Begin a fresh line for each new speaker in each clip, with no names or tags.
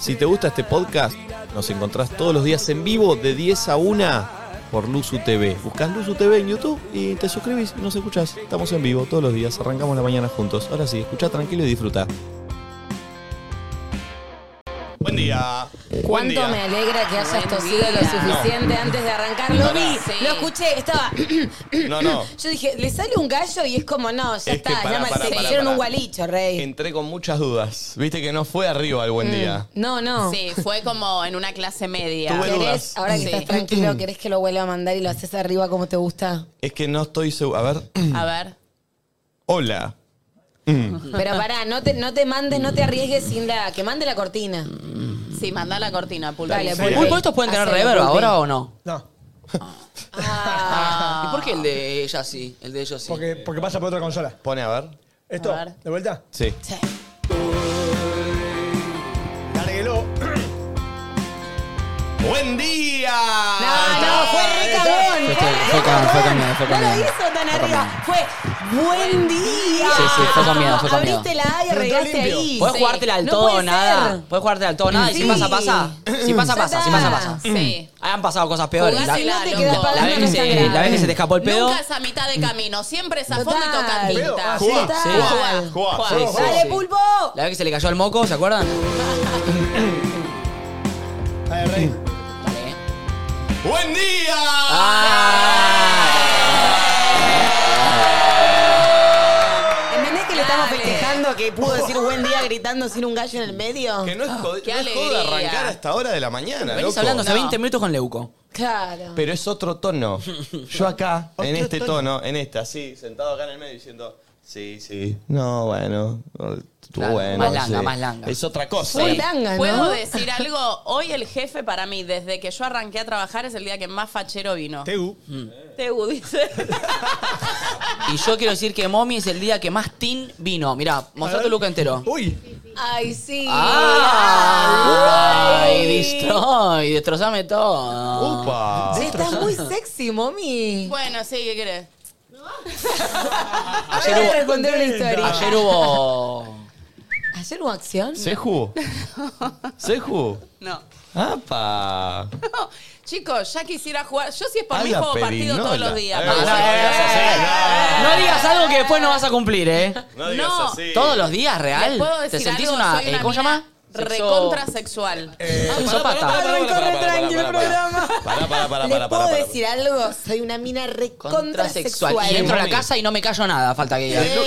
Si te gusta este podcast, nos encontrás todos los días en vivo de 10 a 1 por Luzu TV. Buscás Luzu TV en YouTube y te suscribís y nos escuchás. Estamos en vivo todos los días, arrancamos la mañana juntos. Ahora sí, escucha tranquilo y disfruta. Buen día. Buen
¿Cuánto
día.
me alegra que hayas
Buen
tosido lo
día.
suficiente antes de arrancar? Lo
No,
vi,
no.
lo escuché, estaba.
No, no.
Yo dije, le sale un gallo y es como, no, ya
que
está,
pará,
ya me-
pará,
se
pará,
hicieron
pará.
un gualicho, rey.
Entré con muchas dudas. Viste que no fue arriba el buen
Mm.
día.
No, no.
Sí, fue como en una clase media.
Tuve
¿Querés,
dudas.
ahora que
Sí.
estás
Mm.
tranquilo, querés que lo vuelva a mandar y lo haces arriba como te gusta?
Es que no estoy seguro. A ver.
A ver.
Hola.
Pero pará, no te, no te mandes, no te arriesgues sin la. Que mande la cortina.
Sí, mandá la cortina, Pulpo.
Dale,
Sí.
Pulpo.
Pulpo, ¿estos pueden tener
Hacelo,
reverb
Pulpi.
ahora o no?
No,
Ah.
¿Y por qué el de ella sí? El de ellos sí.
porque, porque pasa por otra consola.
Pone a ver.
¿Esto?
A ver.
¿De vuelta?
Sí.
Sí.
Lárguelo.
¡Buen día!
No, no, fue re cagón.
Fue-
fue re
fue con- fue con
cagón.
miedo, fue con
No lo
miedo.
hizo tan
Fue con
arriba.
miedo.
Fue buen día.
Sí, sí, fue con miedo, fue con miedo.
Abriste la A y
Pero entró
arreglaste
limpio.
ahí.
Podés
Sí.
jugártela al
No
todo o
puede
nada.
ser.
Podés jugártela al todo o nada. Y
Sí.
si pasa, pasa. Si pasa, pasa. Si pasa, pasa.
Sí.
Han pasado cosas peores. La,
Jugásela,
No te quedas
loco.
la
pagando
vez que
no
se, la vez que se te escapó el pedo.
Nunca es a mitad de camino, siempre es a fondo y toca
Total.
Pedo,
tinta.
ah, sí.
Jugá,
Sí.
jugá,
Juan,
jugá.
Juan.
Sí, sí,
Dale,
sí.
pulpo.
La vez que se le cayó el moco, ¿se acuerdan?
Dale, rey.
Dale.
¡Buen día!
Ah,
¿Entendés que le estamos
Dale.
festejando que pudo decir buen día gritando sin un gallo en el medio?
Que no
Ah,
es, jod-
Qué
no es joda
alegría.
arrancar a esta hora de la mañana,
Venís
loco.
hablando hace
No.
20 minutos con Leuco.
Claro.
Pero es otro tono. Yo acá, en
Otro
este tono? en esta, así, sentado acá en el medio diciendo, sí, sí. No, bueno, estuvo
Claro,
bueno.
más langa,
sí.
más langa.
Es otra cosa.
Muy
Sí.
langa, ¿no?
Puedo decir algo, hoy el jefe para mí, desde que yo arranqué a trabajar, es el día que más fachero vino.
Tegu.
Tegu, dice.
Mm. Y yo quiero decir que Momi es el día que más Tin vino. Mirá, mostrá tu look entero.
Uy,
Ay, sí.
Ah. ¡Ay! Destroy, destrozame todo.
¡Upa!
Sí, Estás muy sexy, mami.
Bueno, sí, ¿qué crees?
Ayer
Ahora
hubo-
les conté una historia.
Ayer hubo.
¿Ayer hubo acción?
¿Seju? ¿Seju?
No.
¡Apa!
Chicos, ya quisiera jugar. Yo si es por
Ay,
mí
la
juego partido
perinola.
todos los días. Eh.
Ay,
Porque
no,
soy-
no,
Ah, eh, No digas algo que después no vas a cumplir, ¿eh?
No digas
No.
así.
Todos los días, real.
¿Les puedo
¿Te
decir
sentís
algo?
una.
Soy
eh, ¿Cómo se
mina
llama?
Recontra sexual.
Sexópata.
Pará, pará, pará,
¿Le puedo
pará, pará. pará.
decir algo? Soy una mina
Contrasexual.
recontrasexual.
Y entro a la
Momi.
casa y no me callo nada, falta que diga.
Del u-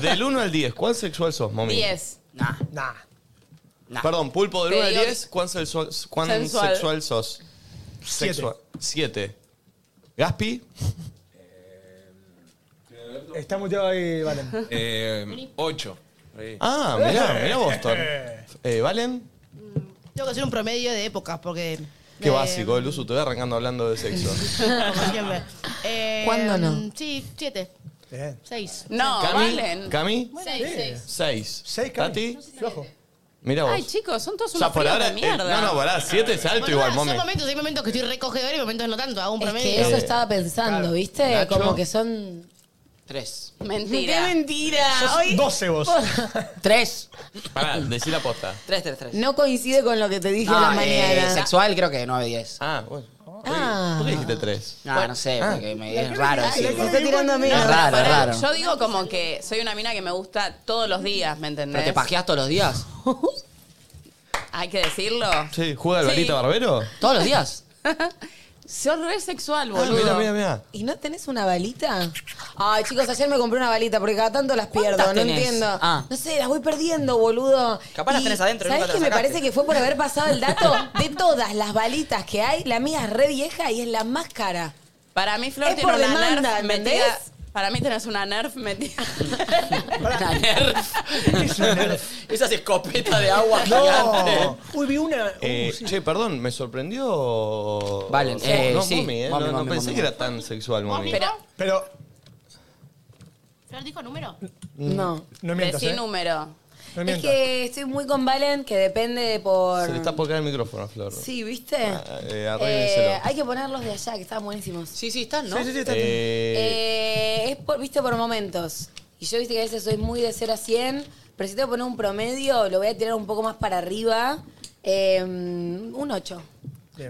de- Del 1 al 10, ¿cuál sexual sos, mami?
10.
Nah.
nah.
nah.
Perdón, pulpo, del
Te
1 al
digo-
10, ¿cuán, sexual, cuán
Sensual.
sexual sos?
Siete.
7. ¿Gaspi?
Está muteado ahí, Valen.
Eh, 8.
Ah, mirá, mirá Boston. Eh, ¿Valen?
Tengo que hacer un promedio de épocas porque.
Qué
eh,
básico, el uso, te voy arrancando hablando de sexo.
Como siempre. Eh,
¿Cuándo no?
Sí, siete,
Bien.
seis.
No, Valen.
¿Cami?
Seis, seis.
6.
Seis, Cami.
¿Tati?
Flojo.
Mirá vos.
Ay, chicos, son todos
O
unos
sea, por
fríos
ahora.
de
eh,
mierda.
no, no, pará, 7 es alto
Bueno,
igual,
nada,
mome.
Son momentos, hay momentos que estoy recogedor y momentos no tanto, hago un
Es
promedio.
que eso estaba pensando, ¿viste?
Nacho.
Como que son.
Tres.
¡Qué
Mentira.
mentira! Hoy
Doce vos.
Tres.
Pará, decí la posta.
Tres, tres, tres.
no coincide con lo que te dije a la
Ah, eh,
mañana.
sexual creo que nueve, diez.
Ah, bueno.
Ah.
¿Por qué dijiste Ah. 3?
No, no sé, porque me, es raro
Se
decirlo.
está tirando a mí.
Es raro, es
Pará,
raro.
Yo digo como que soy una mina que me gusta todos los días, ¿me entendés?
¿Pero te pajeás todos los días?
Hay que decirlo.
Sí, ¿juega el
Sí.
varita barbero?
¿Todos los días?
Soy re sexual,
Ah,
boludo.
mirá, mirá, mirá.
¿Y no tenés una balita? Ay, chicos, ayer me compré una balita porque cada tanto las pierdo, no
tenés?
entiendo.
Ah.
No sé, las voy perdiendo, boludo.
Capaz las tenés adentro y
¿Sabes que
nunca te
me
las sacaste?
parece que fue por haber pasado el dato de todas las balitas que hay? La mía es re vieja y es la más cara.
Para mí, Flor
Es
tiene
por
una
demanda,
nerf
¿entendés?
metida. Para mí tenés una nerf metida.
Una nerf. Esas escopetas de agua gigantes.
No. Uy, vi una.
Eh, Che, perdón, me sorprendió.
Vale,
no,
eh,
no,
sí.
Mami, eh,
Mami,
no, no
mami,
pensé
mami,
que era
mami.
tan sexual, mami.
Pero
Pero
¿Flor dijo número?
Mm. No.
Mm. no mientas,
decí
eh.
número.
No
es
mientas.
que estoy muy con Valen, que depende de por.
Se le está por caer el micrófono, Flor.
Sí, ¿viste?
Ah, eh, arréglenselo.
Eh, hay que ponerlos de allá, que estaban buenísimos.
Sí, sí, están, ¿no?
Sí, sí, sí, está bien.
Eh,
Eh, es por, viste, por momentos. Y yo viste que a veces soy muy de 0 a 100, pero si tengo que poner un promedio, lo voy a tirar un poco más para arriba. Eh, un 8.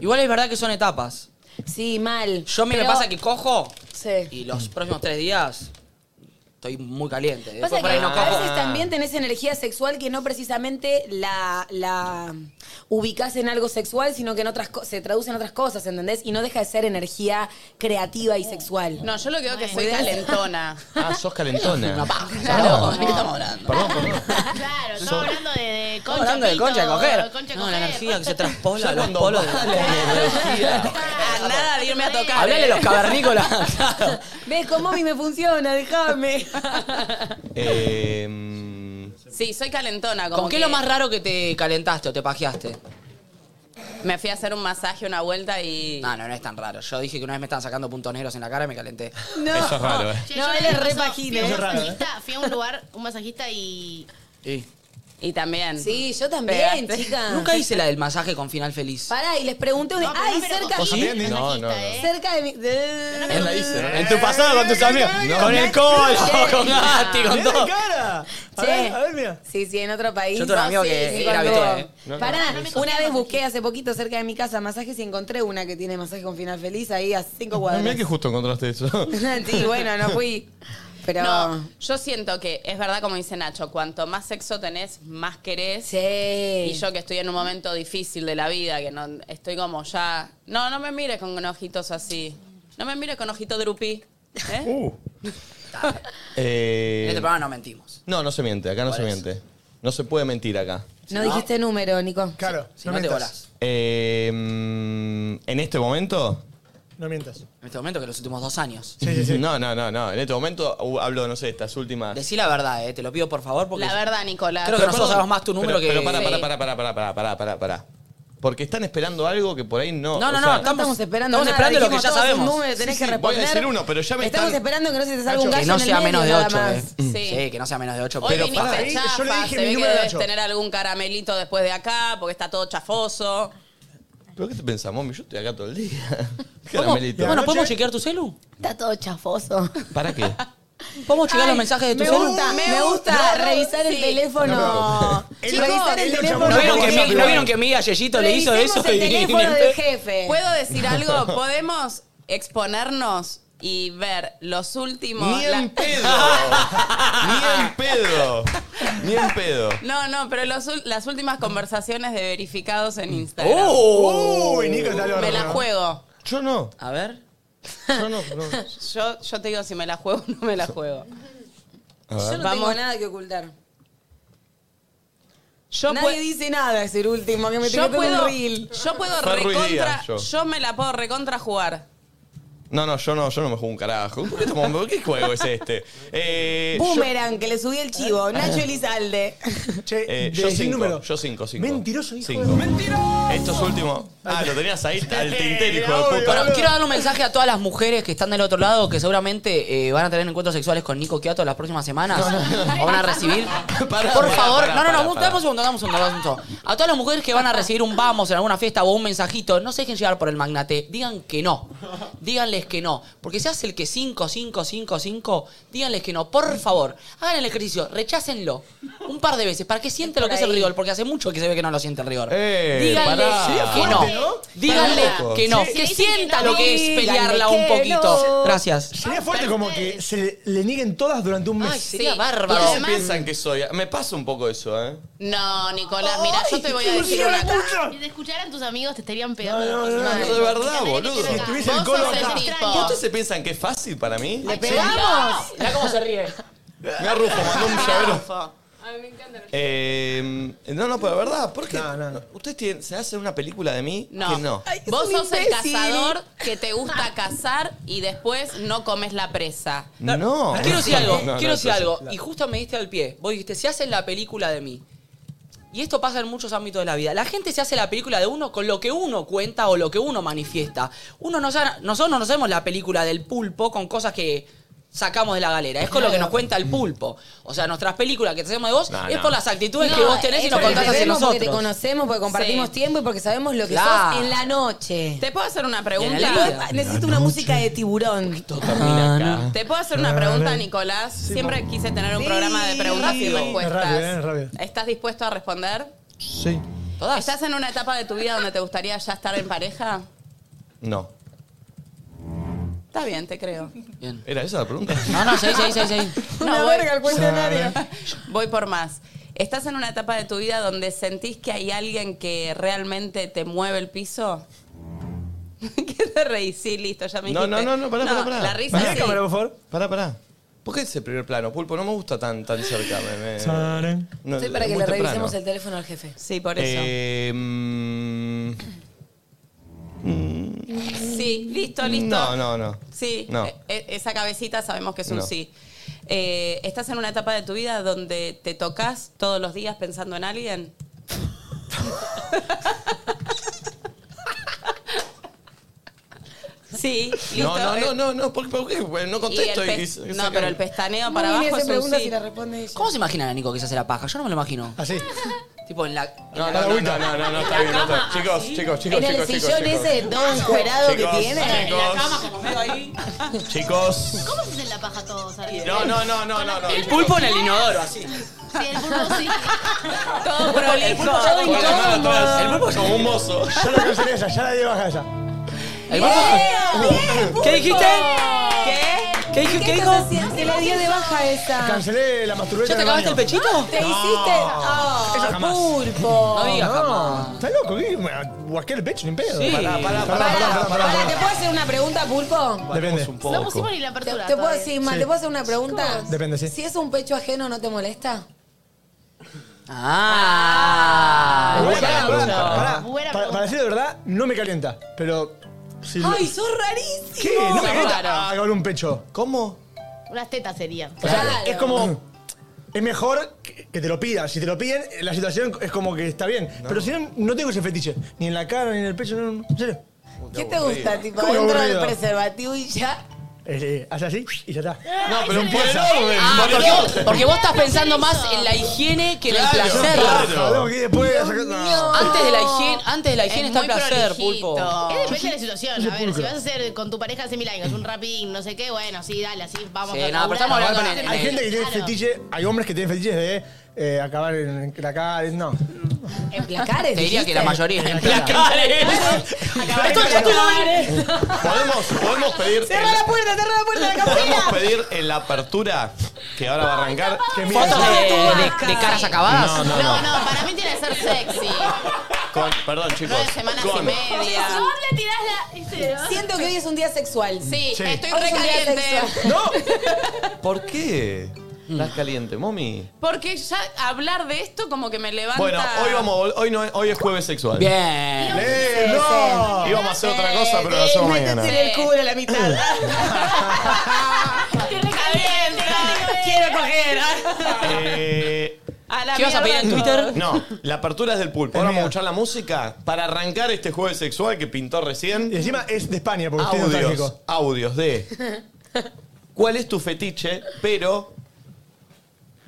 Igual es verdad que son etapas.
Sí, mal.
Yo a mí me
Pero-
pasa que cojo
Sí.
y los próximos tres días estoy muy caliente.
Eh,
Después
Pasa
por
que
ahí no
a
cojo.
veces también tenés energía sexual que no precisamente la, la ubicás en algo sexual, sino que en otras co- se traduce en otras cosas, ¿entendés? Y no deja de ser energía creativa y sexual.
No, yo lo que veo que soy
Bueno.
calentona.
Ah, sos calentona.
Una paja.
Claro.
¿De qué estamos hablando?
Perdón, perdón.
Claro, estamos hablando de, de concha.
Estamos hablando de
pito,
concha de coger.
Concha
no, la
coger.
energía que se transpola a los
cuando
polos.
va
de-
A nada de irme a tocar.
Hablale a
¿eh?
los cavernícolas. Claro.
¿Ves cómo a mí me funciona? Déjame.
Eh, mm,
Sí, soy calentona. Como
¿Con qué
que
es lo más raro que te calentaste o te pajeaste?
Me fui a hacer un masaje una vuelta y.
No, no, no es tan raro. Yo dije que una vez me estaban sacando puntos negros en la cara y me calenté.
No.
Eso es raro, eh.
Che,
No,
yo
él
le
es ¿eh?
pasó,
repagina.
Fui a
Eso
un
es raro,
masajista, fui a un lugar, un masajista y.
Y
Y también.
Sí, yo también,
Pegaste.
chicas.
Nunca hice la del masaje con final feliz.
Pará, y les pregunté, un-
No, pero
ay,
no, pero con-
cerca,
¿Vos aprendés?
No, no, no.
eh.
cerca de mi...
No la
Eh.
hice.
En tu pasado con tus amigos. Con el colo, con
Ah,
¿Eh? Ati, con
¡Mira la
todo.
cara! A
Che.
ver, a ver, mira.
Sí, sí, en otro país.
Yo tengo un amigo
sí,
que
sí,
era
cuando-
habitual, ¿eh?
Pará,
no, no.
una vez busqué hace poquito cerca de mi casa masajes y encontré una que tiene masaje con final feliz ahí a cinco cuadras.
Mirá que justo encontraste eso.
sí, bueno, no fui. Pero.
No, yo siento que es verdad como dice Nacho, cuanto más sexo tenés, más querés.
Sí.
Y yo que estoy en un momento difícil de la vida, que no estoy como ya. No, no me mires con ojitos así. No me mires con ojito drupi. ¿eh?
Uh.
En
Eh,
este programa no mentimos.
no, no se miente, acá no se miente. No se puede mentir acá.
No dijiste número, Nico.
Claro,
Si no, te
mientas.
volás.
Eh, mm, en este momento.
No mientas.
En este momento que los últimos dos años.
Sí, sí, sí.
No, no, no, no. En este momento uh, hablo, no sé, estas últimas.
Decí la verdad, eh. Te lo pido por favor porque...
La verdad, Nicolás.
Creo que nosotros sabemos más tu
Pero-
número que...
Pero para,
Sí.
para, para, para, para, para, para, para, para. Porque están esperando algo que por ahí no.
No, no,
o
no,
sea,
estamos-
No estamos esperando.
estamos
nada,
esperando lo que
dijimos
ya
todos un
sabemos.
número, tenés
Sí,
que
sí, voy a
responder.
decir uno, pero ya me
Estamos
están-
esperando que no se te salga un gallo
Que no
en el
sea menos de
medio,
8,
nada
eh.
más.
Sí.
Sí, que no sea menos de 8.
Hoy
Pero
viniste
pará, yo le
chafa,
dije
se
mi
ve que
número de
debes
ocho.
tener algún caramelito después de acá, porque está todo chafoso.
¿Pero qué te pensás, mami? Yo estoy acá todo el día. ¿Qué
¿Cómo?
caramelito?
Bueno, ¿podemos
Anoche-
chequear tu celu?
Está todo chafoso.
¿Para qué?
¿Podemos chequear
Ay,
los mensajes de tu
me
celu?
Gusta, me gusta revisar el teléfono.
El
Chicos,
loco,
el
el loco
teléfono.
llamó.
¿No vieron
Vamos
que,
a
mi, ¿no
probar.
vieron que Mía Yeyito le hizo eso?
Revisemos el
Y- y-
teléfono del jefe.
¿Puedo decir algo? ¿Podemos exponernos y ver los últimos...
¡Ni
la-
en pedo! ¡Ni en pedo! ¡Ni en pedo!
No, no, pero los ul- las últimas conversaciones de verificados en Instagram.
¡Oh!
Uy, Nico está loco.
me la
¿no?
juego.
Yo no.
A ver.
Yo no. no.
Yo, yo te digo si me la juego o no me la juego.
A
Yo
ver.
no tengo
Vamos.
nada que ocultar.
Yo,
Nadie
pue-
dice nada, es el último que me tiró
yo
con un
puedo,
reel.
yo puedo
Fue Ruiz
recontra,
Díaz, yo.
yo. me la puedo recontra jugar.
No, no, yo no, yo no me juego un carajo. ¿Por qué, estamos- por qué juego es este? Eh, yo-
Boomerang, que le subí el chivo. Nacho Elizalde.
Che,
Eh, yo
decí
cinco,
número.
yo cinco, cinco.
Mentiroso, hijo
Cinco.
de... ¡Mentiroso!
Estos últimos. Ah, lo tenías ahí al tintero, hijo
obvio,
de
Bueno,
puta.
quiero dar un mensaje a todas las mujeres que están del otro lado que seguramente eh, van a tener encuentros sexuales con Nico Quiato las próximas semanas. O van a recibir.
Pará,
por
pará,
favor, no, no,
pará,
no,
pará,
un-
pará.
dame un segundo, dame un segundo, dame un segundo. A todas las mujeres que van a recibir un vamos en alguna fiesta o un mensajito, no se dejen llevar por el magnate, digan que no. Díganles que no. Porque si hace el que 5, 5, 5, 5, díganles que no. Por favor, hagan el ejercicio, rechácenlo un par de veces para que siente lo que es el rigor, porque hace mucho que se ve que no lo siente el rigor.
Eh,
díganle
pará. Sí,
que
es
no.
fuerte, ¿no?
Díganle
Pará.
que no.
Sí.
Que
Sí, sí,
sienta
que
lo
no.
que es
Díganle
pelearla
que
un poquito.
no.
Gracias.
Sería fuerte como que se le, le nieguen todas durante un mes.
Ay, sería
Sí.
bárbaro.
¿Qué se
Además-
piensan que soy? Me pasa un poco eso, ¿eh?
No, Nicolás, mira, yo te voy a decir
¡Hijo de
una cosa.
puta!
Si te escucharan tus amigos, te estarían pegando.
No, no, no,
No, de verdad, boludo.
Si tuviese el
Vos
colo
sos el
acá.
tipo.
¿Ustedes se piensan que es fácil para mí?
¿Le pegamos?
Mirá cómo se ríe.
Me arrufo, mandó un llavero.
Fo.
Eh, no, no, pero de verdad, ¿por qué?
No, no, no.
Ustedes tienen- se hacen una película de mí
No.
que no.
Ay, es
Vos
un
sos el
imbécil.
cazador que te gusta cazar y después no comes la presa.
No.
Quiero decir algo,
No, no,
quiero decir
entonces-
algo. Y justo me diste al pie. Vos dijiste, se hace la película de mí. Y esto pasa en muchos ámbitos de la vida. La gente se hace la película de uno con lo que uno cuenta o lo que uno manifiesta. Uno no sa- nosotros no hacemos la película del pulpo con cosas que sacamos de la galera. Es con lo que nos cuenta el pulpo. O sea, nuestras películas que hacemos de vos
No,
es
no.
por las actitudes
No,
que vos tenés y
es
nos
porque
contás
te
hacia
vemos, Porque te
nosotros.
conocemos, porque compartimos
Sí.
tiempo y porque sabemos lo que
Claro.
sos en la noche.
¿Te puedo hacer una
Y en la vida.
pregunta?
Ah, Necesito una música de tiburón. Ah,
Ah,
¿Te puedo hacer una pregunta, Nicolás? Siempre quise tener un programa de preguntas y
rápido.
respuestas.
Rápido, eh, rápido.
¿Estás dispuesto a responder?
Sí.
Todas.
¿Estás en una etapa de tu vida donde te gustaría ya estar en pareja?
No.
Está bien, te creo.
¿Era esa la pregunta?
No, no, sí, sí, sí, sí.
Una verga el cuestionario. Voy por más. ¿Estás en una etapa de tu vida donde sentís que hay alguien que realmente te mueve el piso? ¿Qué te reís? Sí, listo, ya me
No,
dijiste.
no, no, no, pará, pará, pará.
La risa
Pará,
sí.
cámara, por favor. Pará, pará. ¿Por qué ese primer plano? Pulpo, no me gusta tan, tan cerca. Me, me-
Saren.
No,
Estoy para
es
que
eh, muy
le
temprano.
revisemos el teléfono al jefe.
Sí, por eso.
Eh, mm,
Sí, listo, listo.
no, no, no.
Sí,
No.
e- e- esa cabecita sabemos que es un
No.
sí. Eh, ¿Estás en una etapa de tu vida donde te tocas todos los días pensando en alguien? sí, listo.
No, no,
eh,
no, no, no, ¿por, por qué? Bueno, No
y el
contesto. y-
pes-
y se-
no,
sacan-
pero el pestaneo para abajo es un sí.
responde ella.
¿Cómo se imaginan a Nico que se hace la paja? Yo no me lo imagino.
Así.
Tipo en la.
No, no, no, no, no, no, no, está bien, no, está bien.
Ah,
Chicos, chicos, chicos,
En el
chicos, chicos,
sillón
chicos.
ese todo encuerado que
Chicos,
tiene.
chicos.
como medio ahí.
Chicos.
¿Cómo se hacen la paja todos? Ari?
No, no, no, no, no, no.
El pulpo en el inodoro, así.
Sí, el pulpo sí.
Todo prolijo.
Con la mano atrás. El pulpo es como un mozo.
Ya la cancelé esa, ya la di baja esa.
El pulpo. ¿Qué dijiste?
¿Qué?
¿Qué, dije- ¿Qué dijo?
estás haciendo? Que la dio de baja esa.
Cancelé la masturbeta.
¿Ya te
en
acabaste el
baño.
pechito?
¿Te hiciste?
Eso jamás.
¡Oh, pulpo!
No digas jamás.
No, está loco, ¿qué? Me guasqué el pecho, ni en pedo.
Sí.
Pará, pará, pará,
Pará,
pará, pará,
pará, ¿te
pará.
puedo hacer una pregunta, Pulpo?
Depende.
Vamos un
No
poco.
pusimos ni la
Te,
apertura.
te puedo
todavía.
decir, mal,
Sí.
¿te puedo hacer una pregunta?
Depende, sí.
Si es un pecho ajeno, ¿no te molesta?
Ah.
Pará,
buena
pará,
pregunta.
pará, pará. Para,
Buena pregunta.
para decir de verdad, no me calienta. Pero. Si lo-
¡Ay, sos rarísimo!
¿Qué? No me
Qué
calienta.
raro.
Ah, con un pecho. ¿Cómo?
Unas tetas serían.
Claro.
Es como. Es mejor que que te lo pidan. Si te lo piden, la situación es como que está bien. Pero si no, no tengo ese fetiche. Ni en la cara, ni en el pecho, no, no. En serio.
¿Qué te gusta? Tipo,
¿Cómo
dentro del
aburrido?
preservativo y ya.
Eh, eh, hace así y ya está.
No, pero por el
Ah,
orden, por el
porque,
orden.
porque vos estás pensando más en la higiene que en el
Claro,
placer.
claro.
Tengo que ir después a sacar- no.
mío.
Antes de la higiene, antes de la higiene está el
muy
placer,
prolijito.
pulpo.
Eh, depende de la situación. A ver, si
pulcro.
vas a hacer con tu pareja hace mil años un rapidín, no sé qué, bueno, sí, dale, así vamos
Sí,
a
no, pero
laburar.
estamos hablando
Ahora,
en el-
Hay gente que tiene
Claro.
fetiche, hay hombres que tienen fetiches de eh, acabar en la cara. No.
En placares.
Te diría que la
dijiste.
mayoría en placares. Esto ya te doy.
Podemos, podemos pedir.
¡Cerra la puerta, cerra la puerta de la
Podemos
cocina!
pedir en la apertura que ahora va a arrancar.
Que mira,
Fotos de, de- de caras acabadas.
No, no,
No,
no.
no, para mí tiene que ser sexy.
Con- perdón, chicos.
Nueve semanas y
Con-
media.
Si vos
le tirás la.
Siento que hoy es un día sexual.
Sí,
Sí.
estoy
Hoy es un día
recaliente.
sexual.
¡No!
¿Por qué? Estás caliente, mami.
Porque ya hablar de esto como que me levanta.
Bueno, hoy vamos, a vol- hoy no, hoy es jueves sexual.
Bien.
Eh, no. Íbamos a hacer otra
Eh,
cosa, pero lo hacemos mañana.
Métete en el culo a la mitad.
Estoy recaliente.
Quiero coger.
Eh,
A la
¿Qué vas a
mierda
pedir en
todo.
Twitter?
no, la apertura es del pulpo. Ahora vamos a escuchar la música para arrancar este jueves sexual que pintó recién.
Y encima es de España, porque estoy
audios,
nostálgico.
audios de cuál es tu fetiche, pero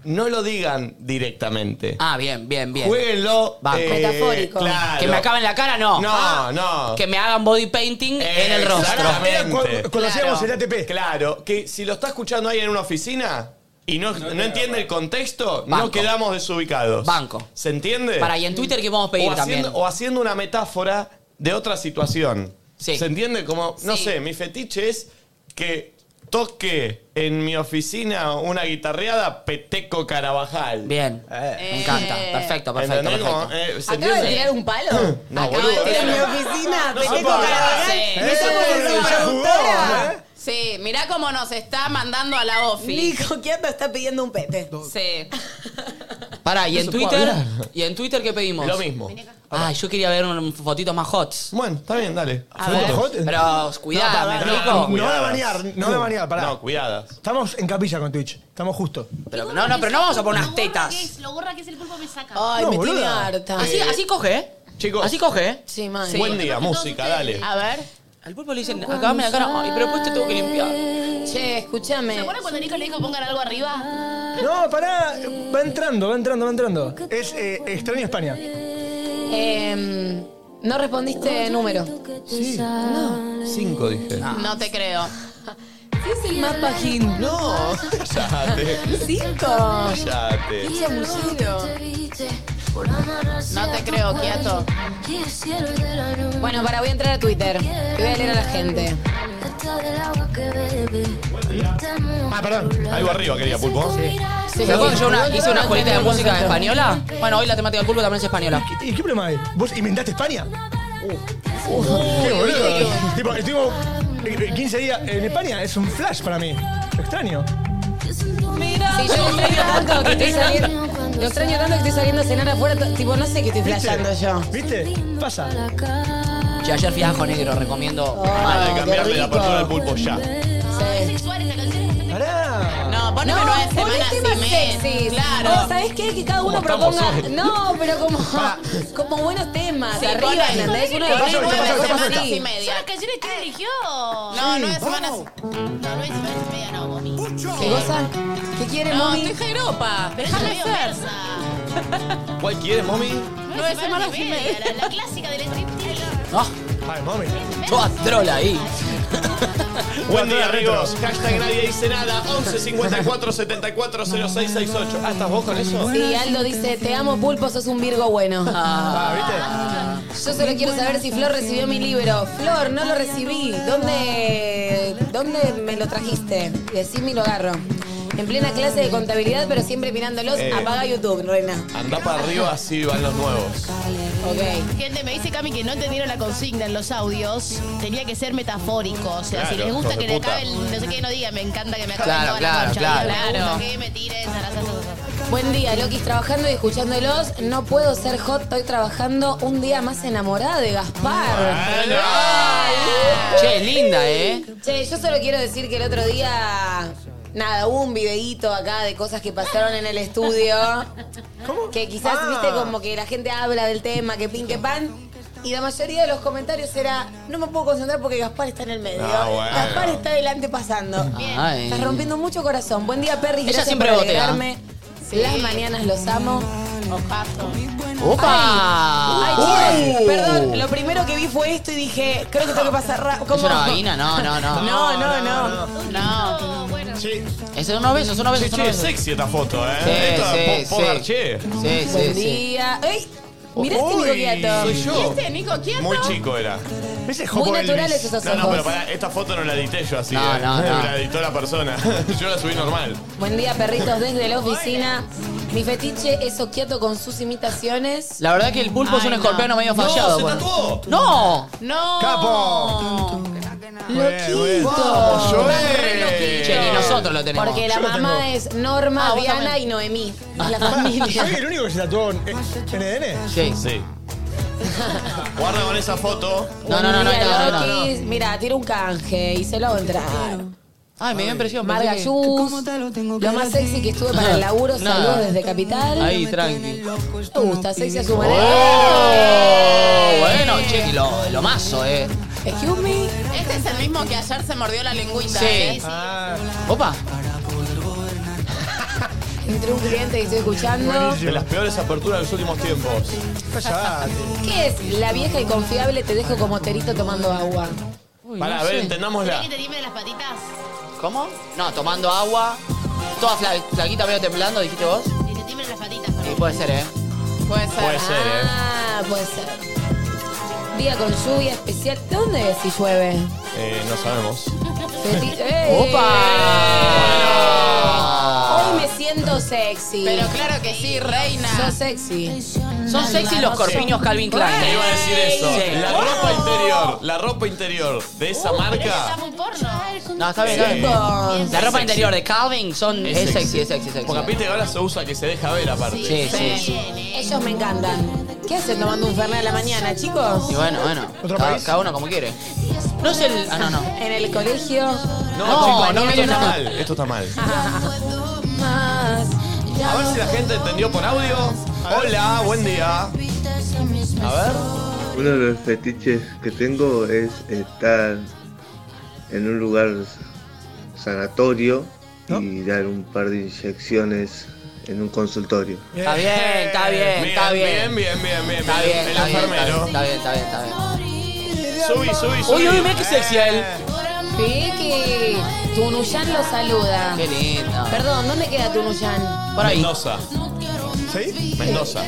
no lo digan directamente.
Ah, bien, bien, bien.
Jueguenlo
Banco.
eh,
Metafórico.
claro.
Que me acaben la cara, no.
No,
Ah,
no.
Que me hagan body painting en el rostro.
Exactamente.
Era Ah, cuando Conocíamos
Claro.
el ATP.
Claro, que si lo está escuchando alguien en una oficina y no, no entiende el contexto, no
Banco.
quedamos desubicados.
Banco.
¿Se entiende?
Para, y en Twitter, ¿qué podemos
o
pedir también?
haciendo, o haciendo una metáfora de otra situación.
Sí.
¿Se entiende? Como, no
Sí.
sé, mi fetiche es que toque en mi oficina una guitarreada Peteco Carabajal. Eh.
Bien. Me encanta. Perfecto, perfecto,
¿Entendés? Como,
perfecto.
eh, ¿Se
¿Acaba de
entiende?
tirar un palo?
No,
Acaba
boludo,
de tirar
eso
mi
no.
oficina.
No
Peteco
se puede.
Carabajal.
Sí.
Me está
Eh,
con
ya
su
jugó,
productora.
¿eh?
Sí, mirá cómo nos está mandando a la ofi.
Nico Quiato está pidiendo un pepe.
Sí.
Para, ¿y en
¿Eso puedo
Twitter?
hablar?
¿Y en Twitter qué pedimos?
Lo mismo.
Ah, yo quería ver un- fotitos más hots.
Bueno, está bien, dale.
A ver.
¿Hot?
Pero cuidado, me
no,
explico.
no, van a banear, no van a banear, pará.
No, cuidadas.
Estamos en capilla con Twitch, estamos justo.
Pero, no, no, pero no vamos a poner unas tetas.
Lo gorra que es el pulpo me saca.
Ay,
No,
me
boluda.
tiene harta.
Así, así coge, ¿eh?
Chicos.
Así coge, ¿eh?
Sí, man.
Buen día, música, dale.
A ver.
Al pulpo le dicen, acabame la cara. Ay, pero después te tengo que limpiar.
Che,
¿Se
escúchame.
acuerdan cuando Nico le dijo pongan algo arriba?
No, pará, va entrando, va entrando, va entrando. Es eh, extraño España.
Em, no respondiste número.
Cinco, dije. Ah.
No te creo.
¿Qué es el mapa Hindu?
No, cállate.
Cinco.
Cállate.
Qué aburrido.
No te creo, quieto.
Bueno, para, voy a entrar a Twitter. Y voy a leer a la gente.
Ah, perdón.
Algo arriba quería, Pulpo.
¿Se acuerdan que yo una- hice una escuelita de música española? Bueno, hoy la temática del pulpo también es española.
¿Y qué problema hay? ¿Vos inventaste España?
Uy,
¡Qué
uy,
boludo!
uy.
Tipo, estuvimos eh, 15 días en España. Es un flash para mí. Extraño.
Sí, yo lo extraño tanto que estoy saliendo. Lo extraño tanto que estoy saliendo a cenar afuera. t- Tipo, no sé qué estoy
¿Viste?
flasheando yo.
¿Viste? Pasa.
Che, ayer fui a Ajo Negro, recomiendo.
Ah, Hay que cambiarle la
rico.
apertura al Pulpo ya.
Sexual esa canción.
Pará.
No, poneme
No,
nueve
ponés
semanas
temas
y
sexys.
menos. Claro.
O, ¿Sabés qué? Que cada uno
estamos
proponga.
hoy?
No, pero como, como buenos temas.
Sí,
arriba,
ponés-
¿entendés? Uno de
ponés
Pasa,
nueve
pasa, pasa,
semanas
pasa.
y
Sí.
media. Son las canciones que eligió. No,
Sí,
nueve semanas.
wow.
No, nueve semanas y media no, mami.
¿Qué cosa? ¿Qué quiere,
No,
mami?
estoy jairopa.
Pero eso es
Déjame
medio
ser.
versa.
¿Cuál quieres, mami?
Nueve semanas y media. La la clásica del striptease.
Ah,
Ay, mami.
toda trola ahí.
Buen día,
Retro.
amigos. Hashtag nadie dice nada. 11 54 74 0668. Ah, ¿estás vos con eso?
Sí, Aldo dice, te amo pulpo, sos un Virgo bueno.
Ah,
Yo solo quiero saber si Flor recibió mi libro. Flor, no lo recibí. ¿Dónde, dónde me lo trajiste? Y así me lo agarro. En plena clase de contabilidad, pero siempre mirándolos.
Eh.
Apaga YouTube, reina.
Andá para arriba, así van los nuevos.
Ok.
Gente, me dice Cami que no entendieron la consigna en los audios. Tenía que ser metafórico. O sea,
Claro,
si les
hijos
gusta
de
que le
puta.
acaben, no sé qué, no digan, me encanta que me acaben
Claro,
toda
Ah,
claro,
la concha.
claro.
digan, me
Claro.
gusta que me tires, arrasas, arrasas.
Buen día, Lokis, trabajando y escuchándolos. No puedo ser hot, estoy trabajando un día más enamorada de Gaspar.
Che, linda, ¿eh?
Che, yo solo quiero decir que el otro día, nada, hubo un videíto acá de cosas que pasaron en el estudio.
¿Cómo?
Que quizás,
Ah.
viste, como que la gente habla del tema, que pin, que pan. Y la mayoría de los comentarios era, no me puedo concentrar porque Gaspar está en el medio.
Ah, bueno.
Gaspar está adelante pasando.
Ay.
Estás rompiendo mucho corazón. Buen día, Perry.
Ella
Gracias
siempre
por
botea.
alegrarme. Las mañanas los amo.
Ojazo.
Ay,
¡Opa! Uh.
chicos, perdón, lo primero que vi fue esto y dije, creo que tengo que pasar ra-
¿Es
¿cómo?
una vagina? No, no,
No,
no.
no, Ah. no.
No.
Oh, bueno.
Sí.
Es unos besos, es unos
Che,
besos.
che, sexy esta foto, ¿eh?
Sí,
Esta
sí,
po-
sí.
Pogar, che.
Sí, sí,
Buen
sí.
día. ¡Ey! Mirá este
Uy,
Nico Quiato. este
Soy yo.
¿Viste, Nico? ¿Quién?
Muy chico era.
Ese es
Muy
Jopo Elvis.
naturales esos
No,
ojos.
no, pero pará, esta foto no la edité yo así.
No,
eh.
no, no.
La editó la persona. Yo la subí normal.
Buen día, perritos, desde la oficina. Mi fetiche es Oquiato con sus imitaciones.
La verdad que el pulpo es
Ay,
un
no.
escorpiano medio fallado.
se
pues.
tatuó.
¡No!
No.
Capo.
Yo,
Che, y nosotros lo tenemos.
Porque la
Yo lo
mamá
tengo.
es Norma,
Ah, vos
Diana
también.
y Noemí. Es la
¿Soy
familia.
el único que se tatuó en NDN?
Sí.
Sí. Guarda con esa foto.
No, no, no, no, no, no, no.
Mira, tira un canje y se lo va a entrar.
Ay, me dio impresión. pensé
Marga
que-
Yus, lo más sexy que estuve para el laburo,
Nada.
saludos desde Capital.
Ahí, tranqui.
Me gusta, sexy a su
¡Oh!
manera.
Bueno, che, y lo, lo mazo, eh.
Excuse me.
Este es el mismo que ayer se mordió la lengüita.
Sí.
¿eh?
Ah,
Opa.
Entre un cliente que estoy escuchando.
De las peores aperturas de los últimos tiempos.
callate.
¿Qué es? La vieja y confiable te dejo como terito tomando agua.
Para, a ver, entendámosla.
¿Querés que te limpie las patitas?
¿Cómo? No, tomando agua. Toda fla- flaquita medio temblando, dijiste vos.
Que te tiemblen las patitas. para
Y
mí.
puede ser, eh.
Puede ser.
Puede ser, ¿eh?
Ah, puede ser. Día con lluvia especial. ¿Dónde es si llueve?
Eh, No sabemos.
Feti- ¡Ey! Hoy me siento sexy.
Pero claro que sí, reina.
Sos sexy.
Son sexy los corpiños Calvin Klein.
Te iba a decir eso.
Sí.
La ropa interior, la ropa interior de esa
Pero eso
marca.
está muy porno.
No, está bien, está bien.
Chicos.
La ropa
sexy.
interior de Calvin son, es,
sexy.
sexy, es sexy, es sexy.
Porque aparte ahora se usa que se deja ver aparte.
Sí, sí, sí.
Ellos me encantan. ¿Qué hacen tomando un fernet a la mañana, chicos?
Y bueno, bueno.
¿Otro
Cada,
país?
cada uno como quiere. No es el. Ah, no, no.
En el colegio.
No,
No,
chicos, no, esto
Mariana.
está mal. Esto está mal.
Más.
A ver si la gente entendió por audio. Hola, buen día. A
Ah.
ver.
Uno de los fetiches que tengo es estar en un lugar sanatorio y dar un par de inyecciones en un consultorio.
Está bien, está bien, está bien.
Bien, bien, bien, bien.
Está bien,
El
está bien, está bien,
enfermero.
está bien, está bien, está bien.
Subí, subí, subí.
Uy, uy, mira qué sexy a él.
Piqui. Tunuyán lo saluda.
Qué lindo.
Perdón, ¿dónde queda Tunuyán?
Por ahí.
Mendoza.
¿Sí?
Mendoza.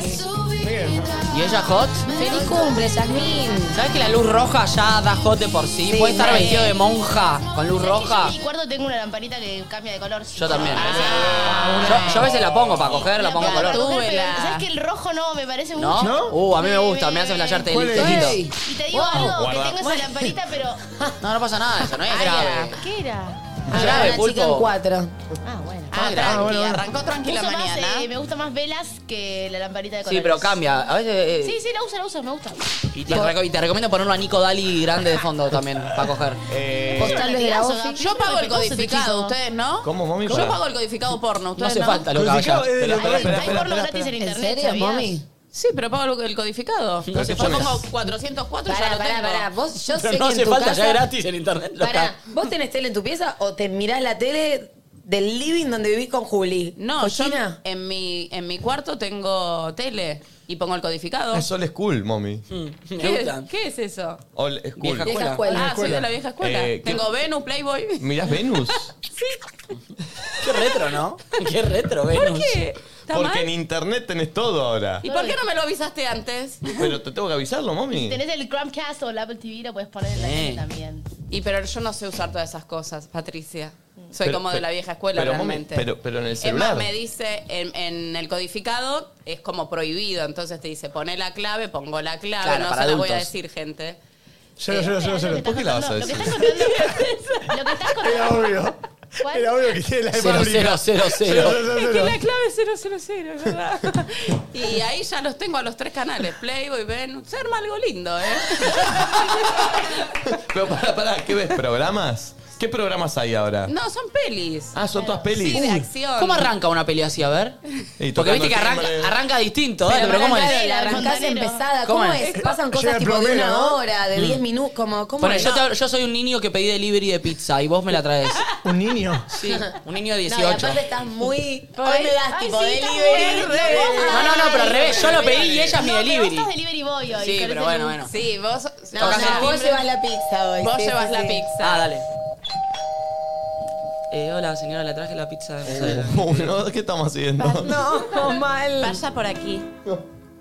¿Y ella hot?
Feliz cumple, Jazmín.
¿Sabes que la luz roja ya da hot de por sí?
Sí,
Puede estar
sí.
vestido de monja con luz roja.
En mi cuarto tengo una lamparita que cambia de color. Ah,
Yo también. ¿eh? yo, yo a veces la pongo para coger, la pongo
Claro,
color.
mujer, pero
la-
¿Sabes que el rojo no me parece
¿No?
mucho?
Uh, a mí me gusta, me hace flasharte el
¿Cuál es?
lindo.
Ey.
Y te digo algo, que
guarda.
tengo esa lamparita, pero.
No, no pasa nada, eso no es
Aria.
grave.
¿Qué era?
No es
una
grave,
Ah, chica en
pulpo.
cuatro.
Ah, bueno.
Ah,
Ah,
tranqui,
bueno, bueno.
arrancó tranquila
Uso más,
mañana.
eh, me gusta más velas que la lamparita de color.
Sí, pero cambia. A veces. eh,
Sí, sí, la uso, la uso, me gusta.
Y, te reco- y te recomiendo ponerlo a Nico Dali grande de fondo también, para coger.
Postales de la
Latigazo,
OFI.
¿no?
Yo pago el
Respetuoso,
codificado,
chico.
ustedes, ¿no?
¿Cómo, mami?
Yo pago el codificado porno,
No
ustedes
hace
no.
falta lo que
Crucificado es de
Espera,
los
espera, espera,
Hay
noventa.
porno gratis en
¿En
internet.
serio,
¿sabías?
mami?
Sí, pero pago el, el codificado.
No hace
yo
falta.
pongo 404 y ya
Pará,
lo
pará,
tengo.
pará. Vos, yo sé
no
que en
hace
tu
falta,
casa...
ya es gratis en internet. lo
Pará,
está.
¿vos tenés tele en tu pieza o te mirás la tele del living donde vivís con Juli?
No, yo
¿Cochina?
en mi, en mi cuarto tengo tele y pongo el codificado.
Es Old School, mommy.
Me
¿Qué,
gusta.
qué es eso?
Old School.
Vieja
Vieja
escuela.
escuela.
ah, soy de la vieja escuela.
Oh, Eh, ¿qué-
tengo Venus, Playboy.
¿Mirás Venus?
Qué retro, ¿no? Qué retro,
¿Por
Venus.
qué? ¿Está
Porque
mal?
en internet tenés todo ahora.
¿Y por qué no me lo avisaste antes?
Pero te tengo que avisarlo, mami.
Tenés el Chromecast o el Apple TV, lo puedes poner en la
Sí.
tele también.
Y pero yo no sé usar todas esas cosas, Patricia. Soy
Pero-
como de
pero-
la vieja escuela
pero, mami,
realmente.
pero- pero en el
Es
celular.
más, me dice en, en el codificado es como prohibido, entonces te dice poné la clave, pongo la clave,
Claro,
no se
para
la voy a
adultos.
decir, gente.
Cero, cero, cero, cero.
¿Por qué la vas a
Lo que
decir?
estás contando. Lo que estás
Era
contando.
obvio.
¿Cuál?
Era obvio que tiene la
Cero,
hepatolina.
cero, cero, cero.
Cero, cero,
Es que
cero.
la clave es 000, es ¿verdad? y ahí ya los tengo a los tres canales, Playboy, Venus, se arma algo lindo, ¿eh?
Pero pará, pará, ¿qué ves? ¿Programas? ¿Qué programas hay ahora?
no, son pelis.
Ah, son todas pelis.
Sí, de acción.
¿Cómo arranca una peli así? A ver.
Y tocando
Porque viste que
el
arranca,
timbre.
arranca distinto, ¿eh? Pero ¿cómo
Arrancás
es?
de la arrancás
Fontanero.
empezada.
¿Cómo
¿Cómo,
es?
es? Pasan cosas
Eh, Llega el
tipo de
plomero,
una
¿no? Mm.
hora, de 10 minutos. Como, ¿Cómo
Bueno,
es?
yo, te- yo soy un niño que pedí delivery de pizza y vos me la traes.
Un niño.
Sí, un niño de
No,
18.
y aparte estás muy... Hoy
Ay,
me das
ay,
tipo
sí, estás
delivery.
muy re-
No, no, no, pero al revés, yo lo pedí y ella es mi
No, pero vos
delivery.
estás delivery boy hoy.
Sí,
con
pero
ese
bueno,
look.
bueno.
Sí, vos
No,
tocas
no,
el
vos
timbre,
llevas la pizza hoy.
vos
sí,
llevas
sí,
la
sí.
pizza.
Ah, dale. Eh, hola, señora, le traje la pizza
Eh,
de mozzarella.
Oh, no, ¿Qué estamos haciendo?
No, mal.
Pasa por aquí.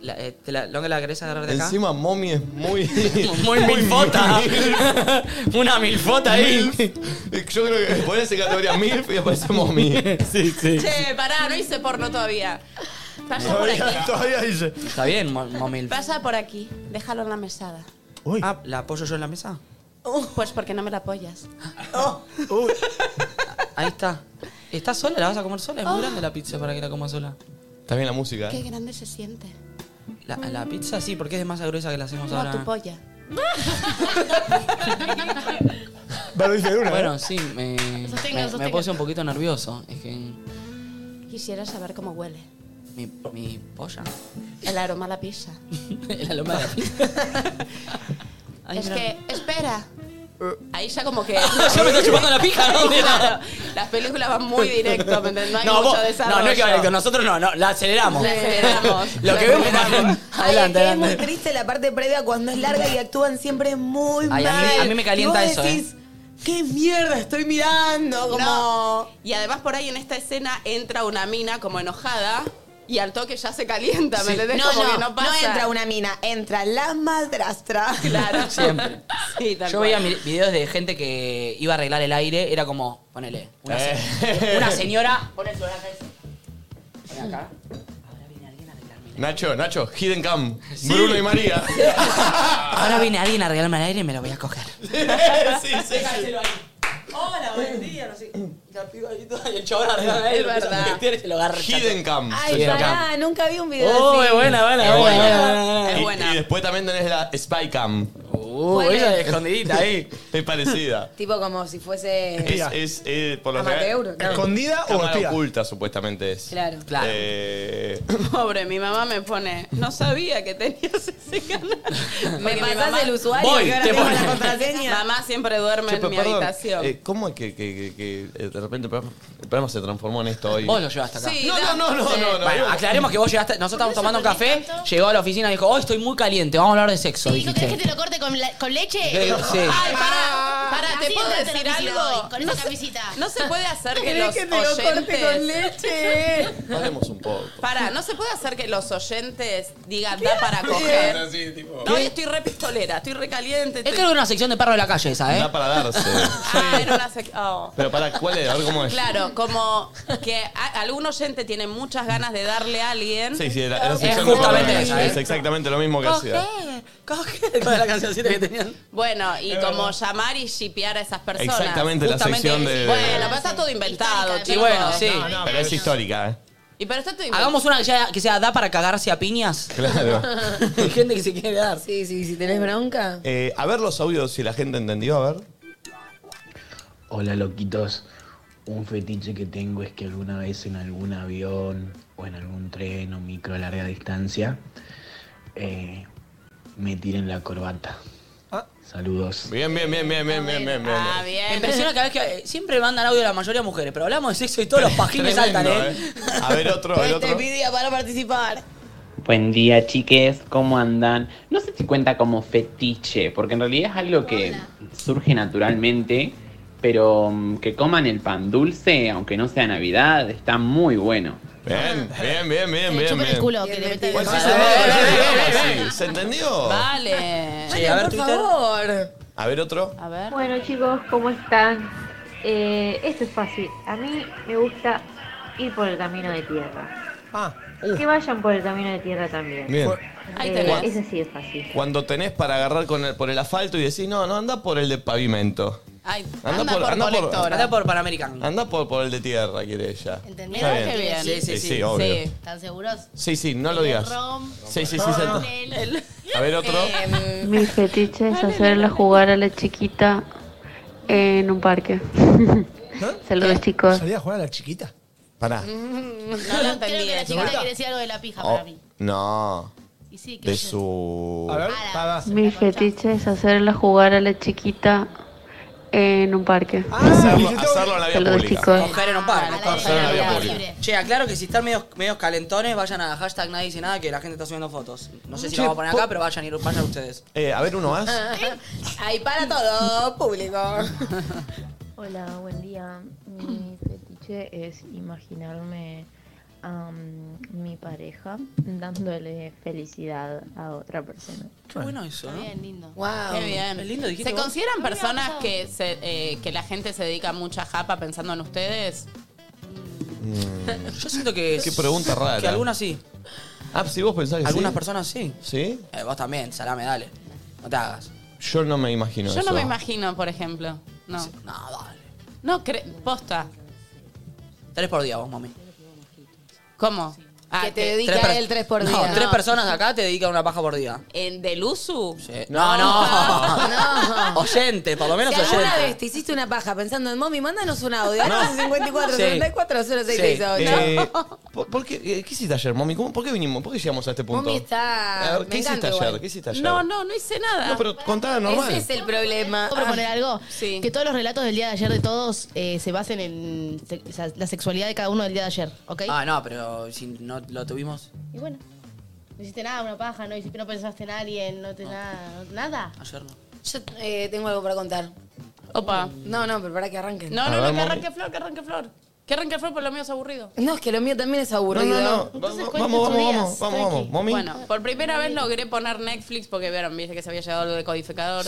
La, eh, te la, ¿Lo que la querés agarrar de acá?
Encima, mommy es muy.
Muy milfota.
mil-
Una milfota ahí.
milf. Yo creo que ponés en categoría MILF y aparece mommy.
Sí, sí.
Che, pará, no hice porno todavía. Pasa por
Todavía,
aquí.
todavía dice.
Está bien, mo- momilf.
Pasa por aquí. Déjalo en la mesada.
Uy.
Ah, ¿la apoyo yo en la mesa?
Pues porque no me la apoyas.
Uy.
Ahí está. ¿Estás sola? ¿La vas a comer sola? Es
Oh.
muy grande la pizza para que la comas sola.
Está bien la música.
Qué
¿eh?
grande se siente.
La, la pizza sí, porque es de masa gruesa que la hacemos
Como
ahora.
tu polla.
Pero dice de una.
Bueno,
¿eh?
sí, me,
Sostenga,
me- me
sostenga.
puse un poquito nervioso. Es que
Quisiera saber cómo huele.
mi, mi polla.
El aroma a la pizza.
La loma de la pizza. Ay,
es
mira.
que, espera. Ahí ya como que.
Yo me estoy chupando la pija, ¿no?
Claro, las películas van muy directo, ¿me entendés? No hay mucho
vos-
desarrollo.
no, no es que vale, nosotros no, no, la aceleramos.
La aceleramos.
Lo que
La
vemos
aceleramos.
Ay, es
Adelante,
que es muy
adelante.
triste la parte previa cuando es larga y actúan siempre muy
Ay,
mal.
a mí- a mí me calienta
Y vos
eso, ¿eh?
decís, ¿Qué mierda estoy mirando? Como...
No. Y además por ahí en esta escena entra una mina como enojada y al toque ya se calienta, ¿me entendés?
No,
Como
no,
que no
no,
pasa.
entra una mina, entra la madrastra.
Claro.
Siempre.
Sí, tal
Yo
cual.
veía mi- videos de gente que iba a arreglar el aire, era como, ponele, una, se-
Eh.
una señora, pone el celular acá. y- Pone acá. Ahora viene alguien a arreglarme.
Nacho, Nacho, Hidden Cam. Bruno y María.
Ahora viene alguien a arreglarme el aire y me lo voy a coger.
sí, sí.
Hola, buen día, no sé. La piba ahí toda, y el chabón arreglando el aire,
Es verdad.
lo que tiene, se lo agarra.
Hidden Cam.
Ay,
Sí,
pará, nunca vi un video
Oh,
así.
es buena, buena,
Es
buena,
buena.
buena, buena, buena.
Es
Y-
buena.
Y, después también tenés la Spy Cam.
Uh, ella es escondidita ahí.
Es parecida.
Tipo como si fuese
es,
Espía.
es, es, por lo
amateur.
general,
¿no?
¿Escondida o
cámara
espía?
oculta, supuestamente es.
Claro.
Claro.
Eh,
Pobre, mi mamá me pone, no sabía que tenías ese canal.
Me
Porque mi
pasás el usuario
Voy,
que ahora
te
tengo
pone.
la contraseña.
Mamá siempre duerme
che,
en
pero
mi
perdón,
habitación.
eh, ¿Cómo es que, que- que- que, eh, de repente el programa, el programa se transformó en esto hoy?
Vos lo llevaste acá.
Sí,
No,
da-
no, no, no, no, no.
Bueno, aclaremos que vos llegaste, nosotros estábamos tomando un café, llegó a la oficina y dijo, oh, estoy muy caliente, vamos a hablar de sexo,
Sí, dijo, ¿querés que
dijiste.
te lo corte con la- la- con leche.
Creo- sí.
Ay,
para, para, ¿te
Así
puedo
entraste
decir
a la piscina
algo?
hoy, Con
No
esa
se-
camisita.
No se puede hacer que
¿Querés
los
que te lo corte
oyentes...
con leche?
Paremos un poco.
Para, no se puede hacer que los oyentes digan da para coger. No, hoy estoy re pistolera, estoy re caliente.
Es
estoy-
que era una sección de perro de la calle esa, ¿eh?
Da para darse.
Ah, era una sec- oh.
Pero para, ¿cuál es? A ver cómo es.
Claro, como que a- algún oyente tiene muchas ganas de darle a alguien.
Sí, sí, era, era
Es
sección de
justamente
Barra.
esa, ¿eh?
Es exactamente lo mismo que hacía.
Coger.
Coge toda la cancioncita que tenían.
Bueno, y como llamar y shipear a esas personas.
Exactamente la
Justamente
sección de.
Bueno, pero está todo inventado,
Histórica,
chicos.
Y bueno, sí.
pero es histórica, ¿eh?
Y pero está todo inventado.
Hagamos una que sea, que sea da para cagarse a piñas.
Claro.
Hay gente que se quiere dar.
Sí, sí, si tenés bronca.
Eh, a ver los audios si la gente entendió, a ver.
Hola loquitos, un fetiche que tengo es que alguna vez en algún avión o en algún tren o micro a larga distancia eh, me tiren la corbata. Saludos.
Ah. Bien, bien, bien, bien, bien, bien, bien. bien.
Ah,
Me
bien.
impresiona que a veces que eh, siempre mandan audio la mayoría mujeres, pero hablamos de sexo y todos los pajines
Tremendo,
saltan, ¿eh?
¿eh? A ver otro, el otro.
para participar.
Buen día, chiques, ¿cómo andan? No sé si cuenta como fetiche, porque en realidad es algo que surge naturalmente, pero mm, que coman el pan dulce, aunque no sea Navidad, está muy bueno.
Bien,
Que
bien, bien, bien,
le
bien.
chupen el
bien.
culo, que le metan
Bueno, sí,
el
se entendió, sí, ¿Se entendió?
Vale.
Sí, a ver,
por
Twitter.
favor.
A ver otro.
A ver.
Bueno chicos, ¿cómo están? Eh, esto es fácil. A mí me gusta ir por el camino de tierra.
Ah,
Que vayan por el camino de tierra también.
Bien.
Ahí
Eh,
tenés.
ese sí es fácil.
Cuando tenés para agarrar con el- por el asfalto y decís, no, no, anda por el de pavimento.
Ahí.
Anda
Anda,
por-
por,
anda por-
colectora.
Anda por Panamerican.
Anda por, por el de tierra, quiere ella.
¿Entendés?
Está bien.
Qué bien.
Sí, sí,
Sí,
sí.
sí, obvio.
Sí.
¿Están seguros?
Sí, sí, no lo digas.
Rom,
Sí, sí, sí, se ent-
el- Eh,
A ver otro.
Mi fetiche es hacerla jugar a la chiquita en un parque. Saludos chicos.
¿Eh? Salí a jugar a la chiquita.
Pará.
No lo
Creo
entendí.
que la
eso.
chica quiere decir algo de la pija
Oh,
para mí.
no.
Y sí, que
De su.
A ver,
Ah,
para.
Mi fetiche es hacerla jugar a la chiquita en un parque.
Hacerlo,
Ah,
hacerlo en la vía
Saludos
pública.
chicos.
Coger en un
A
par.
la
Coger en la vía pública.
libre.
Che, aclaro que si están medios, medios calentones, vayan a la hashtag nadie dice nada que la gente está subiendo fotos. No sé si
Che,
lo vamos a poner
po-
acá, pero vayan, ir- vayan ustedes.
Eh, a ver uno más.
Ahí para todo, público.
Hola, buen día. Mi fetiche es imaginarme a mi pareja dándole felicidad a otra persona.
Qué bueno eso,
Está
¿no?
bien, lindo.
Wow.
Qué bien.
Es lindo, dijiste
¿Se
vos.
consideran personas que, se, eh, que la gente se dedica mucha japa pensando en ustedes?
Mm.
Yo siento que.
Qué pregunta rara.
Que algunas sí.
Ah, si vos pensás que
Algunas
sí.
personas sí.
¿Sí?
Eh, vos también, salame, dale. No te hagas.
Yo no me imagino
Yo
eso.
no me imagino, por ejemplo. No.
No, dale.
No, cre- posta.
Tres por día vos, mami.
¿Cómo? Ah,
Que te
que-
dedica
per-
él tres por
No,
día.
tres
No.
personas acá te dedican una paja por día.
¿En del uso?
Eh, No, no. Oyente, por lo menos
Si alguna
oyente.
vez te hiciste una paja pensando en mommy, mándanos un audio. No. 54
Sí.
74 0668.
Eh, ¿por, por qué, eh, ¿Qué hiciste ayer, mami? ¿Cómo- ¿Por qué vinimos? ¿Por qué llegamos a este punto?
Mommy está-
A
Ah,
ver,
me
¿Qué hiciste
encanta
ayer?
igual.
¿Qué hiciste ayer?
No, no, no hice nada.
No, pero contá normal.
Ese es el problema.
Ah,
Ah.
¿Puedo proponer algo?
Sí.
Que todos los relatos del día de ayer de todos eh, se basen en se- o sea, la sexualidad de cada uno del día de ayer, ¿ok?
Ah, no, pero si no lo tuvimos
Y bueno, no hiciste nada, una paja, no, hiciste- no pensaste en alguien, no te nada, no- nada.
ayer, no.
Yo eh, tengo algo para contar.
Opa.
No, no, pero para que arranquen.
No,
A
no,
ver,
no, que
mami.
arranque flor, que arranque flor. Que arranque flor, por lo mío es aburrido.
No, es que lo mío también es
No,
aburrido.
no, no.
Entonces
Vamos,
cuenta
vamos,
tus días,
vamos, vamos, vamos.
tranqui.
Mami.
Bueno, por primera vez logré poner Netflix porque vieron, viste que se había llegado lo de codificador.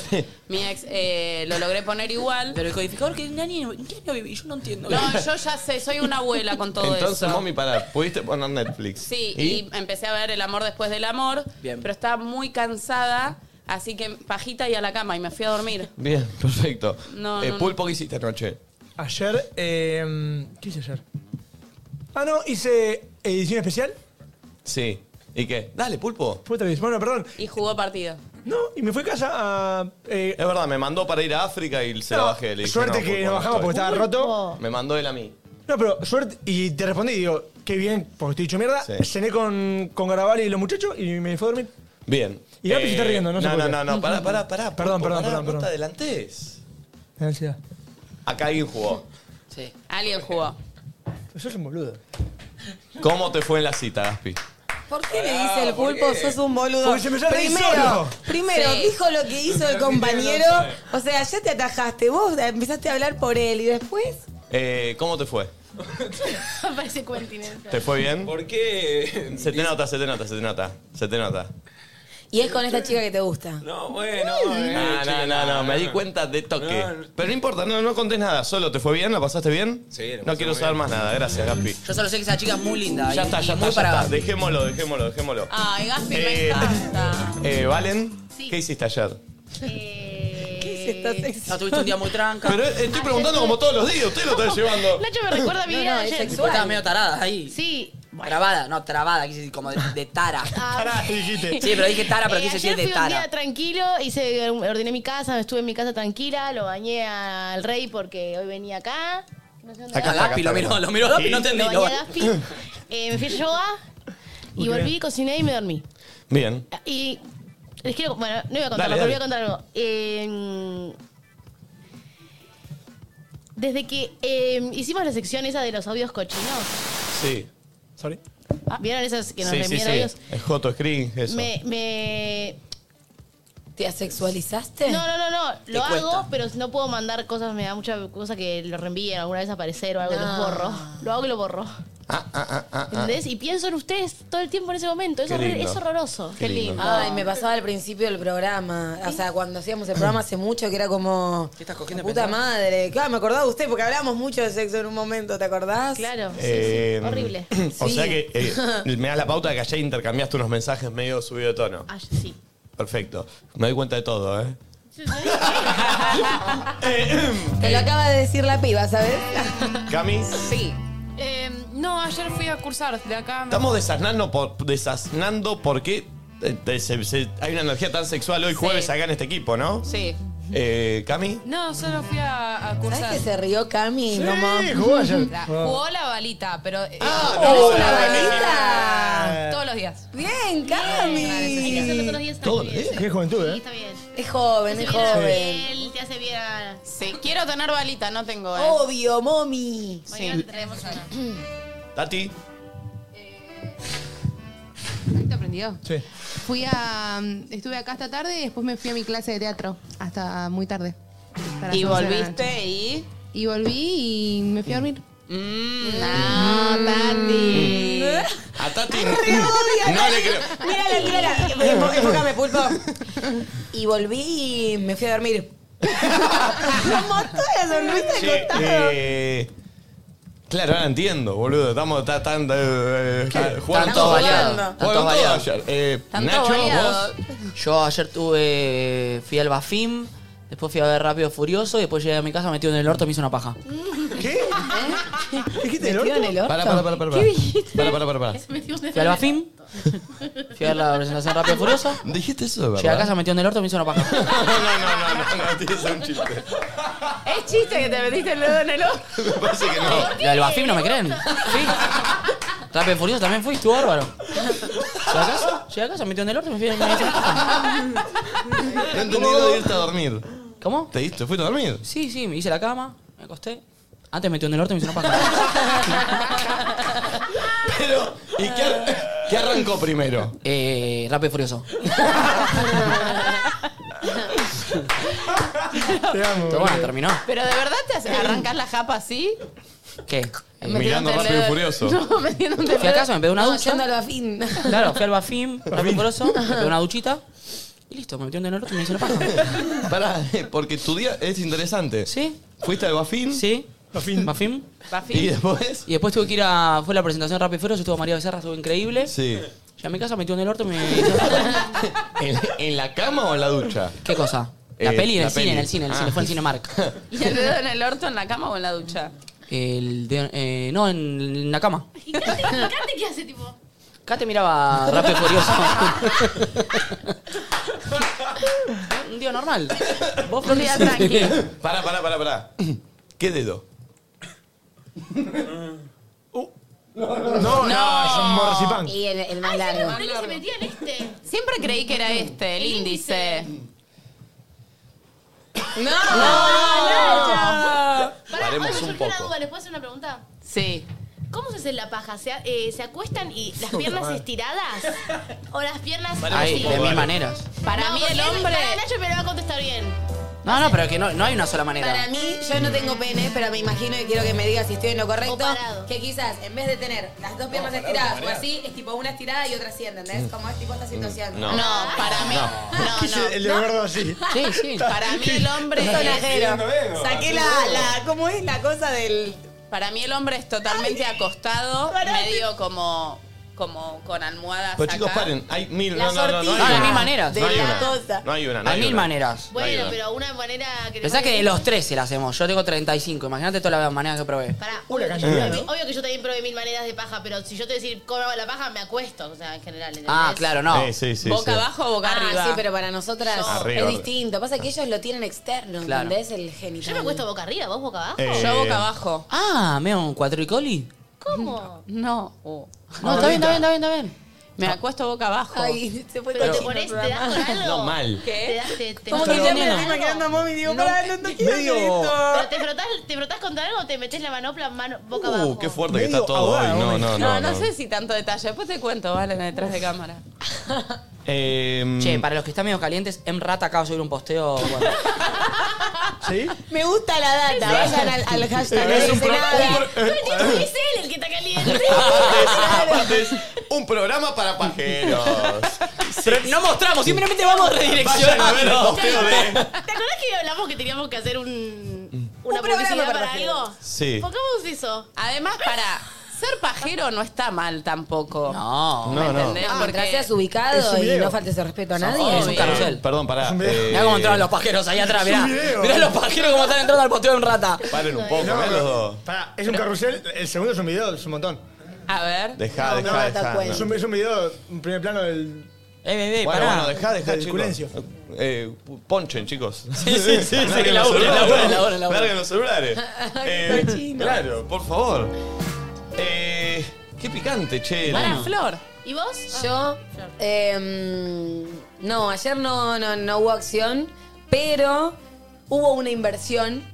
Mi ex eh, lo logré poner igual.
Pero el codificador que nadie, nadie viví, yo no entiendo.
No, yo ya sé, soy una abuela con todo
Entonces,
eso.
mami, pará. Pudiste poner Netflix.
Sí, y empecé a ver El amor después del amor,
Bien.
pero estaba muy cansada, así que pajita y a la cama y me fui a dormir.
Bien, perfecto.
No,
Eh,
no, no.
Pulpo, ¿qué hiciste anoche?
Ayer, eh, ¿qué hice ayer? Ah, no, hice edición especial.
Sí. ¿Y qué? Dale, Pulpo.
Fue otra vez. Bueno, perdón.
Y jugó partido.
No, y me fui a casa a. eh,
Es verdad, me mandó para ir a África y se la
no,
bajé. Le dije,
suerte
no,
que
Pulpo,
nos
no
bajamos porque
estoy.
estaba roto.
Me mandó él a mí.
No, pero suerte. Y te respondí, digo, qué bien, porque estoy hecho mierda.
Sí.
Cené con, con Garabali y los muchachos y me fui a dormir.
Bien. Eh,
Y Gapi se está riendo, no sé
No,
por
no,
qué.
no, no, pará, pará, pará.
Perdón,
Pulpo,
perdón,
pará,
perdón,
No te
perdón.
adelantes.
Me da ansiedad.
Acá alguien jugó.
Sí.
Alguien jugó.
Sos un boludo.
¿Cómo te fue en la cita, Gaspi?
¿Por qué le dice el pulpo? Sos un boludo.
Porque se me sale
primero,
solo.
primero
Sí.
dijo lo que hizo el compañero. O sea, ya te atajaste. Vos empezaste a hablar por él y después.
Eh, ¿Cómo te fue?
Parece Quentin. ¿eh?
¿Te fue bien?
¿Por qué?
Se te nota, se te nota, se te nota. Se te nota.
Y es con esta chica que te gusta.
No, bueno.
No, no, no, Eh, no, me di cuenta de toque. Pero no importa, no, no contés nada. Solo, ¿te fue bien? ¿La pasaste bien? Sí, No quiero saber más nada. Gracias, Gaspi.
Yo solo sé que esa chica es muy linda.
Ya
y-
está,
y
ya
muy
está,
Ah.
ya
para
está.
Gaspi.
Dejémoslo, dejémoslo, dejémoslo.
Ay, Gaspi, me
Eh.
encanta.
Eh, ¿Valen? ¿Qué hiciste ayer?
No, tuviste un día muy tranca.
Pero eh, estoy preguntando como todos los días, usted lo está llevando.
Nacho me recuerda a mi
No,
vida
no,
de
es
ayer.
sexual. Estaba medio tarada ahí.
Sí.
Trabada, no, trabada, quise decir como de, de tara.
Tarada,
dijiste. Sí, pero dije tara, pero
Eh,
quise
ayer
decir de
fui un día
tara.
tranquilo, hice, ordené mi casa, estuve en mi casa tranquila, lo bañé al rey porque hoy venía acá. No sé dónde
Acá
iba.
Gaspi lo miró, lo miró Gaspi, no entendí.
Lo bañé a Gaspi, eh, me fui a yoga y volví, cociné y me dormí.
Bien.
Y les quiero. Bueno, no voy a
Dale,
contarlo,
dale.
pero voy a contar algo. Eh, desde que eh, hicimos la sección esa de los audios cochinos,
Sí. ¿Sorry?
¿vieron esas que nos
Ah. sí, sí,
reenvían
sí.
audios?
Es Joto, es cringe, eso.
Me, me-
¿Te asexualizaste?
No, no, no, no.
Te
Lo hago,
cuesta.
pero no puedo mandar cosas. Me da mucha cosa que lo reenvíen alguna vez aparecer o algo. Los
Ah.
borro. Lo hago y lo borro.
Ah, ah, ah, ah, ah.
¿Entendés? Y pienso en ustedes todo el tiempo en ese momento. Es,
Qué
horror-
lindo.
es horroroso.
Qué lindo.
Ay, me pasaba al principio del programa. O sea, cuando hacíamos el programa hace mucho, que era como. ¿Qué estás cogiendo Puta
pensar?
madre. Claro, me acordaba de usted, porque hablamos mucho de sexo en un momento, ¿te acordás? Claro.
Eh, O
Sí.
sea que eh, me das la pauta de que ayer intercambiaste unos mensajes medio subido de tono.
sí.
Perfecto. Me doy cuenta de todo, ¿eh?
Te lo acaba de decir la piba, ¿sabes?
Cami,
Sí. Em, no, ayer fui a cursar de acá.
estamos desasnando por, desasnando por qué eh, te- se- se- hay una energía tan sexual hoy jueves acá en este equipo, ¿no?
Sí.
Eh, Cami.
No, solo fui a, a cursar.
¿Sabes que se rió Cami? no más.
jugó ayer.
La-
Ah.
jugó la balita, pero. eh,
¡Oh,
la
la
balita!
balita!
Todos los días.
Bien, Cami.
Hay que hacerlo todos los días.
Todo, ¿eh? Qué juventud, ¿eh?
Es joven, es joven.
Él te hace bien. a-
Sí, quiero tener balita, no tengo. eh.
Obvio, mommy.
Sí.
Tati.
Ahí ¿Te aprendió?
Sí.
Fui a. mm, Estuve acá hasta tarde y después me fui a mi clase de teatro. Hasta muy tarde. Para
Y
las once de la
volviste
noche.
y.
Y volví y me fui a dormir.
Mm.
No, Tati.
A Tati.
No
le creo.
Mírala, mírala. Enfo- Enfócame, pulpo. Y volví y me fui a dormir. Como toda la sonrisa
Che,
de costado.
eh, claro, ahora entiendo, boludo. Estamos tan. tan eh, eh, jugaron
Están todos
todos ayer.
baleados. Están todos
Jugaron todos
baleados.
ayer. Eh,
Están todos
Nacho, vos.
baleados. Yo ayer tuve. Fui al Bafim, después fui a ver Rápido Furioso y después llegué a mi casa metido en el orto y me hice una paja.
¿Qué? ¿Dijiste
el orto? el
Para, para, para, para. ¿Qué dijiste? Para, para, para, para. Fui al Bafim, fui a ver la presentación Rápido Furioso.
Dijiste eso, de
Llegué a
¿verdad?
casa metido en el orto y me hice una paja.
No, no, no, no, no, no, es un chiste.
Es chiste que te metiste el dedo en el ojo.
Me parece que no.
Lo del Bafim no me creen. Sí. Rápido y Furioso también fui, estuvo bárbaro. Llegué a casa, llegué a casa, metido en el orto y me fui a me hice una paja.
No entendí nada de irte a dormir.
¿Cómo?
¿Te diste? ¿Fuiste a dormir?
Sí, sí, me hice la cama, me acosté. Antes Ah, metió en el orto y me hice una paja.
Pero, ¿y qué, ar- qué arrancó primero?
Eh, Rápido y Furioso. Pero bueno, terminó.
Pero de verdad te hace- arrancas la japa así.
¿Qué?
Mirando
Metiéndote
Rápido y
el dedo-
Furioso.
No, metiéndote el
Fui a
dedo-
casa, me pegué una
No,
ducha.
yendo al bafín.
Claro, fui al Bafim, Rápido y Furioso, me pegué una duchita. Y listo, me metió en el orto y me hice una paja.
Pará, eh, porque tu día es interesante.
¿Sí?
¿Fuiste al Bafín?
Sí.
Bafín.
Bafim.
¿Y después?
Y después tuve que ir a... Fue la presentación de Rápido y Furioso, estuvo María Becerra, estuvo increíble.
Sí.
Llegué a mi casa, metió en el orto y me hice una paja.
¿En, en la cama o en la ducha?
¿Qué cosa? La
Eh,
peli en
la
el cine,
peli.
en el cine, en el
Ah.
cine. Fue en Cinemark.
¿Y el dedo en el orto en la cama o en la ducha?
El de- eh, no, en, en la cama.
¿Y Cate, Cate qué hace, tipo?
Acá te miraba Rápido y Furioso. Un día normal. Vos
Un día tranqui.
Pará, pará, pará, pará. ¿Qué dedo?
No, no, es un morcipán.
Y el, el más
Ay,
largo.
siempre creí que se metía en este.
Siempre creí que era este, el índice.
¡No!
¡No!
Pará,
Paremos
hoy me
un
surgió una
poco.
duda. ¿Les puedo hacer una pregunta?
Sí.
¿Cómo se hace la paja? ¿Se, a- eh, ¿se acuestan y las
Puta
piernas
madre.
estiradas? ¿O las piernas
Ay,
así?
de mil maneras.
Para mí el hombre-
Para Nacho me lo va a contestar bien.
No, no, pero que no, no hay una sola manera.
Para mí, yo no tengo pene, pero me imagino y quiero que me digas si estoy en lo correcto. Que quizás en vez de tener las dos piernas
parado,
estiradas o
mareado.
así, es tipo una estirada y otra así, ¿entendés? Como es tipo esta situación.
No. No, para mí- No,
¿Qué es
no.
el de gordo así?
Sí, sí. Para mí el hombre
Está
es...
pidiendo dedo.
Saqué la, la... ¿Cómo es la cosa del...? Para mí el hombre es totalmente acostado, medio como, como con almohadas
Pero chicos,
acá.
paren, hay mil.
La
No, no, no, no.
sortija
hay una.
de maneras.
No hay
la
una.
cosa.
No hay una. No
Hay
hay
mil
una.
maneras.
No hay
Bueno,
una.
pero una manera que... le
Pensá que
pone-
de los 13 la hacemos. Yo tengo 35. Imagínate todas las maneras que probé.
Pará,
Una
obvio,
cantidad,
que yo-
¿no?
obvio que yo también probé mil maneras de paja, pero si yo te decir cómo hago la paja, me acuesto, o sea, en general. ¿entendés?
Ah, claro, no.
Sí, sí, sí,
Boca
sí.
abajo o boca
Ah,
arriba.
sí, pero para nosotras
Yo-
Arriba.
es distinto. Pasa que ellos lo tienen externo,
Claro.
¿entendés? El genital. Yo me
acuesto boca arriba, vos boca abajo.
Eh. Yo boca abajo. Ah, me un cuatricoli.
¿Cómo?
No. Oh.
No, está bien, está bien,
está bien. Me acuesto boca abajo. este
Ay, se fue
Pero
todo
te
el
pones, te
programa.
das con algo.
No, mal.
Te das, te, te
Como
frotás
que
con
yo me
algo.
estoy imaginando a mami y digo,
No.
pará, no, no quiero
Medio-
hacer esto.
Pero te frotás, te frotás contra algo o te metes la manopla mano, boca abajo.
Uh, qué fuerte que
Medio
está todo hoy.
ahogado,
No,
me
no, no.
No,
no.
no sé si tanto detalle. Después te cuento, vale, detrás de cámara.
Eh,
Che, para los que están medio calientes, Emrat acaba de subir un posteo. bueno.
¿Sí?
Me gusta la data. Vayan al, al hashtag.
Es un
no dice
pro-
nada.
un pro-
No entiendo que es él el que está caliente.
Aparte es un programa para pajeros.
Pero no mostramos, simplemente vamos
Vayan a ver el
redireccionando.
posteo de.
¿Te acordás que hablamos que teníamos que hacer un, una
programa
publicidad
para
para,
pajeros.
algo?
Sí.
Pongamos eso.
Además, para ser pajero no está mal tampoco.
No,
No, no.
¿Entendés?
Ah,
Porque
mientras seas ubicado y no faltes el respeto a nadie.
Es un carrusel.
Perdón, pará. eh,
Mirá cómo entraron los pajeros ahí atrás, mirá.
Es un video.
Mirá los pajeros cómo están entrando al posteo de Emrata.
Paren un poco,
No,
mirá
no.
los dos.
Pará, es un carrusel, el segundo es un video, es un montón.
A ver.
Dejá, dejá, dejá.
Es un, es un video, un primer plano del.
Eh, bebé,
Bueno,
pará.
bueno, dejá, dejá,
Del
chicos.
culencio.
Eh, ponchen, chicos.
Sí, sí, sí, sí,
Larguen los
laburen, laburen,
celulares.
laburen, laburen.
Larguen los celulares. Eh, claro, por favor. Eh, qué picante, che.
Para Flor.
¿Y
Ah,
vos?
Yo, eh, no, ayer no, no, no hubo acción, pero hubo una inversión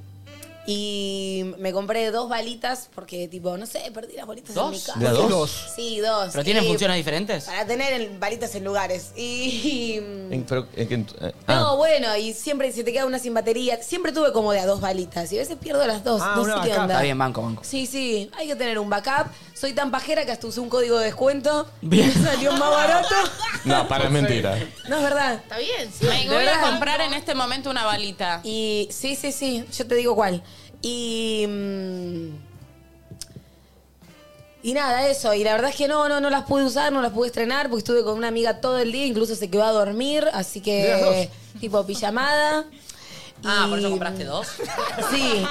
y me compré dos balitas porque, tipo, no sé, perdí las balitas en
¿Dos?
mi casa.
¿De a dos?
Sí, dos.
¿Pero tienen
Y
funciones diferentes?
Para tener en- balitas en lugares. Y.
En- pero- en que- eh,
No,
ah.
bueno, y siempre se te queda una sin batería. Siempre tuve como de a dos balitas y a veces pierdo las dos.
Ah,
no sé
una
qué
backup.
onda.
Está bien, banco, banco.
Sí, sí, hay que tener un backup. Soy tan pajera que hasta usé un código de descuento. Bien. Salió más barato.
No, para, es mentira.
No, es verdad.
Está bien, sí.
Me
De
voy a
verdad.
comprar en este momento una balita.
Y sí, sí, sí, yo te digo cuál. Y... mm, y nada, eso. Y la verdad es que no, no, no las pude usar, no las pude estrenar, porque estuve con una amiga todo el día, incluso se quedó a dormir, así
¿De las
que tipo pijamada.
Ah,
Y-
por eso compraste dos.
Sí.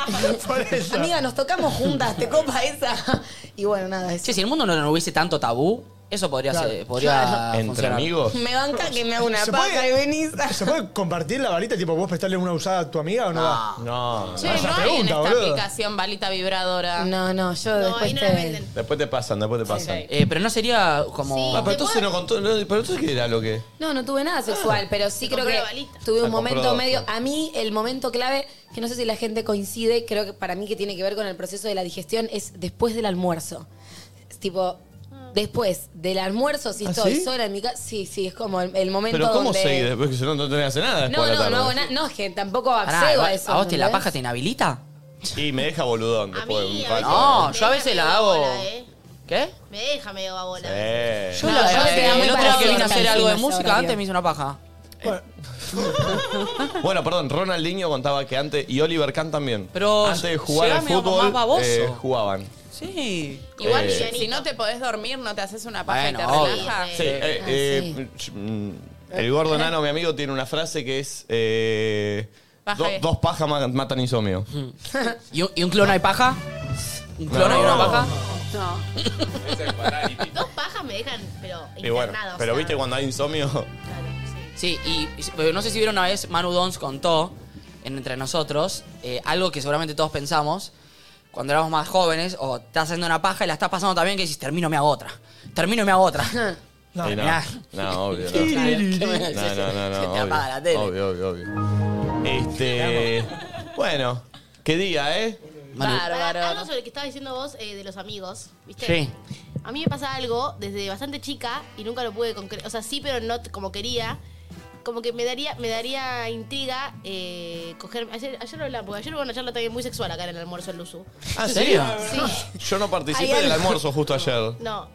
Por eso.
Amiga, nos tocamos juntas, te copa esa. Y bueno, nada, eso.
Che, si el mundo no, no hubiese tanto tabú, eso podría
Claro.
ser. Podría
Claro.
¿Entre
funcionar.
amigos?
Me banca que me haga una
¿Se
paja
puede?
y venís a...
¿Se puede compartir la varita? Tipo, vos prestarle una usada a tu amiga o no,
Ah.
va?
No.
Che,
Vaya
no hay en
pregunta,
esta
boludo.
aplicación balita vibradora.
No, no, yo después te...
Después te pasan, después te pasan.
Eh, pero no sería como.
Ah, pero entonces no contó. no, pero entonces qué era lo que.
No, no tuve nada sexual, pero sí
Te
creo
compró
que
la balita.
tuve
Ah,
un momento
compró,
medio. A mí, el momento clave, que no sé si la gente coincide, creo que para mí que tiene que ver con el proceso de la digestión, es después del almuerzo. Es tipo,
Ah.
después del almuerzo, si
¿Ah,
estoy
sí?
sola en mi casa. Sí, sí, es como el, el momento.
Pero ¿cómo
donde...
seguís? Después que yo no, no tenés que hacer nada. después
No,
de la
no, no
tarde.
hago nada. No, es que tampoco
Pará,
accedo
igual-
a eso.
¿A vos te la
¿entendés?
paja te inhabilita?
Y me deja boludón después de un rato.
No, yo a veces la hago.
Hola, eh.
¿qué?
Me deja medio babola.
Eh.
Yo
No,
la
yo
eh,
quedaba muy
El otro día que vine a
parecida
hacer algo de
encima,
música,
Sabrá
antes
Dios.
me hizo una paja.
Bueno, perdón, Ronaldinho contaba que antes y Oliver Kahn también.
Pero
antes de jugar
llegá
al
medio
fútbol
más baboso.
eh, jugaban.
Sí.
Igual,
Eh,
si- si no te podés dormir, no te haces una paja y
Bueno,
te
obvio. ah,
relajas.
Sí, eh, eh, mm, el gordo nano, mi amigo, tiene una frase que es eh,
Paja
do-
bien.
dos pajas ma- matan insomnio.
Mm. ¿Y un, y un clona hay paja? ¿Un clona y una
No.
paja?
No. Dos pajas me dejan, pero internada.
Y bueno,
o
pero
sea.
viste cuando hay insomnio.
Sí, y, y- pero no sé si vieron una vez, Manu Dons contó en entre nosotros eh, algo que seguramente todos pensamos cuando éramos más jóvenes, o estás haciendo una paja y la estás pasando también, que dices, termino, me hago otra. Termino, me hago otra.
Y no,
mirá.
no, obvio.
¿Qué
No,
me decís?
no, no, no, no,
Se te
obvio,
apaga la tele.
Obvio, obvio, obvio. Este. Bueno, qué día, ¿eh?
Manu.
Pará, algo sobre lo que estabas diciendo vos eh, de los amigos, ¿viste?
Sí.
A mí me pasa algo desde bastante chica y nunca lo pude concretar. O sea, sí, pero no t- como quería. Como que me daría, me daría intriga eh, coger. Ayer, ayer lo hablaba, porque ayer hubo una charla también muy sexual acá en el almuerzo en Luzu.
Ah, ¿en serio?
Sí.
Yo no
Hay
participé
algo-
del almuerzo justo ayer.
No.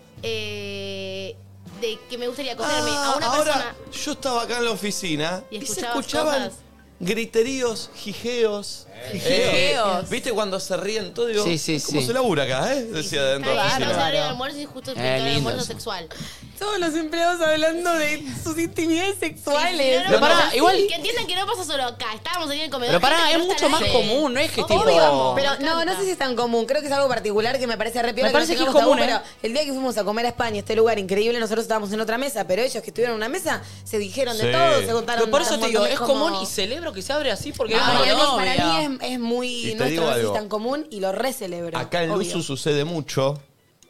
eh, de que me gustaría cogerme
Ah,
a una
ahora
persona.
yo estaba acá en la oficina
Y
y, se
escuchabas
escuchaban
cosas.
griteríos, jijeos.
Jijeos.
¿Viste cuando se ríen todos? Digo,
Sí, sí,
¿Cómo
sí.
se labura acá, eh? Decía dentro de la
Estamos en
oficina.
horario de almuerzo y justo
Eh,
el horario de
lindo
almuerzo
eso.
sexual.
Todos los empleados hablando de sus intimidades sexuales.
No, no,
Pero
no,
pará,
sí,
igual-
Que entiendan que no pasa solo acá. Estábamos ahí en el comedor.
Pero pará,
gente que
es
no está
mucho
al
más
aire.
común, no es que tipo-
Pero no, no sé si es tan común. Creo que es algo particular que me parece re piola
Me
no
parece que es
tengamos tabú,
común, ¿eh?
Pero el día que fuimos a comer a España, este lugar increíble, nosotros estábamos en otra mesa, pero ellos que estuvieron en una mesa se dijeron
Sí.
de todo, se contaron
Pero por eso
un
te digo,
montón,
es
como-
común y celebro que se abre así porque
Ah,
es
para mí-
como
para mí es, es
Y
muy
te
nuestro,
digo
no sé si es
algo.
tan común y lo re celebro.
Acá en
obvio.
Luzu sucede mucho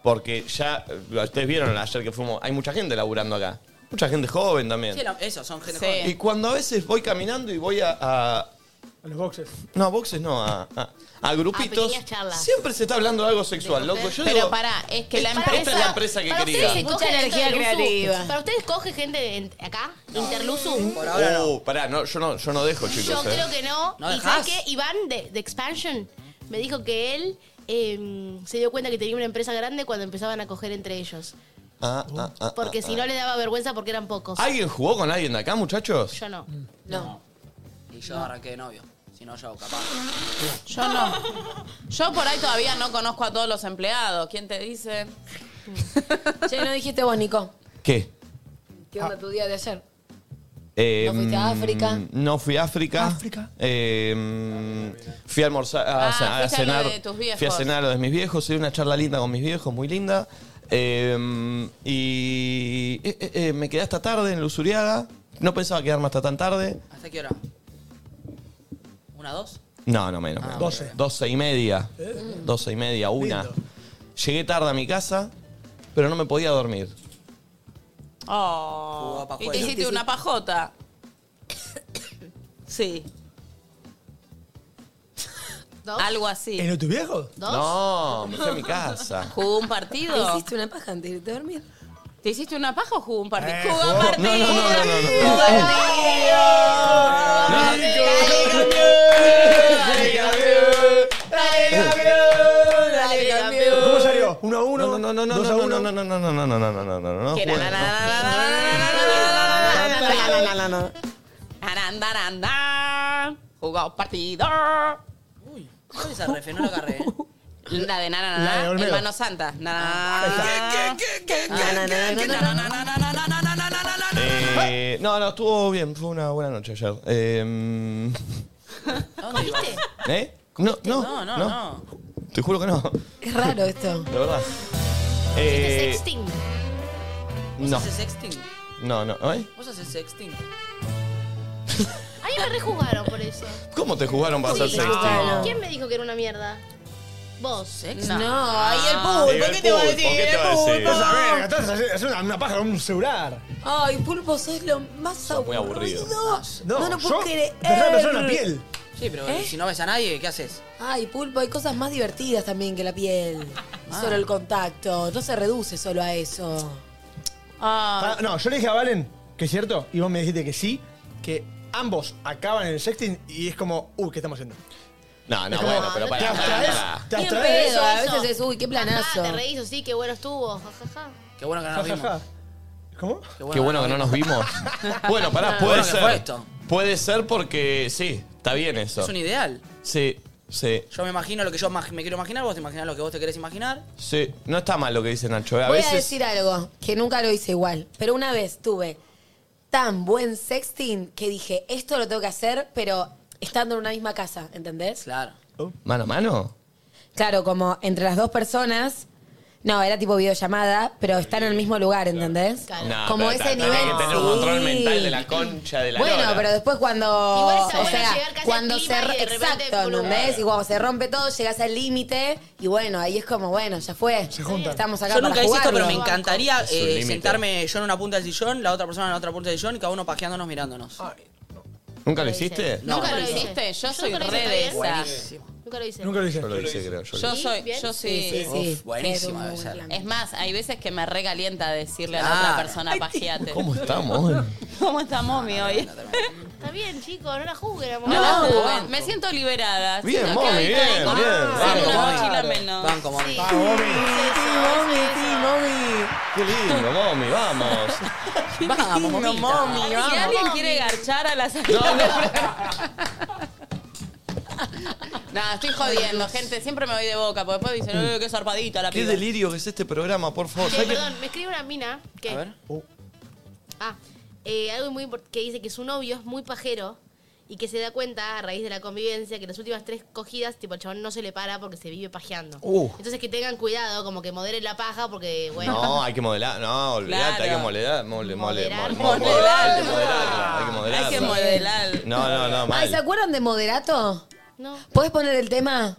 porque ya, eh, ustedes vieron ayer que fuimos, hay mucha gente laburando acá. Mucha gente joven también.
Sí, la- eso, son gente joven.
Y cuando a veces voy caminando y voy a... a-
los boxes.
no, a boxes no, a, a-
Ah,
a
A
grupitos.
pequeñas charlas.
siempre se está hablando de algo sexual, loco. Pues Yo
Pero
digo,
pará, es que la
esta
empresa.
es la empresa que
Para
quería.
ustedes se
Mucha
coge dentro
energía
del Luzu.
creativa.
Para ustedes coge gente en- acá, Interluzu.
Por Uh, pará, no, yo, no, yo no dejo, chicos.
Yo
eh.
creo que no.
No
y
dejás.
sabes que Iván de, de Expansion me dijo que él eh, se dio cuenta que tenía una empresa grande cuando empezaban a coger entre ellos.
Ah, ah, ah,
Porque
ah,
si
ah.
no le daba vergüenza porque eran pocos.
¿Alguien jugó con alguien de acá, muchachos?
Yo no.
No.
Y yo arranqué de novio. Si no, yo capaz.
Yo no. Yo por ahí todavía no conozco a todos los empleados. ¿Quién te dice?
Che, no dijiste vos, Nico.
¿Qué?
¿Qué onda tu día de ayer?
Eh,
¿No fuiste a África?
No fui a África. Eh, fui a almorzar,
Ah,
a, a
fuiste a lo
cenar.
de tus viejos.
Fui a cenar a lo de mis viejos. Hice una charla linda con mis viejos, muy linda. Eh, y eh, eh, eh, me quedé hasta tarde en Lusuriaga. No pensaba quedarme hasta tan tarde.
¿Hasta qué hora? ¿Una, dos?
No, no menos. menos.
Doce.
Doce y media. Doce y media, una. Llegué tarde a mi casa, pero no me podía dormir.
Oh.
pajota.
Y te hiciste una pajota. Sí. Algo así.
¿En los tus viejos?
No, me fui a mi casa.
¿Jugó un partido?
¿Te hiciste una paja antes de irte a dormir?
¿Te hiciste una paja o jugó un partido?
Eh,
¡Jugó un
jugó-
partido!
No, no, no, no, no, no.
¡Jugó un partido!
Dale, campeón.
¿Cómo salió? ¿Uno a uno?
No, no, no, no, no, no, no, no, no, no, no, no, no, no, no, no, no,
Que na, na,
bueno,
na, na, na, na,
na, na, na.
Tarán, tarán, tarán. Jugó un partido.
¿Cuál es esa refe? No la agarré. ¿eh?
La de nana,
La de
nana,
Olmedo.
hermano santa. Na, na, na, na, na, na, na, na, na, na, na, na, na, na, na, na.
Eh, no, no, estuvo bien, fue una buena noche ayer. Eh, ¿Eh? No, no,
No, no, no.
Te juro que no,
Es raro esto.
de verdad.
Este
Eh,
sexting? ¿Vos
no,
haces sexting?
no, no, ¿eh?
¿Vos haces sexting?
A mí me rejugaron por eso.
¿Cómo te jugaron para hacer
Sí.
sexting?
¿Quién me dijo que era una mierda? ¿Vos?
No, ahí el pulpo,
¿qué te va a decir? Ah, ¿qué te va a decir?
Vas a ver, estás haciendo haciendo una paja con un celular.
Ay, pulpo, sos lo más
muy aburrido.
No, no, puedo
yo-
creer.
Dejá de besar la piel.
Sí, pero
¿Eh?
si no ves a nadie, ¿qué haces?
Ay, pulpo, hay cosas más divertidas también que la piel. Solo el contacto. No se reduce solo a eso.
Ah, no, yo le dije a Valen que es cierto, y vos me dijiste que sí, que ambos acaban en el sexting y es como, uy, ¿qué estamos haciendo?
No, no,
Es como-
bueno, pero
Te
para,
abstraes, te
Bien
abstraes.
pedo, a
eso.
veces es, uy, qué planazo.
Te reís, o sí, qué bueno estuvo. jajaja.
Qué bueno que no
Ja,
nos
ja,
vimos.
ja. ¿Cómo?
Qué bueno que no nos vimos. Bueno, pará,
Qué
puede
Ah, bueno que fue
ser.
esto.
Puede ser porque sí, está bien eso.
Es un ideal.
Sí, sí,
Yo me imagino lo que yo ma- me quiero imaginar, vos te imaginás lo que vos te querés imaginar.
sí. No está mal lo que dice Nacho. eh. A
Voy a
veces.
decir algo que nunca lo hice igual, pero una vez tuve tan buen sexting que dije, esto lo tengo que hacer, pero estando en una misma casa, ¿entendés?
Claro.
¿Mano a mano?
Claro, como entre las dos personas. No, era tipo videollamada, pero están en el mismo lugar, ¿entendés?
No,
como
pero
ese
tenés
nivel.
que tener un control
sí.
mental de la concha de la
bueno,
lora.
pero después cuando.
Igual está
o
bueno
sea,
llegar casi
cuando
al
se.
clima y de repente,
Exacto,
plum.
¿entendés? Y cuando se rompe todo, llegas al límite y bueno, ahí es como, bueno, ya fue. Estamos acá
Yo
para
nunca hice esto, pero
jugarlo.
me encantaría
Es un
eh,
límite.
sentarme yo en una punta del sillón, la otra persona en la otra punta del sillón y cada uno pajeándonos mirándonos.
¿Nunca lo hiciste?
No.
¿Nunca lo hiciste? Yo soy
nunca lo hice,
re de
¿está bien?
esa.
Buenísimo.
Nunca Nunca lo hice.
Nunca lo hice. Yo lo hice, creo, yo lo
Yo
hice.
soy,
¿Bien?
yo sí.
Sí, sí, sí. Uf, buenísimo debe ser.
Es más, hay veces que me regalienta decirle a la
Claro.
otra persona pajeate.
¿Cómo estamos?
¿Cómo está Momi hoy?
Está bien, chicos, no la juzguen, amor.
No la juzguen. Me siento liberada.
Bien,
Siento
Momi,
que hoy
bien,
traigo
bien. Vamos, Ah,
una
Momi.
mochila menos.
Banco, Momi.
Sí.
Vamos, Momi.
mami, sí, mami.
Qué lindo, mami, vamos.
Vamos,
momita.
Si
vamos.
alguien quiere garchar a la salida.
No,
Nada, estoy jodiendo, gente. Siempre me voy de boca, porque después dicen, "Eh, qué zarpadita la
Qué
piba".
delirio que es este programa, por favor.
Che,
¿Sabes qué? Uh,
perdón, me escribe una mina que,
A ver.
ah, eh, algo muy import- que dice que su novio es muy pajero y que se da cuenta a raíz de la convivencia que las últimas tres cogidas, tipo, el chabón no se le para porque se vive pajeando.
Uh.
Entonces que tengan cuidado, como que moderen la paja porque, bueno.
No, hay que modelar. No, olvidate,
Claro.
hay que modelar. Mole, mole, mole,
Modelar.
mole-
Modelar.
Hay que modelarla. Hay que modelarla.
Hay que modelar.
No, no, no,
Ay, ¿se
mal.
acuerdan de Moderato?
No.
¿Puedes poner el tema?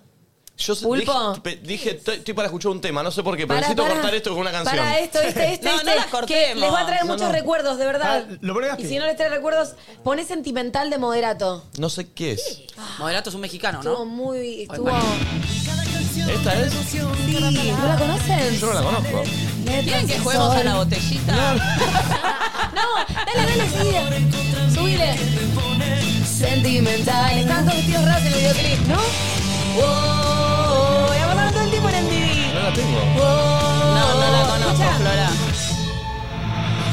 Yo se-
Pulpo.
dije, pe- dije, estoy, estoy para escuchar un tema, no sé por qué, pero
Para,
necesito
para.
cortar esto con una canción.
Para esto, este, este,
No, no
este.
la cortemos.
que les va a traer
No,
muchos
no.
recuerdos, de verdad.
Ah, ¿lo pones
y
aquí?
si no les trae recuerdos, poné sentimental de moderato.
No sé qué es.
Moderato es un mexicano,
Estuvo
¿no?
muy. Estuvo.
¿Esta es?
Sí, ¿no la conocen?
Yo no la conozco.
¿Quieren que juguemos a la botellita?
No, dale, dale, sí. Subile. Sentimental. Están todos vestidos raros en el videoclip, ¿no? ¡Wow! Y hablaron todo el tiempo en MTV.
No la tengo.
No, no la conozco,
Escucha.
Flora.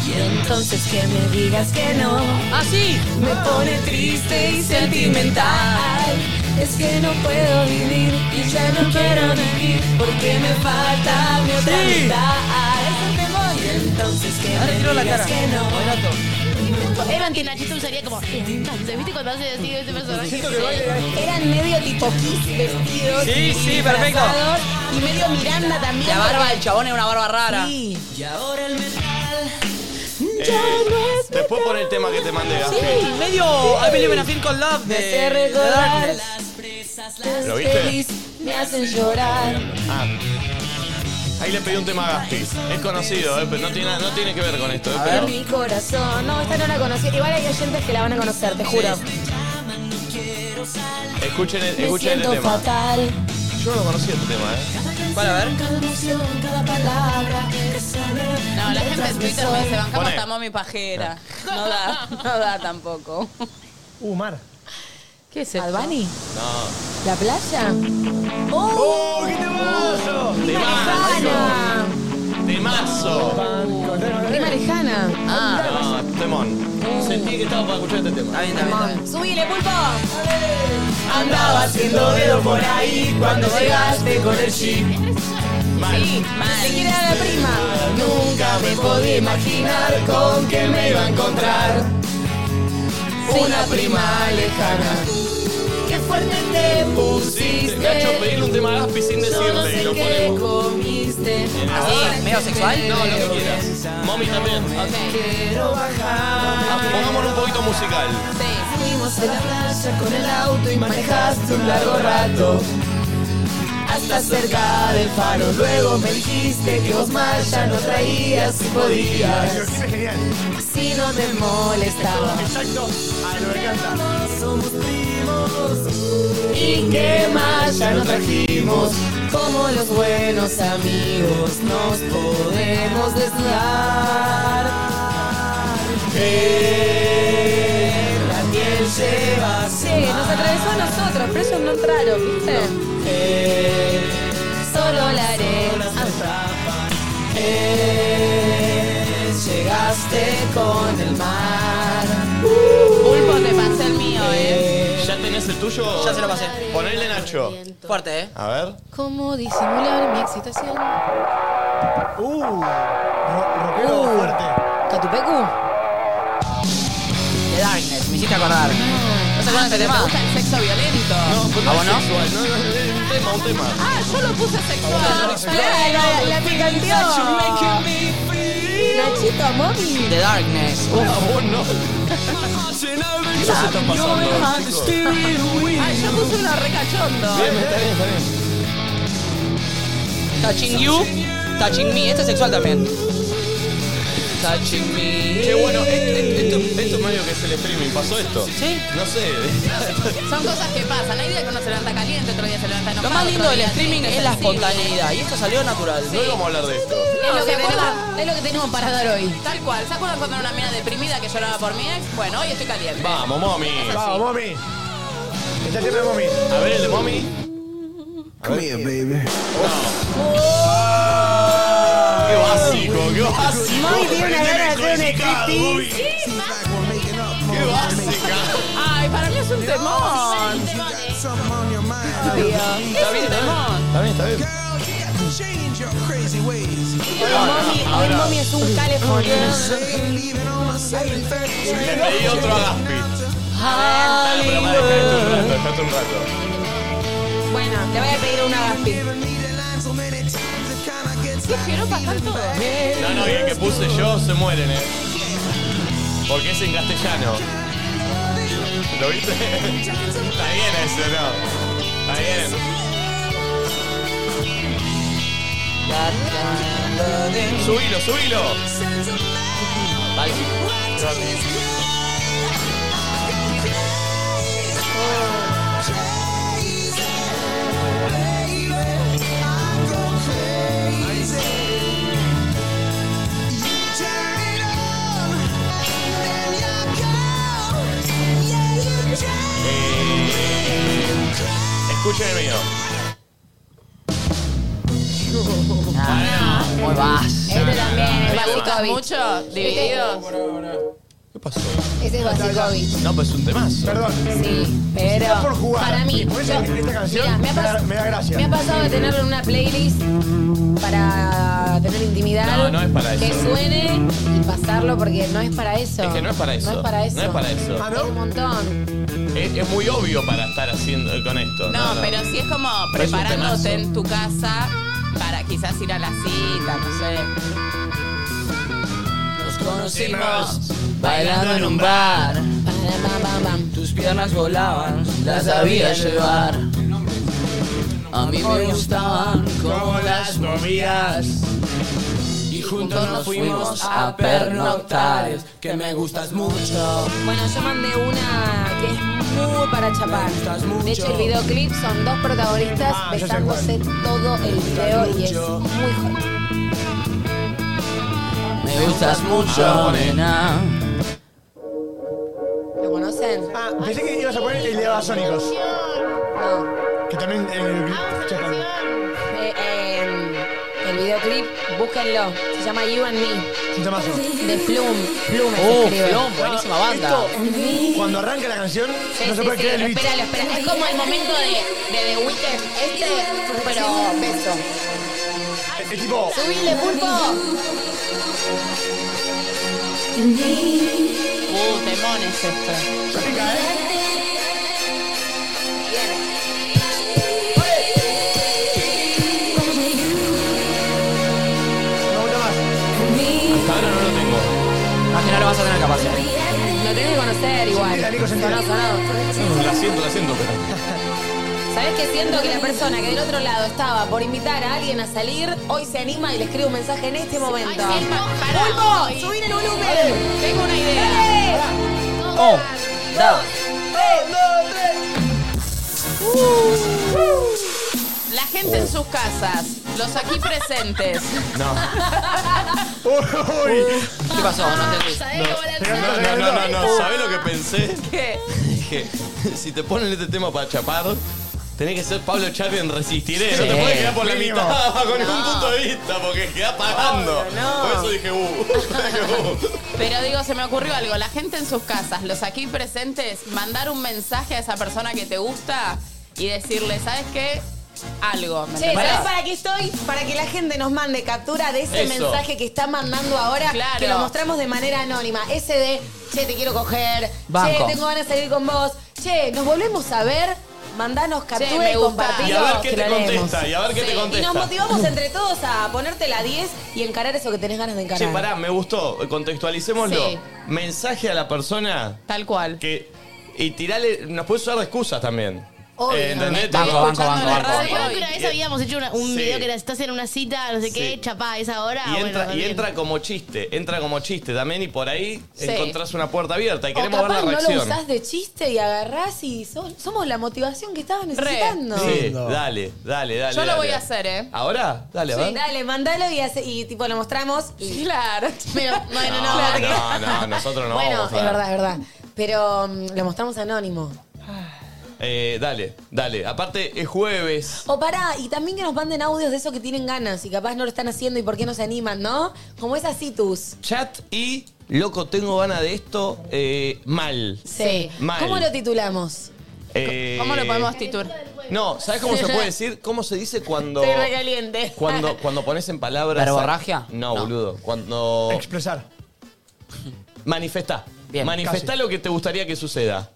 Y entonces que me digas que no.
Así.
Me pone triste y sentimental. Es que no puedo vivir y ya no quiero vivir porque me falta mi otra
Sí.
mitad. Es un temor. Y entonces que
Ahora
me
tiró la
digas
cara.
que no.
Evan que Nachito usaría como entonces, ¿viste cuando hace así este personaje?
Eran medio tipo Kiss vestidos.
Sí,
y
sí, perfecto.
disfrazados, Y medio Miranda también.
La barba del chabón es una barba rara.
Sí.
Y ahora el
Eh, después pon el tema que te mandé, Gaspi.
Sí, medio I Believe in a Thing Called Love de...
hace recordar.
de-
¿Lo viste?
feliz me hacen llorar.
Ah. Ahí le pedí un tema a Gaspi. Es conocido, eh, pero no tiene, nada- no tiene que ver con esto. eh, pero-
Mi corazón. No, esta no la conocí. Igual hay oyentes que la van a conocer, te juro.
Escuchen, el-
Me
escuchen el
siento
tema.
fatal.
Yo no conocía este tema, ¿eh?
Para ver.
Cada emoción, cada palabra que sale.
No, la gente en Twitter me dice, bancamos
Poné.
esta momi pajera. No da, no da tampoco.
Uh, Mar.
¿Qué es eso?
¿Albani?
No.
¿La playa? ¡Oh!
¡Qué temazo!
¡Marejana!
Temazo.
¡Prima lejana! Ah.
No, temón. Sentí que estaba para escuchar este tema.
Está bien, está bien, está bien.
¡Subile, pulpo!
Andaba haciendo dedo por ahí cuando llegaste con el jeep. Mal.
¡Le quiere dar a la prima!
Nunca me podía imaginar con que me iba a encontrar. Una prima lejana.
¡Qué fuerte te
Sí, Nacho, pedirle un tema a Gaspi sin
Yo no
decirle y
sé
lo
qué
ponemos.
comiste.
Así, medio sexual.
No, lo que quieras. Mommy también.
Quiero bajar.
Ah, Pongámoslo un poquito musical.
Fuimos a la playa con el auto y manejaste un largo rato.
Hasta cerca del faro. Luego me dijiste que vos más ya no traías y podías.
Genial.
Si no te molestaba.
Exacto.
Ah,
A lo que canta.
Somos primos. Y que más ya no trajimos.
Como los buenos amigos nos podemos desnudar.
Eh,
Eh,
En la piel llevas.
atravesó a nosotros, pero ellos no entraron, ¿viste?
Eh,
Solo la Ah. arena.
Eh,
Llegaste con el mar.
Uh, Pulpo, te pasé el mío, eh.
¿Ya tenés el tuyo?
Ya se lo pasé.
Ponele Nacho.
Fuerte, ¿eh?
A ver.
¿Cómo disimular mi excitación?
Uh, ro- rockero fuerte.
Uh. ¿Catupecu?
The Darkness, me hiciste acordar. ¿No se acuerdan de este
Ah, ¿Te
tema?
gusta el sexo violento?
No, pero
¿A
no
vos
es
no?
sexual. No, no, es un tema, un tema.
Ah, yo lo puse sexual.
La, la, la picanteó. Nachito, mami.
The Darkness. Uf,
Ah, vos no. ¿Qué se están pasando, chicos? Bien,
Ah, yo puse uno recachondo.
está bien, está bien.
Touching You, Touching Me. Este es sexual también.
touching me.
Che, bueno, esto, esto, esto es medio que es el streaming. ¿Pasó esto?
Sí.
No sé.
Son cosas que pasan. Hay días que uno se levanta caliente, otro día se levanta enojado.
Lo más lindo
otro
del
día
streaming
triste,
es la
sensible.
espontaneidad. Y esto salió natural.
No íbamos a hablar de esto.
No,
Es lo
se
que
acuerdan-
tenemos- es lo que tenemos para dar hoy.
Tal cual. ¿Se acuerdan cuando era una mina deprimida que lloraba por mi ex? Bueno, hoy estoy caliente.
Vamos, mami.
Es así.
Vamos, mami. Está el tema de mami.
A ver el de mami.
Come here, baby.
Qué básico, qué básico.
Mami tiene una
Prendeme
gana de hacer
el
un
codificado,
striptease.
Bobby.
Qué básica.
Ay, para mí es un temón. Obvio.
Está
¿eh?
Es
bien,
un temón.
Está bien, está bien.
Mami, hoy mami es un calefón.
Leí otro Agaspi. Dale, pero más dejate un rato, dejate un rato.
Bueno, le voy a pedir una gaspi.
Qué jeropa están todos.
eh.
No, no, y el que puse yo se mueren, eh. Porque es en castellano. ¿Lo viste? Está bien eso, ¿no? Está bien. Subilo, subilo. Eh, escuchen el mío.
Ah, Muy vas.
Este también es básico
Mucho, divididos.
¿Qué pasó?
Ese es Basicovic.
No, pues es un temazo.
Perdón.
Sí,
Está por
pero
jugar.
para mí.
Y por eso
yo-
esta
Mirá,
canción
me ha
me, da,
pas-
me da gracia.
Me ha pasado de tenerlo en una playlist para tener intimidad.
No, no es para
Que
eso.
suene y pasarlo porque no es para eso.
Es que no es para eso.
No es para eso.
No es para eso.
Ah,
Es un montón.
Es, es muy obvio para estar haciendo con esto.
No, pero sí es como
Pero es un temazo.
preparándote en tu casa para quizás ir a la cita, no sé.
Nos conocimos bailando en un bar.
Bam, bam, bam.
Tus piernas volaban, las sabía llevar. A mí me gustaban como las movías. Y juntos nos fuimos a pernoctar. es Que me gustas mucho.
Bueno, yo mandé una que es muy para chapar. De hecho, el videoclip son dos protagonistas
Ah, ya sé
besándose todo el video y es muy hot.
Me gustas mucho,
Ah,
nena.
¿Lo conocen?
Ah, pensé que ibas a poner el de Babasónicos.
No.
Que también. eh, chacan.
Eh, eh, el videoclip, búsquenlo. Se llama You and Me.
Es un temazo.
De Plum. Plum se
Oh,
escribe.
Flon, buenísima banda.
Esto, cuando arranca la canción,
Sí,
no se
sí,
puede
sí,
creer el beat.
espéralo, espéralo. Es como el momento de, de The Weeknd. Este, pero beso.
Es tipo.
Subile, pulpo.
Uh, temón es esto.
No gusta más.
Hasta ahora no lo tengo.
Más que no lo vas a tener ¿eh? capacidad.
Lo tenés que conocer
Sí, la
igual.
Nico se entera.
Sonó, sonó.
La siento, la siento, pero.
¿Sabés que siento que la persona que del otro lado estaba por invitar a alguien a salir, hoy se anima y le escribe un mensaje en este momento?
Ay, sí, no, pará.
¡Pulpo! ¡Subir el volumen!
Tengo una idea.
Oh, da.
Uh, La gente en sus casas, los aquí presentes.
No.
Uy.
¿Qué pasó? No
Ah,
entendí.
¿Sabés cómo era el
Pero
tema?
No, no, no, no. ¿Sabés lo que pensé?
¿Qué?
Dije, si te ponen este tema para chapar, tenés que ser Pablo Charri en Resistiré. No
Sí.
te puedes quedar por la
Mínimo.
mitad bajo ningún punto de vista porque quedás pagando.
no.
Por eso dije, uh. dije, uh.
Pero digo, se me ocurrió algo. La gente en sus casas, los aquí presentes, mandar un mensaje a esa persona que te gusta y decirle, ¿sabes qué? Algo. ¿me
Che,
entendés?
¿sabés para qué estoy? Para que la gente nos mande captura de ese
Eso.
mensaje que está mandando ahora,
Claro.
que lo mostramos de manera anónima. Ese de, che, te quiero coger,
Banco.
che, tengo ganas de salir con vos, che, nos volvemos a ver, mandanos
Che,
captura
me
y
gusta.
compartilo.
Y a ver qué
que lo
te
leemos.
contesta, y a ver qué te
Y nos
contesta.
motivamos entre todos a ponerte la 10 y encarar eso que tenés ganas de encarar.
Che, pará, me gustó. Contextualicémoslo.
Sí.
Mensaje a la persona
Tal cual.
que. Y tirale. Nos puede usar de excusas también. Eh,
Obvio.
¿Entendés?
Banco,
Estás
banco, banco,
escuchando la radio
Recuerdo que una vez habíamos hecho una- un
eh, Sí.
video que era, estás en una cita, no sé qué, chapá, es
Ah,
ahora.
Y
bueno,
entra, y
también.
entra como chiste, entra como chiste también y por ahí
Sí.
encontrás una puerta abierta y
O
queremos ver la
capaz no lo
reacción.
usás de chiste y agarrás y so- somos la motivación que estabas necesitando.
Sí, dale, dale, dale.
Yo lo
dale.
voy a hacer, ¿eh?
¿Ahora? Dale,
Sí,
va.
dale, mandalo y, hace- y tipo lo mostramos. Y... Claro. bueno, no,
No,
porque-
no, no, nosotros no
bueno,
vamos
es
a-
verdad, es verdad. Pero mm, lo mostramos anónimo.
Eh, dale, dale. Aparte, es jueves.
O pará, y también que nos manden audios de eso que tienen ganas y capaz no lo están haciendo y por qué no se animan, ¿no? Como esas citus.
Chat y loco, tengo ganas de esto eh, mal.
Sí.
Mal.
¿Cómo lo titulamos?
Eh,
titular?
No, ¿sabes cómo se puede decir? ¿Cómo se dice cuando.
Estoy recaliente.
Cuando, cuando pones en palabras.
¿Verborragia?
No, boludo. Cuando.
Expresar.
Manifestá.
Bien,
Manifestá
casi.
lo que te gustaría que suceda.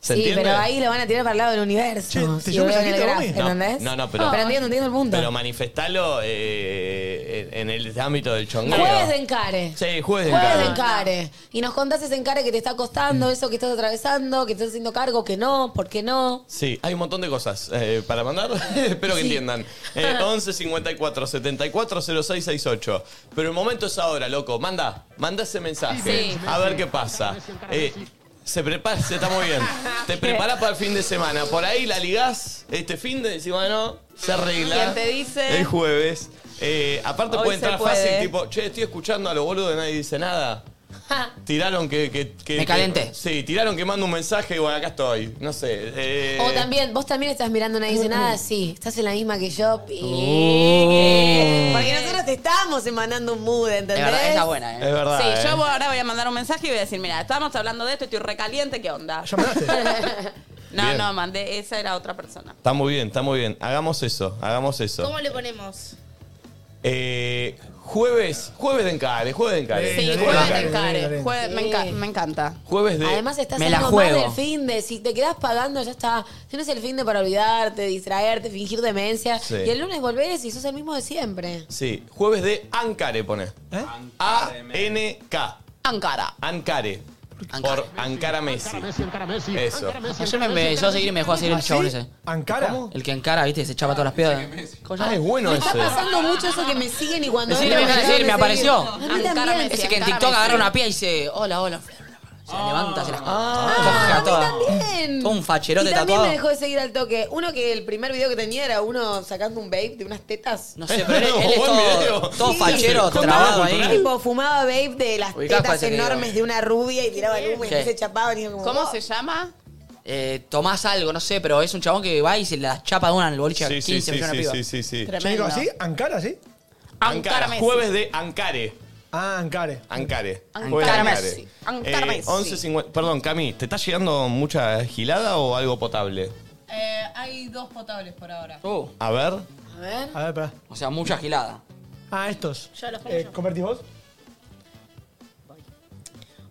¿Se
sí,
entiende?
pero ahí lo van a tirar para el lado del universo.
¿te
Si
llevo
lo veo
un
en el
mensajito,
graph,
mami? No,
¿Entendés?
no, no, pero-
Pero entiendo, entiendo el punto.
Pero manifestalo eh, en en el ámbito del chongueo.
Jueves de encare.
Sí, jueves de
Jueves de
encare. Mm.
encare. Y nos contás ese encare que te está costando, eso que estás atravesando, que estás haciendo cargo, que no, por qué no.
Sí, hay un montón de cosas eh, para mandar. Espero que entiendan. Eh, 11 54 74 06 68. Pero el momento es ahora, loco. Manda, manda ese mensaje.
Sí.
A ver qué pasa. Eh, se prepara, se está muy bien. Te preparás para el fin de semana. Por ahí la ligás este fin de decís, bueno, se arregla.
¿Quién te dice?
El jueves. Eh, aparte
Hoy
puede
se
entrar
puede.
fácil, tipo, che, estoy escuchando a los boludos y nadie dice nada. Tiraron que. que, que-
Me
que-
calenté.
sí, tiraron que mando un mensaje y bueno, acá estoy. No sé. eh,
O también, vos también estás mirando, nadie dice nada, sí, estás en la misma que yo. pi-
Oh.
Porque nosotros te estábamos emanando un mood, ¿entendés?
Es verdad, esa buena,
Es verdad.
sí,
eh.
yo ahora voy a mandar un mensaje y voy a decir, mira, estábamos hablando de esto, estoy recaliente, ¿qué onda? no,
Bien.
no, mandé, esa era otra persona.
Está muy bien, está muy bien. Hagamos eso, hagamos eso.
¿Cómo le ponemos?
Eh, jueves, jueves de encare, jueves de encare.
Sí, jueves de encare. Jueves- me, enca- me encanta.
Jueves de.
Además estás
Me la
haciendo más
juego.
del fin de, si te quedás pagando ya está, tienes el fin de para olvidarte, distraerte, fingir demencia.
Sí.
Y el lunes volvés y sos el mismo de siempre.
Sí, jueves de Ancare pone. A-N-K.
Ankara.
Ancare. Por Ankara Messi. Eso.
Ayer me empezó a seguir y me dejó a
¿Ah,
¿Ah,
seguir el chabón ese.
¿Ankara?
El que encara, viste, se echaba todas las piedras.
Ah, es bueno
Me
ese.
está pasando mucho eso que me siguen y cuando...
Sí,
entro
me dejan
dejan
seguir, me
de seguir.
apareció.
A mí también.
Ese que en TikTok agarra una pía y dice, hola, hola. Se la levanta, se la
Ah,
coge
a mí
toda.
también.
Todo un facherote
y también
tatuado.
me dejó de seguir al toque. Uno que el primer video que tenía era uno sacando un vape de unas tetas.
No sé, pero él, él es todo, todo fachero,
Contaba,
trabado ahí.
Tipo, fumaba vape de las
Ubicás cuál
tetas
es el
enormes
video.
de una rubia y tiraba el humo y
Sí.
se chapaba. Y como,
¿Cómo
oh.
se llama?
Eh, Tomás algo, no sé, pero es un chabón que va y se las chapa de una en el boliche a
Sí,
15
sí, sí,
millones de
sí,
pibas.
sí, sí, sí.
Yo digo así, Ankara, ¿sí?
Ankara, jueves de Ancare.
Ah, Ankare.
Ancare.
Ankara
Jueves de
Messi. Ankara
Eh,
Messi.
11.50 Perdón, Cami, ¿te está llegando mucha gilada o algo potable?
hay dos potables por ahora.
Uh.
A ver.
A ver.
A ver, pará.
O sea, mucha gilada.
Ah, estos.
Yo los pongo
Eh,
yo.
¿Convertís vos?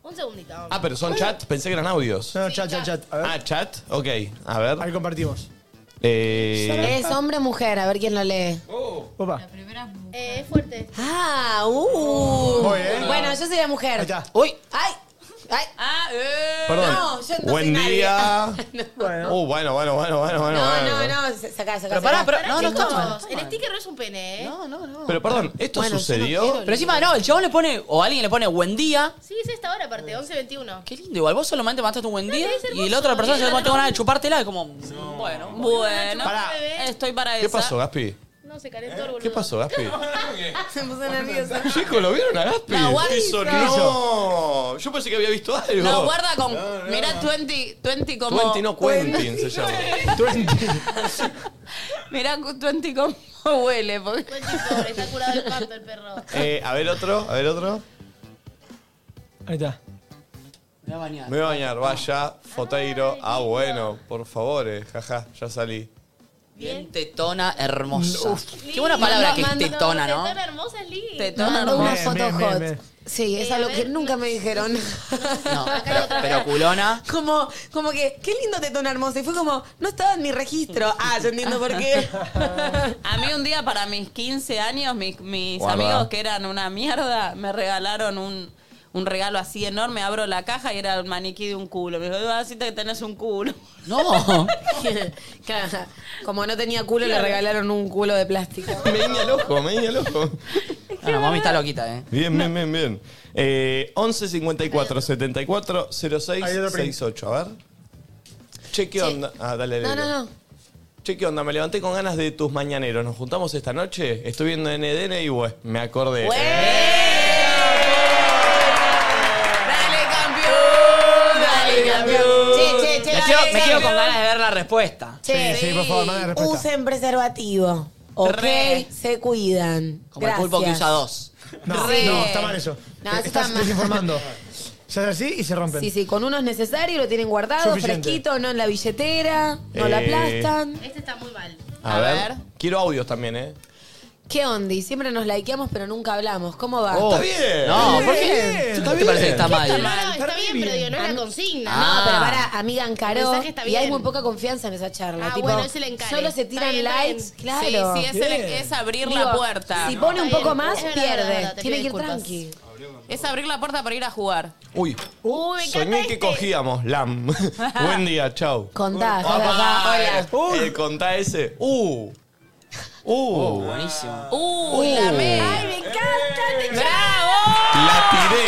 Un segundito. vamos.
Ah, pero son chat, pensé que eran audios.
No, no, chat, chat, chat. A ver.
Ah, chat, ok, a ver. Ahí
compartimos.
Eh,
Es hombre o mujer, a ver quién lo lee.
Opa.
Eh, es fuerte.
Ah, uh.
Muy bien.
Bueno, yo sería mujer.
Uy.
Ay. Ay.
Ah,
Perdón.
No, yo no
Buen
soy nadie.
día.
bueno.
Uh, bueno, bueno, bueno, bueno, bueno.
No,
bueno.
no, no, se- sacá, sacá.
Pero pará,
sacá.
pero- no, no está mal.
Chicos, El sticker no es un pene, ¿eh? No,
no, no.
Pero perdón, ¿esto sucedió?
Pero encima no, el chabón le pone, o alguien le pone buen día.
Sí, es esta hora aparte, 11.21.
Qué lindo, igual vos solamente mandaste un buen día
debe ser
y
vos
la otra
solo,
persona se
no,
no
no.
tengo nada de chupártela y como, Oh. bueno, bueno.
Pará.
Estoy para
¿Qué
esa.
pasó, Gaspi?
No, se calentó el boludo.
¿Qué pasó, eh? Gaspi?
Se puso nerviosa.
Chicos, ¿lo vieron a Gaspi?
No, guarda.
¿Qué hizo?
¿Qué
No, yo pensé que había visto algo.
No, guarda con. Mirá, 20, 20 como.
Twenty, no Quentin se llama.
Mirá, 20 como huele. Porque...
Está curado el pato el perro.
Eh, a ver otro, a ver otro.
Ahí está.
Me voy a bañar.
Me voy a bañar, vaya, foteiro. Ah, bueno, por favor, eh, jaja, ya salí.
Bien tetona hermosa. Qué buena palabra que es
Mando-
tetona, ¿no?
Tetona hermosa es linda.
Me
Tetona
mandó una
hermosa.
foto hot. Sí, es algo que nunca me dijeron.
Pero, pero culona.
Como, como que, qué lindo tetón hermoso. Y fue como, no estaba en mi registro. Ah, yo entiendo por qué.
A mí un día para mis 15 años, mis, mis
Guarda.
amigos que eran una mierda, me regalaron un, un regalo así enorme, abro la caja y era el maniquí de un culo. Me dijo, ah, siento que tenés un culo.
No.
Claro, Como no tenía culo, le
Claro.
regalaron un culo de plástico.
Me guiña el ojo, me guiña el ojo.
Bueno, mami está loquita, ¿eh?
Bien, bien, bien, bien. Eh, 11 54 74 06
Hay otro print.
68. A ver. Che, ¿qué onda? Ah, dale, dale.
No, no, no.
Che, ¿qué onda? Me levanté con ganas de tus mañaneros. ¿Nos juntamos esta noche? Estoy viendo NDN y bueno, me acordé.
¡Dale, campeón! ¡Dale, campeón!
Che, che, che,
me
dale,
quedo, me quedo con
campeón.
ganas de ver la respuesta.
Che, usen preservativo. Ok,
Re.
se cuidan.
Como el pulpo que
Gracias.
usa dos.
No,
Re.
no, está mal eso.
No,
Eh,
eso
Estás
está mal.
desinformando. Se hace así y se rompen.
Sí, sí, con uno es necesario, lo tienen guardado,
Suficiente.
fresquito, no en la billetera, no la
Eh.
aplastan.
Este está muy mal.
A,
A
ver.
ver.
Quiero audios también, ¿eh?
¿Qué ondi? Siempre nos likeamos, pero nunca hablamos. ¿Cómo va?
Oh, está bien.
No, ¿por qué?
Bien.
¿Te parece que está
¿Qué
mal?
está
No, está bien, pero digo, no es la consigna.
No,
Ah.
pero para, amiga encaró.
Mensaje está
Y hay
bien.
muy poca confianza en esa charla.
Ah,
tipo,
bueno, ese le encare.
Solo se tiran
Está bien,
likes,
está bien.
claro.
Sí, sí, es, el- es abrir la
Digo,
puerta.
Si pone un
Está
poco
bien.
más,
Es verdad,
pierde.
verdad, verdad, te
Tiene que
pido
ir
disculpas.
tranqui.
Es abrir la puerta para ir a jugar.
Uy.
Uy, me encanta
Soñé
este.
que cogíamos. Lam. Buen día, chau.
Contá,
Ah,
hola, hola, hola.
El contá ese. Uh. Uh.
buenísimo.
¡Uh,
Uh.
la me!
Ay,
me encanta!
¡Bravo!
La tiré.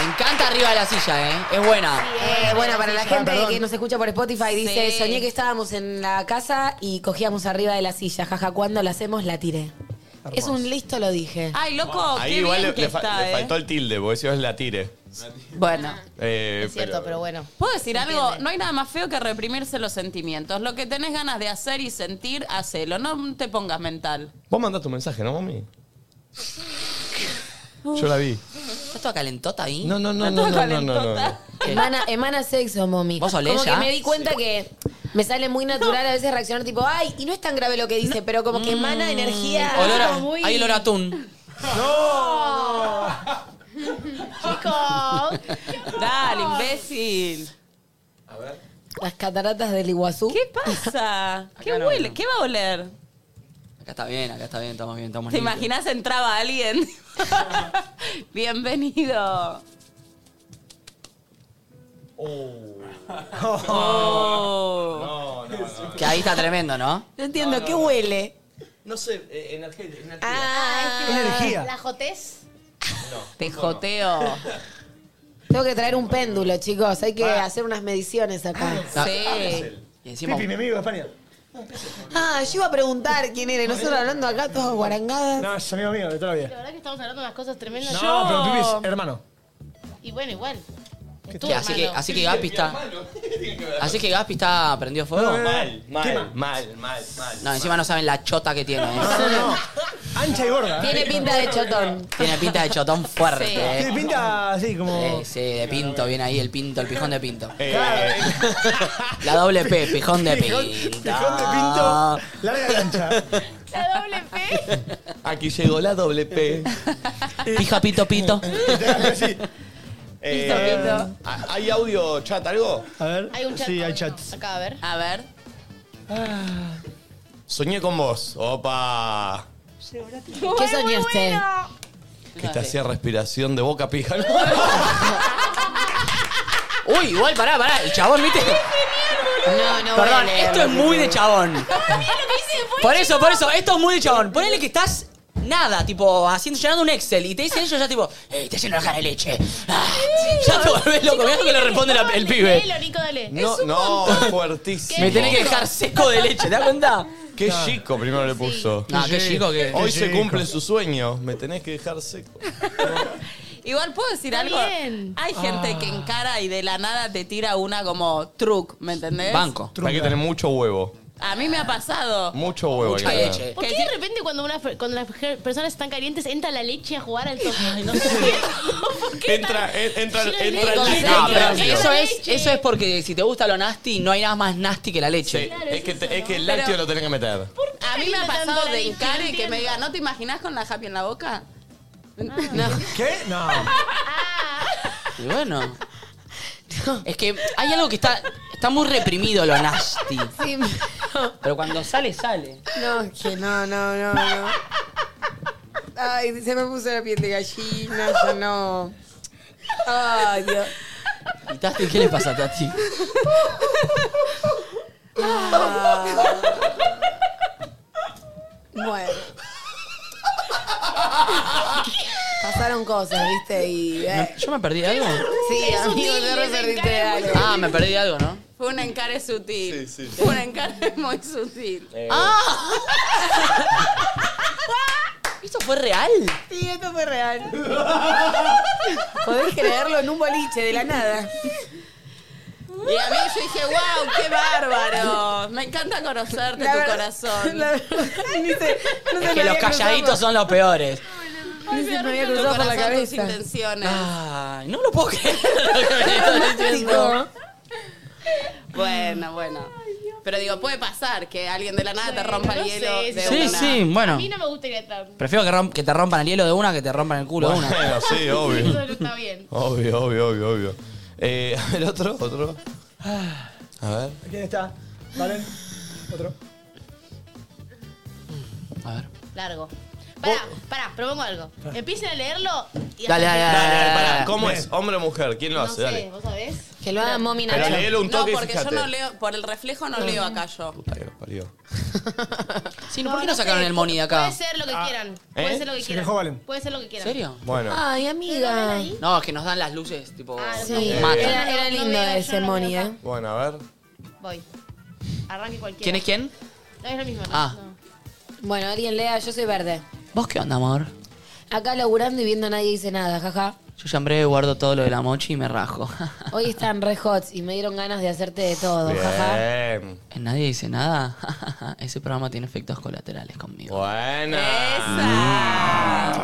Me encanta arriba de la silla, ¿eh? Es buena.
Eh, bueno, para la
Ah,
gente
perdón.
que nos escucha por Spotify, dice,
Sí.
soñé que estábamos en la casa y cogíamos arriba de la silla. Jaja, cuando la hacemos, la tiré. Es un listo, lo dije.
Ay, loco,
Ahí
Oh, qué
igual
bien
le,
que
le fa-
está,
le
eh.
faltó el tilde, porque si no es la tire.
Bueno.
Eh,
Es cierto, pero, bueno.
¿Puedo decir
Se
algo?
entiende.
No hay nada más feo que reprimirse los sentimientos. Lo que tenés ganas de hacer y sentir, hacelo. No te pongas mental.
Vos mandás tu mensaje, ¿no, mami? Yo la vi.
¿Estás toda calentota ahí?
No, no, no,
¿Estás
no,
toda
no, no, no, no, no.
¿Qué?
Emana, emana sexo, mommy.
¿Vos olés
como
ya?
que me di cuenta que me sale muy natural a veces reaccionar tipo, ay, y no es tan grave lo que dice, pero como que
Mm.
emana energía.
Olor a-
como muy-
Hay olor a atún.
Chicos,
Dale, imbécil.
Las cataratas del Iguazú.
¿Qué pasa? Ah, ¿Qué
Acá no,
huele?
no.
¿Qué va a oler?
Acá está bien, acá está bien, estamos bien, estamos
¿Te
limpios.
imaginas entraba alguien? Bienvenido. Oh.
Que ahí está tremendo, ¿no?
No entiendo, ¿qué huele?
No sé, eh, energía.
Ah,
Es energía.
la jotez.
Te joteo.
tengo que traer un péndulo, chicos. Hay que
Ah.
hacer unas mediciones acá.
Sí.
Y encima.
Pipi, mi amigo de España.
Ah, yo iba a preguntar quién era. y Nosotros hablando acá todos guarangadas.
No, es amigo mío de toda la
La
vida.
verdad que estamos hablando de unas cosas tremendas.
No, pero Pipi es hermano.
Y bueno, igual. Es tu
Que así, que,
hermano.
así que Gaspi está. Así que Gaspi está prendido fuego.
No, no, no.
Mal, mal, mal, mal, mal.
No, encima no saben la chota que tiene. ¿eh?
No, no, no. Ancha y gorda. ¿eh?
Tiene pinta de chotón.
Tiene pinta de chotón fuerte.
Sí.
¿eh?
Tiene pinta así como.
Sí, sí, de pinto, viene ahí el pinto, el pijón de pinto.
Eh,
La doble P, pijón de pinto.
Pijón- Pijón de pinto. Larga y ancha.
La doble P.
aquí llegó la doble P.
Pija, pito, pito.
Sí.
Eh, ¿ha- ¿Hay audio chat algo?
A ver.
Hay un chat.
Sí,
Ah,
hay
no,
chats.
Acá, a ver.
A ver.
Soñé con vos. Opa.
¿Qué
este?
soñaste?
Que te hacía respiración de boca pija. ¿no?
Uy, igual, pará, pará. El chabón, ¿viste?
No, no. voy a
Perdón,
leer
esto
lo
es
que
muy
te-
de chabón. Por eso, por eso, esto es muy de chabón. Ponele que estás nada, tipo, haciendo, llenando un Excel y te dicen ellos ya tipo, eh, te lleno la cara de leche. Ah, ya te volvés loco, mirá lo que le responde la- el pibe.
Léelo, Nico, dale.
No, no, es fuertísimo.
Me tenés que dejar seco de leche, ¿te das cuenta?
Qué chico primero le puso.
No, qué chico que.
Hoy se
chico.
cumple su sueño. Me tenés que dejar seco.
Igual puedo decir
Está
algo.
bien.
Hay gente que encara y de la nada te tira una como truc, ¿me entendés?
Banco.
Hay que tener mucho huevo.
A mí me ha pasado.
Mucho huevo.
Mucha
hay que
leche.
tener.
¿Por qué de repente cuando, una, cuando las per- personas están calientes entra la leche a jugar al toque? Ay, no
Entra, en- entra,
Yo no
entra,
digo
el
que
chico.
sea
No, pero
al medio.
eso es, eso es porque si te gusta lo nasty, no hay nada más nasty que la
Sí,
leche.
es, que te- es que el lácteo
Pero-
lo tenés que meter.
A mí me ha
Tanto
pasado
la
de
leche,
encare
no
que me
entiendo.
diga, ¿no te imaginas con la happy en la boca?
¿Qué? No.
Y bueno. Es que hay algo que está. Está muy reprimido lo nasty.
Sí,
Pero cuando sale, sale.
No, que no, no, no, no. Ay, se me puso la piel de gallina, yo no. Ay, Dios.
¿Y Tati, qué le pasa a Tati?
Ah. Bueno. Pasaron cosas, ¿viste? Y. eh,
¿Yo me perdí de algo?
Sí,
Es
amigo,
sutil,
te
es
reperdiste
encargo.
algo.
Ah, me perdí de algo, ¿no?
Fue un encare sutil. Fue un encare muy sutil.
¡Ah! ¿Esto fue real?
Sí, esto fue real. Podés creerlo en un boliche de la nada.
Y a mí yo dije, wow, qué bárbaro. Me encanta conocerte,
La
tu
verdad-
corazón.
la verdad, ni se- no se
Es que
me
los
había
calladitos
cruzado.
son los peores.
Ni se me había
Tu
cruzado por la
corazón, tus
cabeza.
intenciones.
Ay, Ah, no lo puedo creer. lo que me estás diciendo.
Bueno, bueno. Pero digo, puede pasar que alguien de la nada te rompa el hielo.
sé,
de
sí,
una.
sí, bueno.
A mí no me gustaría estar.
Prefiero que, rom- que te rompan el hielo de una que te rompan el culo de una.
Bueno, sí, obvio.
Eso no está bien.
Obvio, obvio, obvio, obvio. Eh, a ver, otro, otro. A ver.
¿Quién está? ¿Valen? ¿Otro?
Largo. Pará, pará, propongo algo. Empiecen a leerlo y
Dale, dale, dale.
hasta-
pará. ¿Cómo es? ¿Hombre o mujer? ¿Quién lo
No
hace?
sé,
Dale.
¿vos sabés?
Que lo haga Momi
Pero
Nacho.
léelo un
No,
toque y
porque yo
fíjate.
no leo, por el reflejo no leo acá yo.
Puta que los parió.
Sí, ¿no? ¿Por qué no sacaron el money de acá?
Puede ser
Ah.
lo que quieran.
¿Eh?
Puede ser lo que
Se
quieran.
quejó Valen.
Puede ser lo que quieran.
¿En serio?
Ay, amiga.
No, es que nos dan las luces, tipo.
Ah, Sí,
matan.
era, era lindo ese Moni, ¿eh?
Bueno, a ver.
Voy. Arranque cualquiera.
¿Quién es quién?
No es lo mismo. ¿no?
Ah.
Bueno, alguien lea, yo soy verde.
¿Vos qué onda, amor?
Acá laburando y viendo a nadie dice nada, jaja.
Yo ya en breve guardo todo lo de la mochi y me rajo.
Hoy están re hot y me dieron ganas de hacerte de todo, jaja.
Nadie dice nada. Ese programa tiene efectos colaterales conmigo.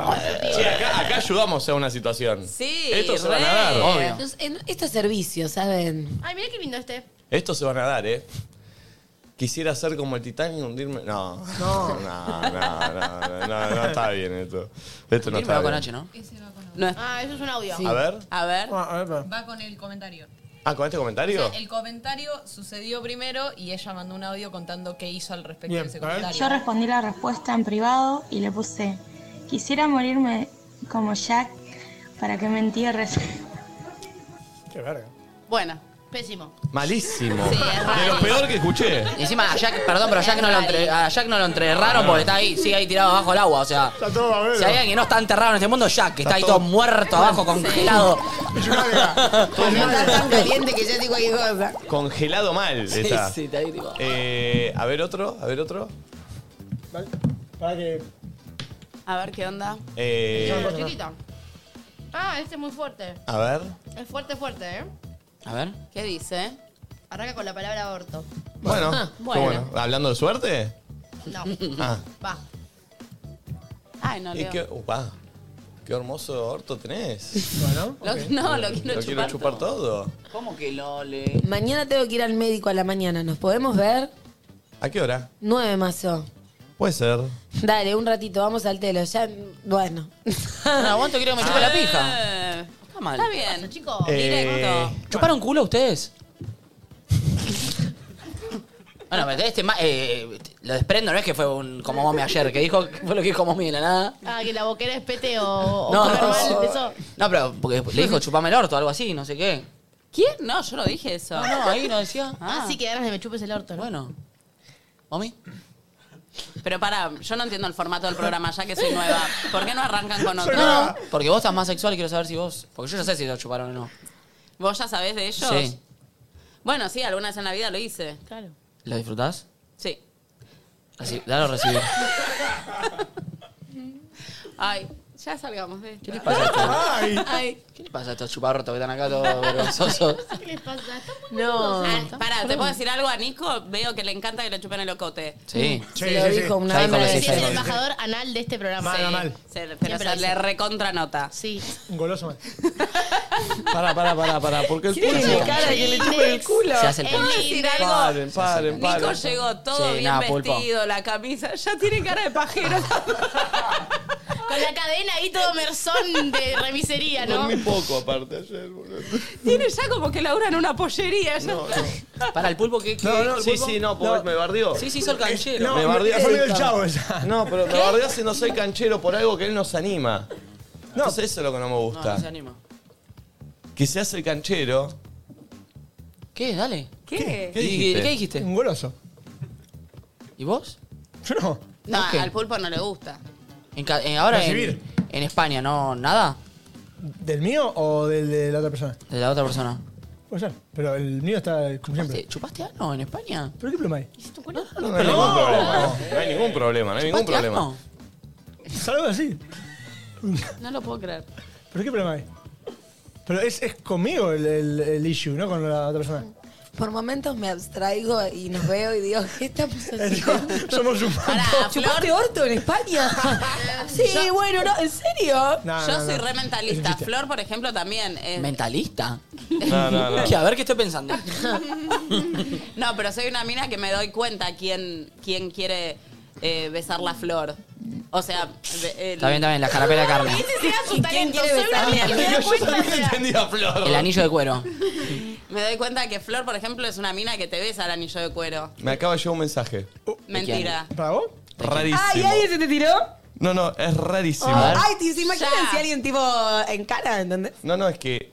Buena. Che, acá, acá ayudamos a una situación.
Sí,
Estos se van a
re.
dar.
Entonces, en- Esto es servicio, ¿saben?
Ay, mira qué lindo este.
Estos se van a dar, ¿eh? Quisiera ser como el Titanic y hundirme. No. No. No, no, no, no, no, no está bien esto. Esto no
Hundirme
está
va
bien.
con H, ¿no?
Ah, eso es un audio.
A ver.
A ver.
Va con el comentario.
Ah, con este comentario.
O sea, el comentario sucedió primero y ella mandó un audio contando qué hizo al respecto
Bien,
de ese
a ver.
comentario.
Yo respondí la respuesta en privado y le puse, quisiera morirme como Jack para que me entierres.
Qué verga.
Bueno.
Pésimo.
Malísimo.
Sí, es
de lo peor que escuché.
Y encima a Jack, perdón, pero a Jack no lo, entre, a Jack no lo enterraron porque está ahí, sigue ahí tirado abajo el agua. O sea,
Está todo babero.
si hay alguien que no está enterrado en este mundo, Jack, que está, ahí todo, muerto abajo, congelado.
Está tan caliente que ya digo cualquier cosa.
Congelado mal.
Sí,
está.
sí, está ahí, tipo.
Eh, a ver otro, a ver otro.
Para que.
A ver qué onda.
Eh,
Yo, chiquita. Ah, este es muy fuerte.
a ver.
Es fuerte, fuerte, ¿eh?
A ver.
¿Qué dice?
Arranca con la palabra aborto.
Bueno, qué
bueno.
bueno. ¿Hablando de suerte?
No.
Ah.
Va.
Ay, no
Y
leo.
qué, upa, qué hermoso orto tenés.
Lo- no, lo quiero
Lo quiero
chupar.
chupar todo.
¿Cómo que lo le...?
Mañana tengo que ir al médico a la mañana. ¿Nos podemos ver?
¿A qué hora?
9 mazo.
Puede ser.
Dale, un ratito, vamos al telo. Ya, bueno.
No, aguanto, quiero que me chupe la pija. Está mal.
Eh, Está bien. Eh,
Chicos.
Eh,
Directo. ¿Chuparon culo ustedes? Bueno, pero este ma- eh, eh, lo desprendo, no es que fue un como Momi ayer, que dijo, fue lo que dijo Momi de la nada.
Ah, que la boquera es pete o, o
No,
comer
no.
mal, empezó.
No, pero porque le dijo chupame el orto, algo así, no sé qué.
¿Quién? No, yo no dije eso.
No, no, ahí no decía.
Ah, sí, que ganas de me chupes el orto, ¿no?
Bueno. ¿Mami?
Pero pará, yo no entiendo el formato del programa, ya que soy nueva. ¿Por qué no arrancan con otro?
No, porque vos estás más sexual y quiero saber si vos. Porque yo ya sé si lo chuparon o no.
¿Vos ya sabés de ellos?
Sí.
Bueno, sí, alguna vez en la vida lo hice.
Claro.
¿Lo disfrutás?
Sí.
Así, dale o recibí.
Ay, ya salgamos de esto. ¿Qué
les pasa a esto?
Ay.
¿Qué le pasa a estos chuparrotos que están acá todos vergonzosos?
¿Qué les pasa?
No.
Ah, pará, ¿te puedo decir algo a Nico? Veo que le encanta que le chupen el locote.
Sí.
Sí, Se lo sí, sí. dijo una
Ya dijo
banda
que
de-
Es
sí, ya
el
dijo que sí.
embajador anal de este programa.
Mal,
Sí.
mal.
Se- pero
Siempre
se
lo
le
hice.
recontranota.
Sí.
Un goloso mal.
Pará, pará, pará, pará. ¿Por qué el culo?
Tiene
se-
cara de que le chupen el culo.
Se hace el
¿Puedo decir algo?
Paren, paren, paren.
Nico llegó todo
Sí,
bien
nada, pulpo.
vestido, la camisa, ya tiene cara de pajero.
Con la cadena ahí todo merzón de remisería, ¿no?
Dormí poco aparte ayer, boludo.
Tiene ya como que Laura en una pollería. ya está.
Para el pulpo que.
No, no,
el
sí,
pulpo-
sí, no, porque
No.
me bardeó.
Sí, sí, hizo el canchero.
me bardeó.
la familia del chavo esa.
No, pero me
¿Qué?
bardeó si no soy canchero por algo que él nos anima. No, eso es lo que no me
No,
gusta.
no se anima.
Que se hace el canchero.
¿Qué? Dale.
¿Qué?
¿Qué
¿Y-
dijiste?
¿Qué dijiste?
Un goloso.
¿Y vos?
Yo no.
No,
¿Por qué?
al pulpo no le gusta.
En ca- en- ahora en,
Recibir.
en España, ¿no? ¿Nada?
¿Del mío o del de la otra persona?
De la otra persona.
Puede ser, pero el mío está como siempre.
¿Chupaste ano en España?
¿Pero qué pluma hay?
No, no hay ningún problema. No hay ningún problema, no hay ningún
¿Chupaste
problema.
ano? Salgo así.
No lo puedo creer.
¿Pero qué problema hay? Pero es, es conmigo el, el- el issue, no con la otra persona.
Por momentos me abstraigo y nos veo y digo, ¿qué estamos haciendo?
Somos un
¿Chupaste orto en España? sí,
Yo-
bueno, no, ¿en serio?
Yo soy re mentalista. Flor, por ejemplo, también. eh,
Eh.
es-
¿Mentalista?
No, no, no.
Que a ver qué estoy pensando.
No, pero soy una mina que me doy cuenta quién, quién quiere eh, besar la flor. O sea, de- el-
Está bien, está bien, la carapela de carne.
Ese sea su talento,
quiere
soy una
besar?
mina que me doy cuenta, o sea,
Flor.
El anillo de cuero.
me doy cuenta que Flor, por ejemplo, es una mina que te besa el anillo de cuero.
Me acaba de llegar un mensaje.
Mentira.
Uh, ¿Para vos?
Rarísimo.
se te tiró?
No, no, es rarísimo.
Ay, "Oh, ¿te se imaginan si alguien tipo en cara, ¿entendés?
No, no, es que.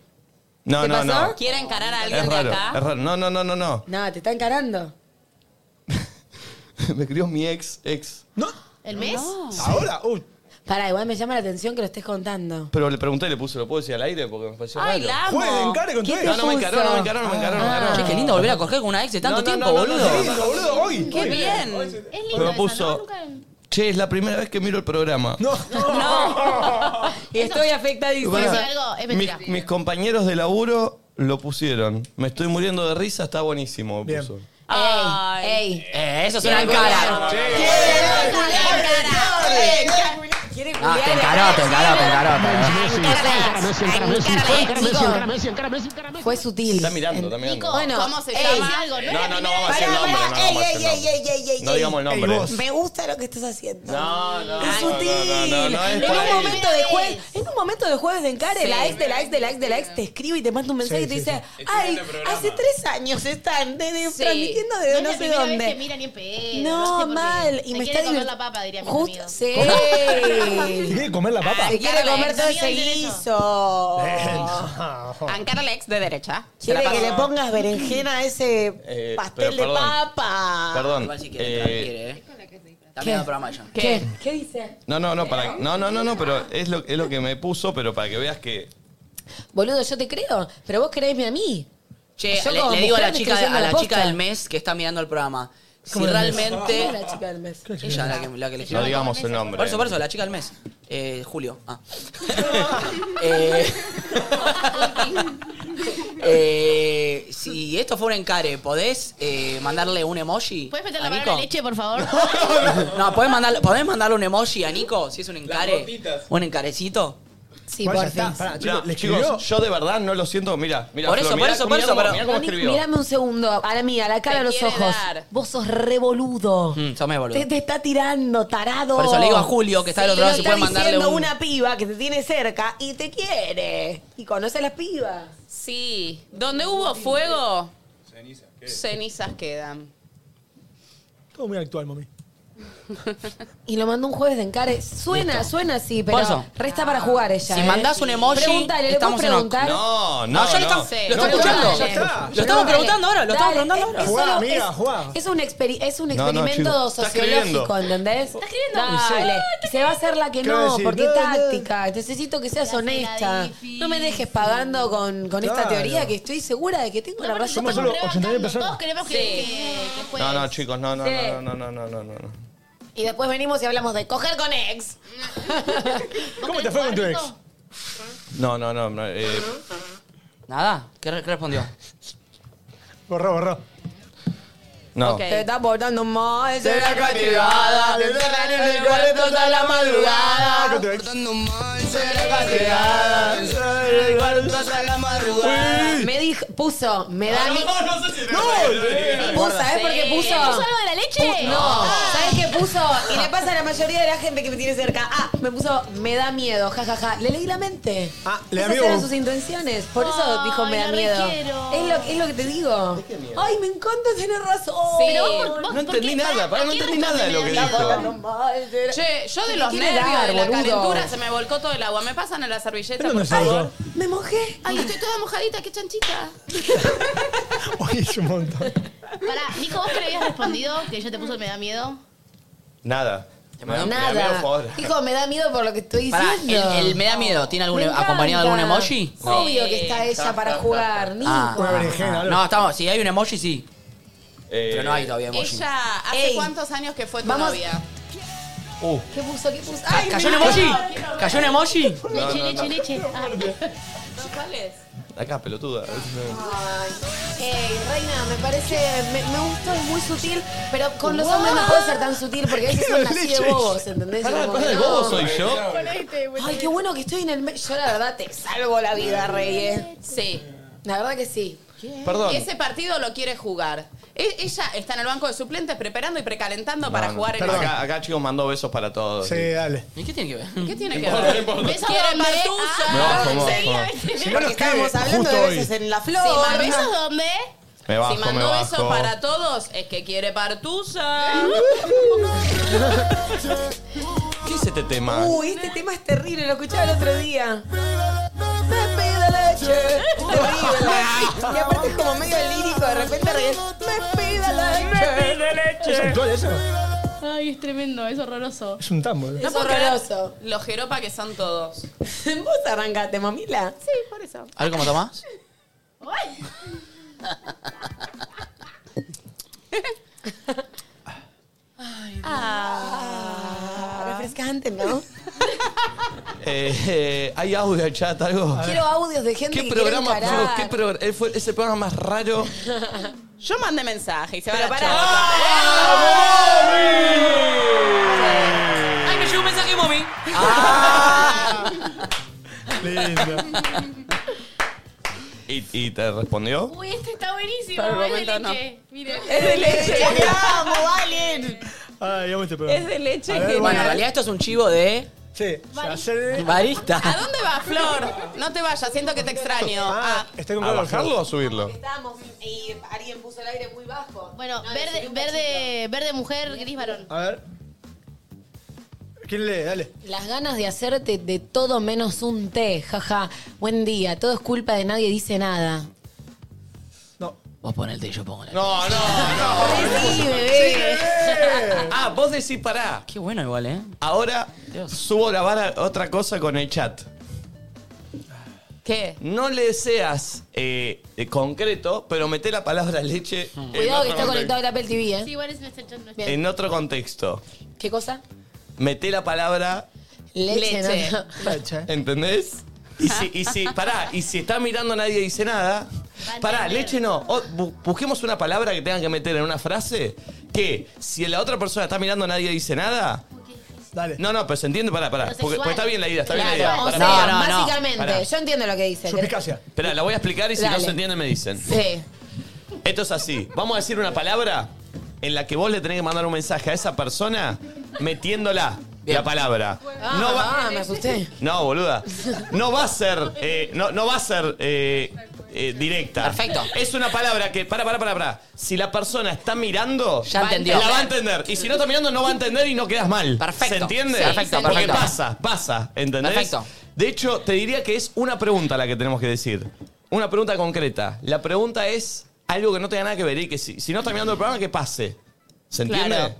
No,
¿Te
no,
pasó?
no.
¿Quiere encarar a alguien
Es raro,
de acá?
es raro. No, no, no, no, no.
No, te está encarando.
Me crió mi ex, ex.
¿El mes?
¿Ahora? Uy.
Pará, igual me llama la atención que lo estés contando.
Pero le pregunté, le puse, ¿lo puedo decir al aire? Porque me pareció
Ay,
raro.
la amo. Juegue, encare con tu ¿Quién ex.
No,
te
no me encaró, no me
puso?
encaró, no me encaró, no me encaró.
Che, qué lindo volver a coger con una ex de tanto
No, no,
tiempo,
no, no,
boludo.
no, no, no, no,
boludo, hoy.
¡Qué bien!
Es
Pero
lindo.
me puso, che, es la primera vez que miro el programa. No,
Y estoy afectadísima.
mis, mis compañeros de laburo lo pusieron. Me estoy muriendo de risa, está buenísimo. me puso.
Ey, ey.
Eh, eso
Quiere
suena en cara.
culiar.
Che.
Quiere
No,
Ah,
culiar.
te encaró, te encaró, te encaró.
Fue sutil.
Está mirando, está mirando.
Nico, Bueno,
¿cómo se
ey.
llama? Algo, ¿no?
No, no, no vamos a decir
Pará,
nombre.
pará,
No, vamos a
ey,
decir
ey,
nombre.
ey, ey, ey,
No
ey.
digamos el nombre.
Ey, vos. Me gusta lo que estás haciendo.
No, no,
Es
no,
sutil.
no, no, no, no, es
en, un
para-
momento de jueves, en un momento de jueves de encare,
Sí.
la ex de la ex de la ex de la ex te escribe y te manda un mensaje
Sí,
y te
sí,
dice,
sí.
ay, hace tres años están de- de-
Sí.
transmitiendo de no,
es la
sé
primera vez que
dónde.
mira ni en pedo,
No,
sé por qué.
mal. Y
Se quiere
me está
comer
divir-
la papa, diría mi
Justo,
amigo.
sí.
¿Te quiere comer la papa?
Se quiere
Carla,
comer todo
¿sabían
ese guiso.
Eh,
Ankara la ex de derecha.
Quiere
Se la
que
paso.
le pongas berenjena a ese
Eh,
pastel
pero
de
perdón.
papa.
Ah,
Perdón. eh,
También el programa ya.
¿Qué? ¿Qué dice?
no, no, no, para, no, no, no, no, pero es lo, es lo que me puso, pero para que veas que.
Boludo, yo te creo, pero vos queréisme a mí.
Che,
Yo
le,
como
le digo a la
mujer me
chica,
estoy
a la
haciendo
chica
posta.
del mes que está mirando el programa. Si
¿Cómo del mes?
realmente.
¿Cómo la chica del mes?
Ella, la que, la que eligió.
No digamos el nombre.
Por eso, por eso, la chica del mes. Eh, Julio. Ah. Eh, eh, si esto fue un encare, ¿podés eh, mandarle un emoji?
¿Puedes meter la
a
palabra
Ah, Nico?
leche, por favor?
No, ¿podés, mandar, ¿podés mandarle un emoji a Nico? Si es un encare. ¿Un encarecito?
Sí,
Vaya, está, pará, chicos, ¿le escribió?
chicos, yo de verdad no lo siento. Mira, mira,
Por eso, por eso, por eso, pero-
Mira cómo escribió.
Mírame un segundo, a la mía, a la cara, a los
quiere
ojos.
dar.
Vos sos re boludo.
Mm, sos boludo.
Te, te está tirando, tarado.
Por eso le digo a Julio, que está del
Sí,
otro lado,
te
si
está
puede mandarle
diciendo
un-
una piba que te tiene cerca y te quiere. Y conoce a las pibas.
Sí. Donde hubo fuego, cenizas quedan.
Todo muy actual, mami.
Y lo mandó un jueves de encare. Suena, suena así, pero
Por eso.
resta para jugar ella.
Si
¿eh?
mandás un emoji,
Pregúntale, ¿le puedo
estamos en ok.
preguntar?
No,
No, no,
yo le
no.
estamos- lo estoy escuchando.
Ya está.
Lo estamos preguntando ahora, lo estamos preguntando ahora.
Es,
Jugá,
solo-
amiga,
es-
jugá.
es un, experi- es un
No, no,
experimento
chico, está
sociológico,
escribiendo.
¿entendés? Está
escribiendo.
Dale. Se va a hacer la que
¿Qué va a
no,
decir?
porque
No,
es
no.
táctica. Necesito que seas honesta. No me dejes pagando con, con esta
Claro.
teoría que estoy segura de que tengo la razón.
Somos solo 80.000 personas.
Todos queremos que, que- que juegue.
No,
Pues,
no, chicos, no, no,
Sí.
no, no, no, no, no, no, no.
Y después venimos y hablamos de coger con ex.
¿Cómo te fue con tu ex?
No, no, no, no, eh,
Nada, ¿qué, re- qué respondió?
Borró, borró.
no.
Te está portando mal.
Se la castigada, te encerran en el cuarto hasta la madrugada. Portando mal, se la castigada, te encerran en el cuarto hasta la madrugada.
lugar. Me dijo, puso, me da
No,
mi.
no, no sé si era
No,
bueno,
sí.
era
Puso,
bueno.
¿sabes por qué
Sí.
puso?
¿Puso algo de la leche?
Pu- no,
Ah.
¿sabes qué puso? Y le pasa a la mayoría de la gente que me tiene cerca. Ah, me puso, me da miedo, jajaja. Le leí la mente. Ah,
le da
Esas
miedo.
eran sus intenciones. Por eso
Ay,
dijo, me da
la
miedo.
requiero.
Es lo, es lo que te digo. Ay, me encanta tener razón.
Sí. Pero vos por- vos
No entendí nada, pará, no entendí nada de lo
este
que dijo.
Che, yo de
¿Qué
los
quiere
nervios,
dar,
de la
boludo?
calentura, se me volcó todo el agua. Me pasan en la servilleta.
¿Pero dónde
por
se
favor.
volcó?
Me mojé.
Ay, estoy toda mojadita, qué chanchita.
Oye, es un montón.
Pará, Nico, ¿vos que le habías respondido que yo te puso me da miedo?
Nada.
Nada. Dijo, me da miedo por lo que estoy
Pará,
diciendo.
el, el me da miedo, ¿tiene algún, em-,
Me encanta.
acompañado de algún emoji?
Obvio que está ella para jugar, Nico.
Ah, no, estamos, si hay un emoji, sí. Pero no hay todavía emoji.
Ella, ¿hace cuántos años que fue tu
Vamos.
novia?
Uh.
¿Qué puso? ¿Qué puso?
Ca- ¿Cayó un emoji? ¿Cayó un emoji?
Leche, leche, leche. Ah.
¿Cuáles?
Acá, pelotuda.
Ey, Eh, Reina, me parece, me, me gustó, es muy sutil, pero con los hombres no puede ser tan sutil porque a veces son así de bobos, ¿entendés?
Pará,
Como que
pará, ¿el
no.
bobo soy yo?
Ay, qué bueno que estoy en el medio. Yo la verdad te salvo la vida, Reyes. Sí. La verdad que sí.
Perdón.
Ese partido lo quiere jugar. E- ella está en el banco de suplentes preparando y precalentando para
No, no.
jugar el
Perdón. acá, acá, chicos, mandó besos para todos.
Sí, dale.
¿Y qué tiene que ver?
¿Qué tiene que
No
ver? Ah,
importa, no importa.
¿Quiere
¿Dónde?
No,
Martusa?
como-
Sí,
como-
a veces-
Si no nos
Porque
quede
estábamos hablando
justo
de besos
hoy.
en la flor.
Sí, ¿más besos dónde?
Me bajo,
si
me
mandó
bajo.
besos para todos, es que quiere partusa.
¿Qué es este tema?
Uy, este tema es terrible, lo escuchaba el otro día. Me pide leche. Terrible. Y aparte es como medio lírico, de repente Reyes. Me pide leche.
¿Es actual eso?
Ay, es tremendo, es horroroso.
Es un tambo. ¿eh?
No
Es
puedo creer
horroroso.
Los jeropa que son todos.
Vos arrancaste, mamila.
Sí, por eso.
A ver cómo tomás.
Ah, refrescante, ¿no?
Eh, eh, ¿Hay audio al chat, algo?
Quiero audios de gente
¿Qué
que
programa,
quiere
chicos?
encarar.
¿Qué programa? Eh, fue- Es el programa más raro.
Yo mandé mensaje y se van a parar.
¡Ay, me llegó un mensaje, mommy!
Ah.
Lindo. ¿Y, y te respondió?
Uy, este está buenísimo.
Por el
es de
momento, no.
leche. Miren.
Es de leche.
amo,
valen!
Ay, amo este programa.
Es de leche
A ver,
Bueno, en
bueno,
realidad esto es un chivo de...
Sí, se hace-
Barista.
¿A dónde vas, Flor? No te vayas, siento que te extraño. Ah,
Estoy
¿A bajarlo o a subirlo?
Estábamos y alguien puso el aire muy bajo.
Bueno,
No, le subí
verde,
un
verde, verde mujer, gris varón.
A ver. ¿Quién lee? Dale.
Las ganas de hacerte de todo menos un té, jaja. Buen día, todo es culpa de nadie dice nada.
Vos pon el té, yo pongo la
No, no, no.
Sí, bebé.
Ah, vos decís pará.
Qué bueno igual, ¿eh?
Ahora subo la vara otra cosa con el chat.
¿Qué?
No le seas eh, eh, concreto, pero mete la palabra leche en
Cuidado que
otro
está conectado
contexto.
el Apple TV, ¿eh?
Sí, igual es nuestra chan- nuestra-
Eh, En otro contexto.
¿Qué cosa?
Mete la palabra,
Leche.
Leche.
¿no?
¿entendés? Y si, y si, pará, y si está mirando nadie dice nada. Pará, leche no. O- bu- busquemos una palabra que tengan que meter en una frase que si la otra persona está mirando nadie dice nada.
Dale.
No, no, pero se entiende, pará, pará.
Pero
Porque,
sexual.
porque está bien la idea, está bien la idea.
Claro, o
Pará,
sea,
pará.
básicamente,
Ah, Pará.
yo entiendo lo que dice.
Suspicacia.
Espera, la voy a explicar y si no
Dale.
se entiende me dicen.
Sí.
Esto es así. Vamos a decir una palabra en la que vos le tenés que mandar un mensaje a esa persona metiéndola. La palabra.
Ah,
No va-
ah, me asusté.
No, boluda. No va a ser. eh, no, no va a ser. eh, eh, directa.
Perfecto.
Es una palabra que. Para, para, para, para. Si la persona está mirando.
Ya entendió.
La va a entender. Y si no está mirando, no va a entender y no quedas mal.
Perfecto.
¿Se entiende?
Sí, perfecto,
Porque
perfecto.
pasa, pasa. ¿Entendés?
Perfecto.
De hecho, te diría que es una pregunta la que tenemos que decir. Una pregunta concreta. La pregunta es algo que no tenga nada que ver y que si, si no está mirando el programa, que pase. ¿Se entiende?
Claro.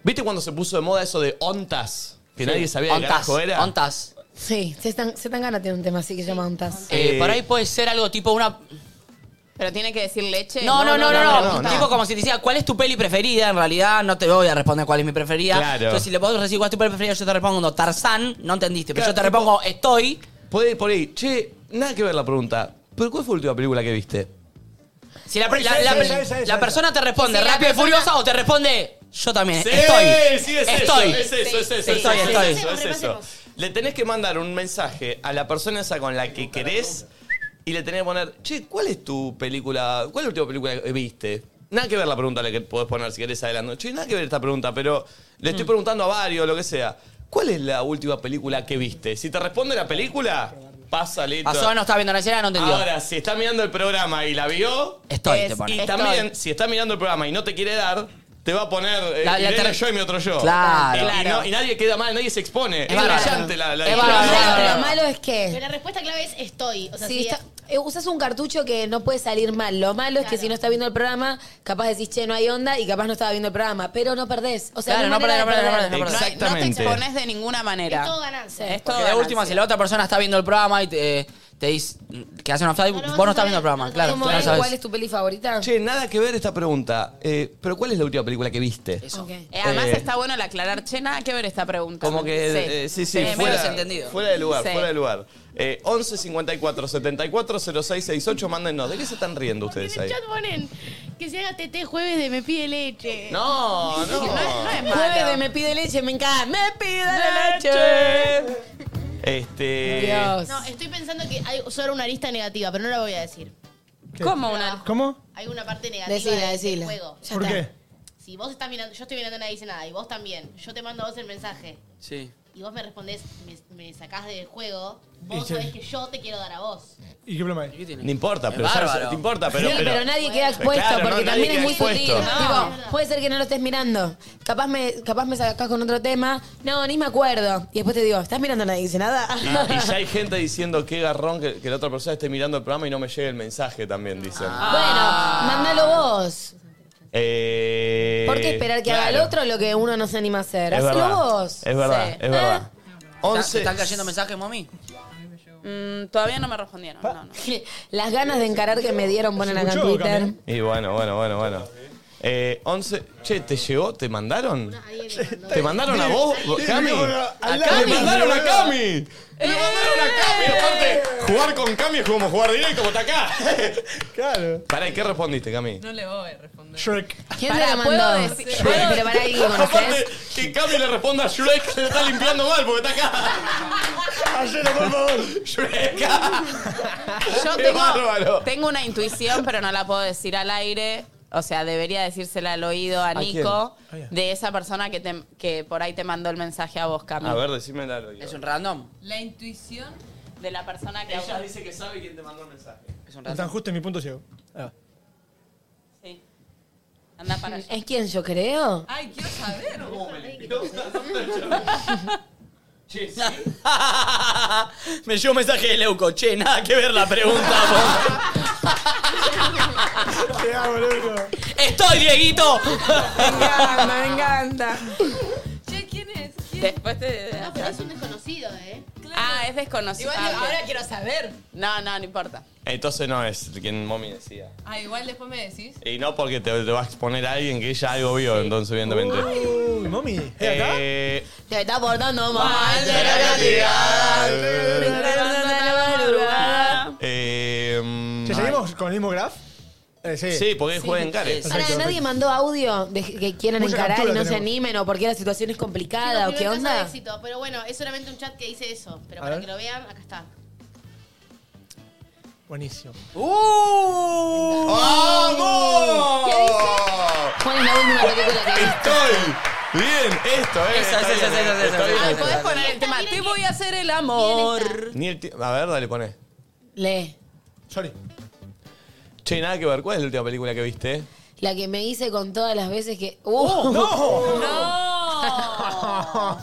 ¿Viste cuando se puso de moda eso de ontas? Que
Sí.
nadie sabía de qué
Ontas,
carajo era.
Ontas.
Sí, se están, se están ganando un tema así que se llama Ontas.
Eh,
Eh,
por ahí puede ser algo tipo una...
Pero tiene que decir leche.
No, no, no, no, no.
no, no.
Tipo como si te decía, ¿cuál es tu peli preferida? En realidad no te voy a responder cuál es mi preferida.
Claro.
Entonces si le puedo decir cuál es tu peli preferida, yo te respondo Tarzán, no entendiste. Pero
Claro,
yo te repongo estoy.
Puede ir por ahí. Che, nada que ver la pregunta. ¿Pero cuál fue la última película que viste?
Si la,
Esa,
la-
esa,
la-
esa, esa,
la
esa.
persona te responde
Si la
rápido y
persona-
furiosa o te responde yo también.
Sí,
estoy.
sí, es
estoy.
eso, es eso, es eso,
Estoy,
es eso,
estoy.
es eso, es eso. Le tenés que mandar un mensaje a la persona esa con la que querés y le tenés que poner, che, ¿cuál es tu película? ¿Cuál es la última película que viste? Nada que ver la pregunta la que podés poner si querés adelante. Che, nada que ver esta pregunta, pero le
Mm.
estoy preguntando a varios, lo que sea. ¿Cuál es la última película que viste? Si te responde la película, pasa listo.
Pasó, no estaba viendo la escena, no entendió.
Ahora, si está mirando el programa y la vio.
Estoy, te pone.
Y
Estoy.
también, si está mirando el programa y no te quiere dar, te va a poner. eh,
La- la
Irene,
ter-
yo y mi otro yo.
Claro.
Y- Y,
Claro.
no- y nadie queda mal, nadie se expone. Es,
bárbaro.
brillante la. la
Es
la-
bárbaro.
Pero lo malo es que...
Pero la respuesta clave es estoy. O sea,
si
si
está- eh, usas un cartucho que no puede salir mal. Lo malo es que si no está viendo el programa, capaz decís, che, no hay onda y capaz no estaba viendo el programa. Pero no perdés. O sea,
Claro,
no,
no
hay manera
perdés,
de
no perdés, no perdés, no perdés.
perder.
No te Exactamente.
de
exponés
ninguna manera.
Es todo ganancia.
Es todo
Porque de
ganancia.
última, si la otra persona está viendo el programa y te, eh, te dice que hace una fada, vos no estás viendo el programa. Claro,
Como,
claro,
eh,
sabes.
¿Cuál es tu peli favorita?
Che, nada que ver esta pregunta. eh, pero ¿cuál es la última película que viste?
Ok.
Eh, además
Eh,
está bueno el aclarar, che, nada que ver esta pregunta.
Como que, eh, sí, sí, fuera, fuera de lugar,
Sí.
fuera de lugar. Eh, 11 54 74 0668, mándennos. ¿De qué se están riendo ustedes ahí?
chat ponen que se haga TT jueves de me pide leche.
No, no.
Jueves de Me Pide Leche, me encanta. ¡Me pide
Leche.
leche!
Este.
No, estoy pensando que hay solo una arista negativa, pero no la voy a decir.
¿Cómo una?
¿Cómo?
Hay una parte negativa
Decila,
del- del
decila.
juego.
Ya ¿Por está. qué?
Si vos estás mirando, yo estoy mirando y nadie dice nada, y vos también, yo te mando a vos el mensaje,
Sí.
y vos me respondés, me, me sacás del juego,
Y
vos
se-
sabés que yo te quiero dar a vos.
¿Y qué problema hay?
No importa,
Es
pero ya-
bárbaro.
te importa, pero.
Sí,
Pero nadie queda expuesto
Claro, no,
porque
nadie
también es
queda
muy sutil.
expuesto.
Tipo, puede ser que no lo estés mirando. Capaz me, capaz me sacás con otro tema. No, ni me acuerdo. Y después te digo, ¿estás mirando nadie dice nada?
Y, y ya hay gente diciendo qué garrón que, que la otra persona esté mirando el programa y no me llegue el mensaje también, dicen.
Mándalo Ah. vos.
Eh,
¿Por qué esperar que haga el
claro.
otro lo que uno no se anima a hacer?
Es
Hacelo
verdad,
vos. Ah.
Es verdad, es verdad.
¿Están, están cayendo mensajes, mami?
Mm, todavía no me respondieron. No, no.
Las ganas de encarar que me dieron ponen acá en
escuchó,
Twitter.
Y bueno, bueno, bueno, bueno. Eh, 11. Che, ¿te llegó? ¿Te mandaron? ¿Te mandaron a vos,
Sí,
Cami?
sí,
¡A
al
Cami!
lado,
¡Me mandaron a
boludo.
Cami! ¡Me
Eh,
mandaron a Cami! Aparte, jugar con Cami es como jugar directo, como está acá.
Claro.
Pará, ¿y qué respondiste, Cami?
No le voy a
Shrek.
¿Quién
Pará,
te la
¿puedo
mandó?
decir-
Pero pero pará, ¿y lo
Aparte,
conoces?
que Cami le responda a Shrek se le está limpiando mal porque está acá.
Hazlo, por favor.
Shrek.
Yo
Qué
tengo,
bárbaro.
tengo una intuición, pero no la puedo decir al aire. O sea, debería decírsela al oído a
¿A quién?
Nico
Ah, ya.
de esa persona que, te- que por ahí te mandó el mensaje a vos, Cami.
A ver, decime la logia.
¿Es un random?
La intuición de la persona que...
Ella dice que sabe quién te mandó el mensaje.
Es un
Están justo en mi punto ciego. Ah.
Anda para allá.
¿Es quien yo creo?
Ay, quiero saber.
Me llegó un mensaje de Leuco. Che, nada que ver la pregunta.
Te amo, loco.
¡Estoy, Dieguito!
encanta, me encanta.
Che, ¿quién es?
Después te...
No, pero es un desconocido, ¿eh?
Ah, es desconocido.
Igual
Ah, ok.
ahora quiero saber.
No, no, no importa.
Entonces no es quien Mommy decía.
Ah, igual después me decís.
Y no porque te, te va a exponer a alguien que ella algo vio, entonces, evidentemente.
Uy, mami.
Eh,
Te está portando mal.
eh, mm,
¿Ya seguimos con el mismo graph? Eh, sí.
Sí, porque juegan Care.
Perfecto,
Pará, ¿nadie
perfecto.
mandó audio de que quieran
Mucha
encarar y no
captura
se
tenemos.
animen o porque la situación es complicada
Chicos,
o qué
primer caso de
onda?
éxito, pero bueno, es solamente un chat que dice eso. Pero
A
para
ver.
que lo vean, acá está.
Buenísimo.
¡Uh! ¡Vamos!
¿Qué
¿Cuál es la última película que
Estoy bien, esto eh, es.
Esa, esa, esa, esa, esa.
Ah, podés poner el tema. Te voy a hacer el amor.
A ver, dale, poné.
Lee.
Sorry.
Che, nada que ver. ¿Cuál es la última película que viste?
La que me hice con todas las veces que. ¡Uh!
¡Oh, ¡No!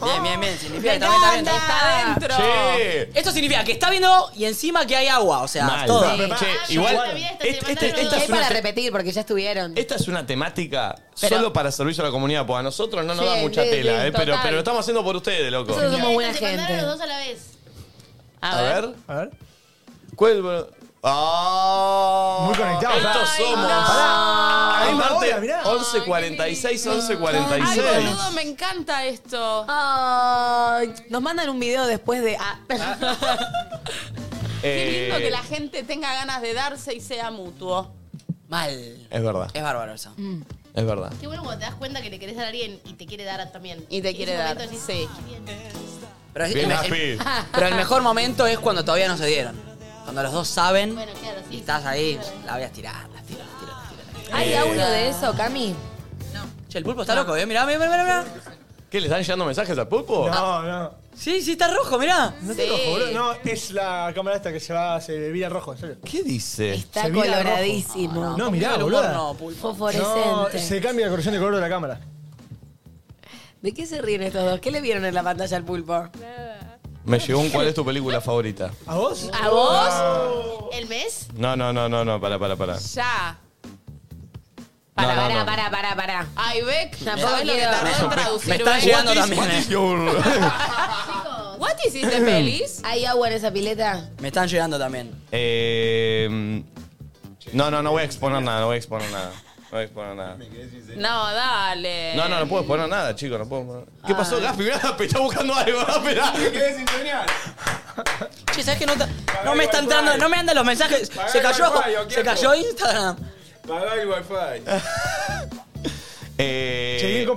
Bien, bien, bien. Significa
Me
que también está bien.
encanta.
Dentro.
Che.
Esto significa que está viendo y encima que hay agua. O sea,
Mal.
todo.
Sí. Che,
Ah,
igual-
está bien, está bien,
este-
mandalo.
este-
Que
esta
es
es una
para
te-
repetir porque ya
Eh,
estuvieron.
Esta es una temática
Pero-
solo para servicio a la comunidad, porque a nosotros no nos
Sí,
da mucha
sí,
tela,
sí,
eh, pero,
total.
pero lo estamos haciendo por ustedes, loco.
Nosotros somos buena
Te mandaron los
gente.
dos a la vez.
A ver.
A ver.
¿Cuál? ¡Ah!
Muy conectados,
Estos
pará.
somos.
Pará. A la misma
Aparte,
hora, mirá.
11.46,
Ay,
11.46.
boludo, me encanta esto.
Ay, nos mandan un video después de. ah.
Qué
Eh,
lindo que la gente tenga ganas de darse y sea mutuo.
Mal.
Es verdad,
Es bárbaro eso.
es verdad.
Qué bueno cuando te das cuenta que le querés dar a alguien y te quiere dar a- también.
Y te quiere dar, sí.
Pero, es-
Bien,
el-
Gaspi.
pero el mejor momento es cuando todavía no se dieron. Cuando los dos saben
claro, sí,
y estás ahí, la voy a tirar, la tiro, la tiro, la tiro. la tiro.
¿Hay
Eh,
audio de eso, Cami?
Che, el pulpo está loco, eh. Mirá, mirá, mirá, mirá.
¿Qué, le están llegando mensajes al pulpo?
No, no.
Sí, sí, está rojo, mirá.
No está
Sí.
rojo, boludo. No, es la cámara esta que se va, se vira rojo, en serio.
¿Qué dice?
Está coloradísimo.
No, mirá, boludo. No,
Fosforescente.
se cambia la corrección de color de la cámara.
¿De qué se ríen estos dos? ¿Qué le vieron en la pantalla al pulpo?
Me llegó un cuál es tu película favorita.
¿A vos?
¿A vos?
¿El mes?
No, no, no, no, no, para, para, para.
Ya.
Ah, No, no, no.
Pará, Ah, pará, pará.
Ay, Beck,
Tampoco
¿sabes lo que
quiero-
tardé en traducir?
Me están
Beck?
llegando
What is-
también.
what
eh.
is ¿What hiciste feliz?
¿Hay agua en esa pileta?
Me están llegando también.
Eh, no, no, no voy a exponer nada, no voy a exponer nada. No voy a exponer nada.
No, dale.
No, no, no puedo exponer nada, chicos, no puedo exponer- ¿Qué pasó, Gaspi? Mirá, Gaspi está buscando algo, Gaspi, mirá.
Che, ¿sabes que no, ta- no me están dando, no me andan los mensajes? Se cayó, se cayó Instagram.
Pagá el wifi.
Eh,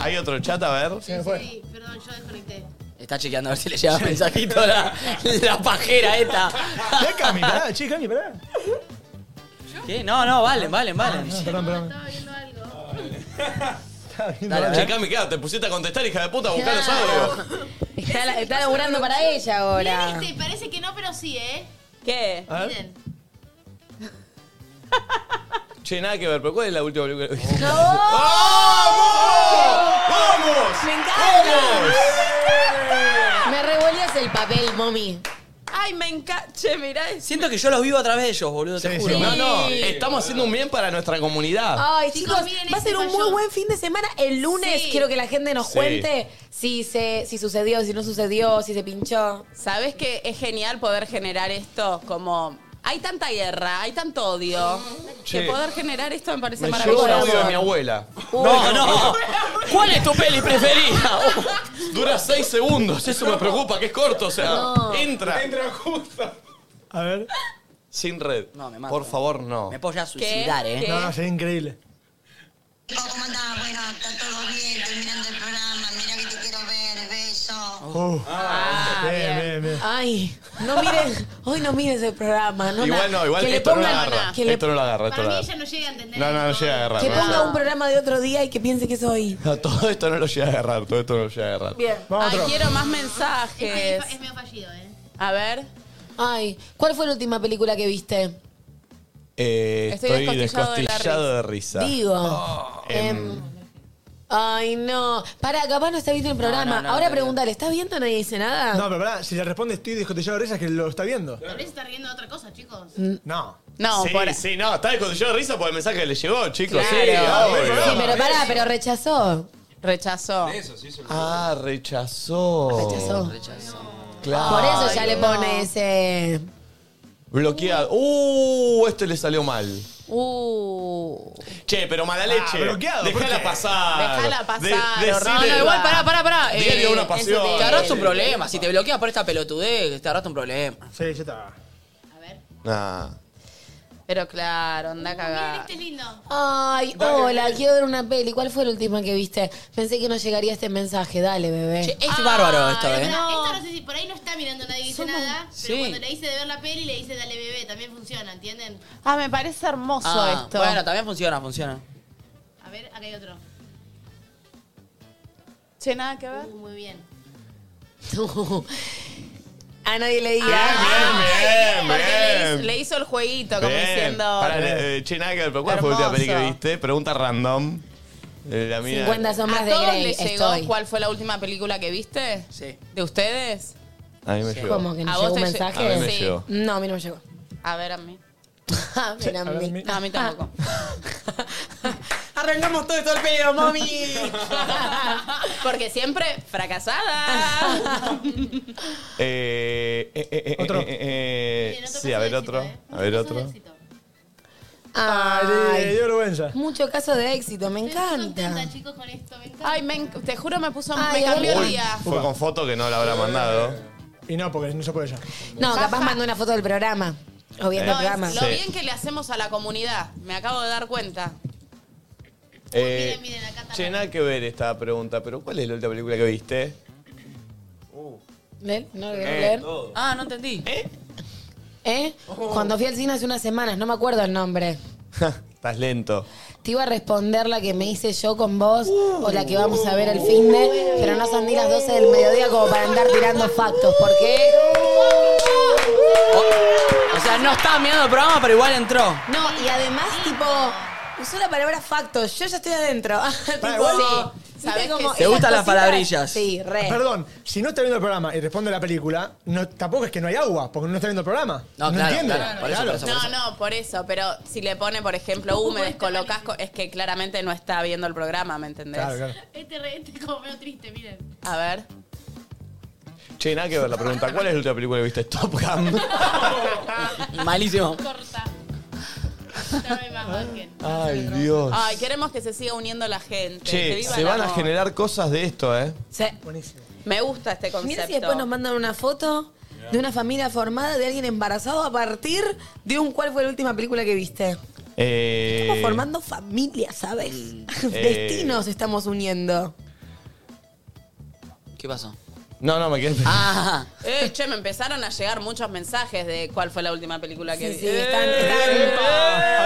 Hay otro chat, a ver.
Sí, sí, perdón, yo desconecté.
Está chequeando a ver si le llega mensajito a la, la pajera esta.
Ya, Cami, pará, che, Cami, pará. Ah,
¿Qué? No, no, valen, valen, valen.
No, perdón, perdón.
Dale, che, Cami, claro, te pusiste a contestar, hija de puta, buscar los audios.
Está, la- está laburando para ella ahora.
Miren este, parece que no, pero sí, ¿eh?
¿Qué?
A ver.
Miren.
Che, nada que ver, pero ¿cuál es la última película?
¡Vamos!
¡Me encanta! Me revolías el papel, mommy.
Ay, me encanta. Che, mirá eso.
Siento que yo los vivo a través de ellos, boludo, te juro.
No, no, estamos haciendo un bien para nuestra comunidad.
Ay,
Chicos,
chicos,
miren,
va a
este
ser un
falló.
muy buen fin de semana. El lunes
Sí.
quiero que la gente nos
Sí.
cuente si, se, si sucedió, si no sucedió, si se pinchó.
¿Sabes que es genial poder generar esto como... Hay tanta guerra, hay tanto odio.
Che.
Que poder generar esto me parece
Me llegó un
maravilloso.
audio de mi abuela.
No, no. ¿Cuál es tu peli preferida?
Dura 6 segundos, eso me preocupa, que es corto, o sea, entra.
Entra justo.
A ver.
Sin red.
No, me mato.
Por favor, no.
Me puedo ya
¿Qué?
suicidar, eh.
¿Qué?
No, no, sería increíble.
¿Cómo andás? Bueno, está todo bien, terminando el programa. Mira que te quiero ver, beso.
Oh.
Uh.
Ah,
bien,
bien.
bien, bien.
Ay, no miren, hoy no miren ese programa. No
Igual
na-
no, igual
que le
esto no lo
pongan-
agarra.
Que, le-
Esto no lo agarra, esto
Para
no lo
mí
agarra.
ella no llega a entender.
No, no, no llega a agarrar.
que
no
ponga
llega.
un programa de otro día y que piense que es hoy.
No, todo esto no lo llega a agarrar, todo esto no lo llega a agarrar.
Bien.
Vamos
Ay,
otro.
quiero más
Es medio,
mensajes.
fa- es medio fallido, ¿eh?
A ver.
Ay, ¿cuál fue la última película que viste?
Eh,
Estoy
estoy
descostillado de la
descostillado de risa.
Digo.
Em,
Ay, no. Para, capaz no está viendo el programa.
no,
Ahora
no, está bien.
pregúntale, ¿estás viendo? Nadie dice nada.
No, pero pará, si le responde estoy descotillado de risas que lo está viendo.
Tal vez se está riendo de otra cosa, chicos.
No.
No,
sí,
por...
sí, no, está descostillado de risa por el mensaje que le llegó, chicos.
Claro.
Sí, obvio.
Sí, pero pará, pero rechazó.
Rechazó.
Ah, rechazó.
Rechazó.
Claro.
Por eso ya
Ay,
le
no.
pone eh, ese.
Bloqueado. Uh, este le salió mal.
Uh.
Che, pero mala leche.
bloqueado, ¿por
Dejala
qué?
pasar.
Déjala pasar,
decile-
horror. No, no, igual pará, pará, pará.
Diario
Eh,
una pasión.
eso
Te agarraste un problema. Si te bloqueas por esta pelotudez, te agarraste un problema.
Sí, ya está.
Nah.
Pero claro, anda
Miren,
cagada.
este es lindo.
Ay, hola, quiero ver una peli. ¿Cuál fue la última que viste? Pensé que no llegaría este mensaje. Dale, bebé.
Che, es bárbaro esto,
Pero
eh.
no. Esta no sé si por ahí no está mirando nadie dice nada, pero
Sí.
cuando le hice de ver la peli le hice dale bebé, también funciona, ¿entienden?
Ah, me parece hermoso
Ah,
esto.
bueno, también funciona, funciona.
A ver, acá hay otro.
Che, nada que ver.
Uh, muy bien.
A nadie le diga.
Bien, bien,
Ah, Porque le hizo,
bien.
le hizo el jueguito, como
Bien.
diciendo.
Pará, eh, che, nada que ver, pero ¿cuál fue la última
Hermoso.
peli que viste? Pregunta random. Eh, La mina.
50 sombras
¿A
de
todos
Grey.
les llegó
Estoy.
cuál fue la última película que viste?
Sí.
¿De ustedes?
A mí me llegó.
¿Cómo que
¿A
no
vos
llegó un
te lle-
A mí me
mensaje?
Sí.
llegó.
No, a mí no me llegó.
A ver, a mí.
Ah, mira,
ver,
mi-
mi-
No, a mí tampoco.
Arrancamos todo esto al pelo, mami.
Porque siempre fracasada.
Eh, eh, eh, eh,
Otro.
eh, eh,
Bien, otro
sí, a ver
caso de
otro.
éxito, ¿eh?
A ver
Caso de
otro.
éxito.
Ay, le
Ay,
dio vergüenza.
mucho caso de éxito, me
Estoy
encanta.
contenta, chicos, con esto, me encanta.
Ay, me enc- te juro me puso.
Ay,
me
a
cambió
ver.
el
Uy,
día.
fue con foto que no la habrá mandado.
Y no, porque no se puede ya.
No, capaz mandó una foto del programa. O viendo el
Eh,
No,
programa.
es lo
Sí.
bien que le hacemos a la comunidad. Me acabo de dar cuenta.
Eh,
miren, miren, acá está.
che, nada que ver esta pregunta, pero ¿cuál es la última película que viste?
¿Ven? ¿No lo voy a
Eh,
leer?
Ah, no entendí.
¿Eh?
¿Eh? Cuando fui al cine hace unas semanas, no me acuerdo el nombre.
Estás lento.
Te iba a responder la que me hice yo con vos o la que vamos a ver el fin de, pero no son ni las 12 del mediodía como para andar tirando factos, porque
O sea, no estaba mirando el programa, pero igual entró.
no, y además tipo usó la palabra factos, yo ya estoy adentro. Tipo, ¿viste
¿Sabes
cómo
que- ¿Te
esas
gustan las
cositas?
palabrillas?
Sí, re.
Perdón, si no está viendo el programa y responde la película, no, tampoco es que no hay agua, porque no está viendo el programa. No,
claro,
entiende.
claro, por eso, por eso, por
No, no, por eso, pero si le pone, por ejemplo, U, me descolocas, co- es que claramente no está viendo el programa, ¿me entendés?
Claro, claro.
Este, re- este es como medio triste, miren.
Ah,
A ver.
Che, nada que ver la pregunta. ¿Cuál es la última película que viste? Top Gun.
Malísimo.
Corta. Dame más, Vázquez.
Ay, Dios.
Ay, queremos que se siga uniendo la gente. que
Che,
viva
se
el
van a
amor.
generar cosas de esto, ¿eh?
Me gusta este concepto.
Mira si después nos mandan una foto de una familia formada de alguien embarazado a partir de un cuál fue la última película que viste.
Eh,
Estamos formando familias, ¿sabes?
eh.
Destinos estamos uniendo.
¿Qué pasó?
No, no, me quedé.
Ah. Eh, che, me empezaron a llegar muchos mensajes de cuál fue la última película que vi.
sí, están-
Eh,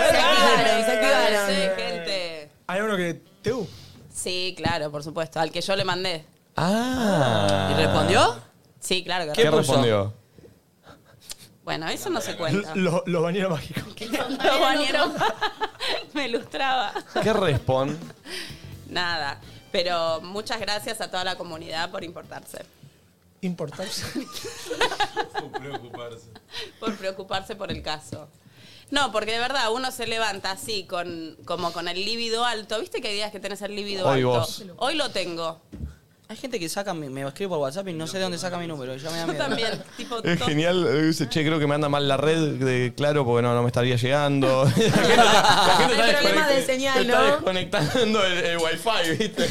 están-
se activaron, se
activaron.
activaron. Sí, gente.
Hay uno que. ¿Tú?
Sí, claro, por supuesto. Al que yo le mandé.
Ah.
¿Y respondió?
Sí, claro que
¿Qué, respondió?
Bueno, eso no se cuenta.
Los los bañeros mágicos.
Los bañeros. me ilustraba.
¿Qué responde?
Nada. Pero muchas gracias a toda la comunidad por importarse.
Importarse.
Preocuparse.
por preocuparse por el caso. No, porque de verdad uno se levanta así, con, como con el líbido alto. ¿Viste que hay días que tenés el líbido
Hoy
alto?
vos.
Hoy lo tengo.
Hay gente que saca, mi- me escribe por WhatsApp y no sé de dónde saca mi número. Ya me da
Yo
miedo.
también. tipo,
Es
to-
genial. eh, Dice, che, creo que me anda mal la red de Claro porque no, no me estaría llegando. La gente está-
Ah,
la gente está
Hay problemas
desconect-
de señal,
Está
¿no?
desconectando el, el wifi, ¿viste?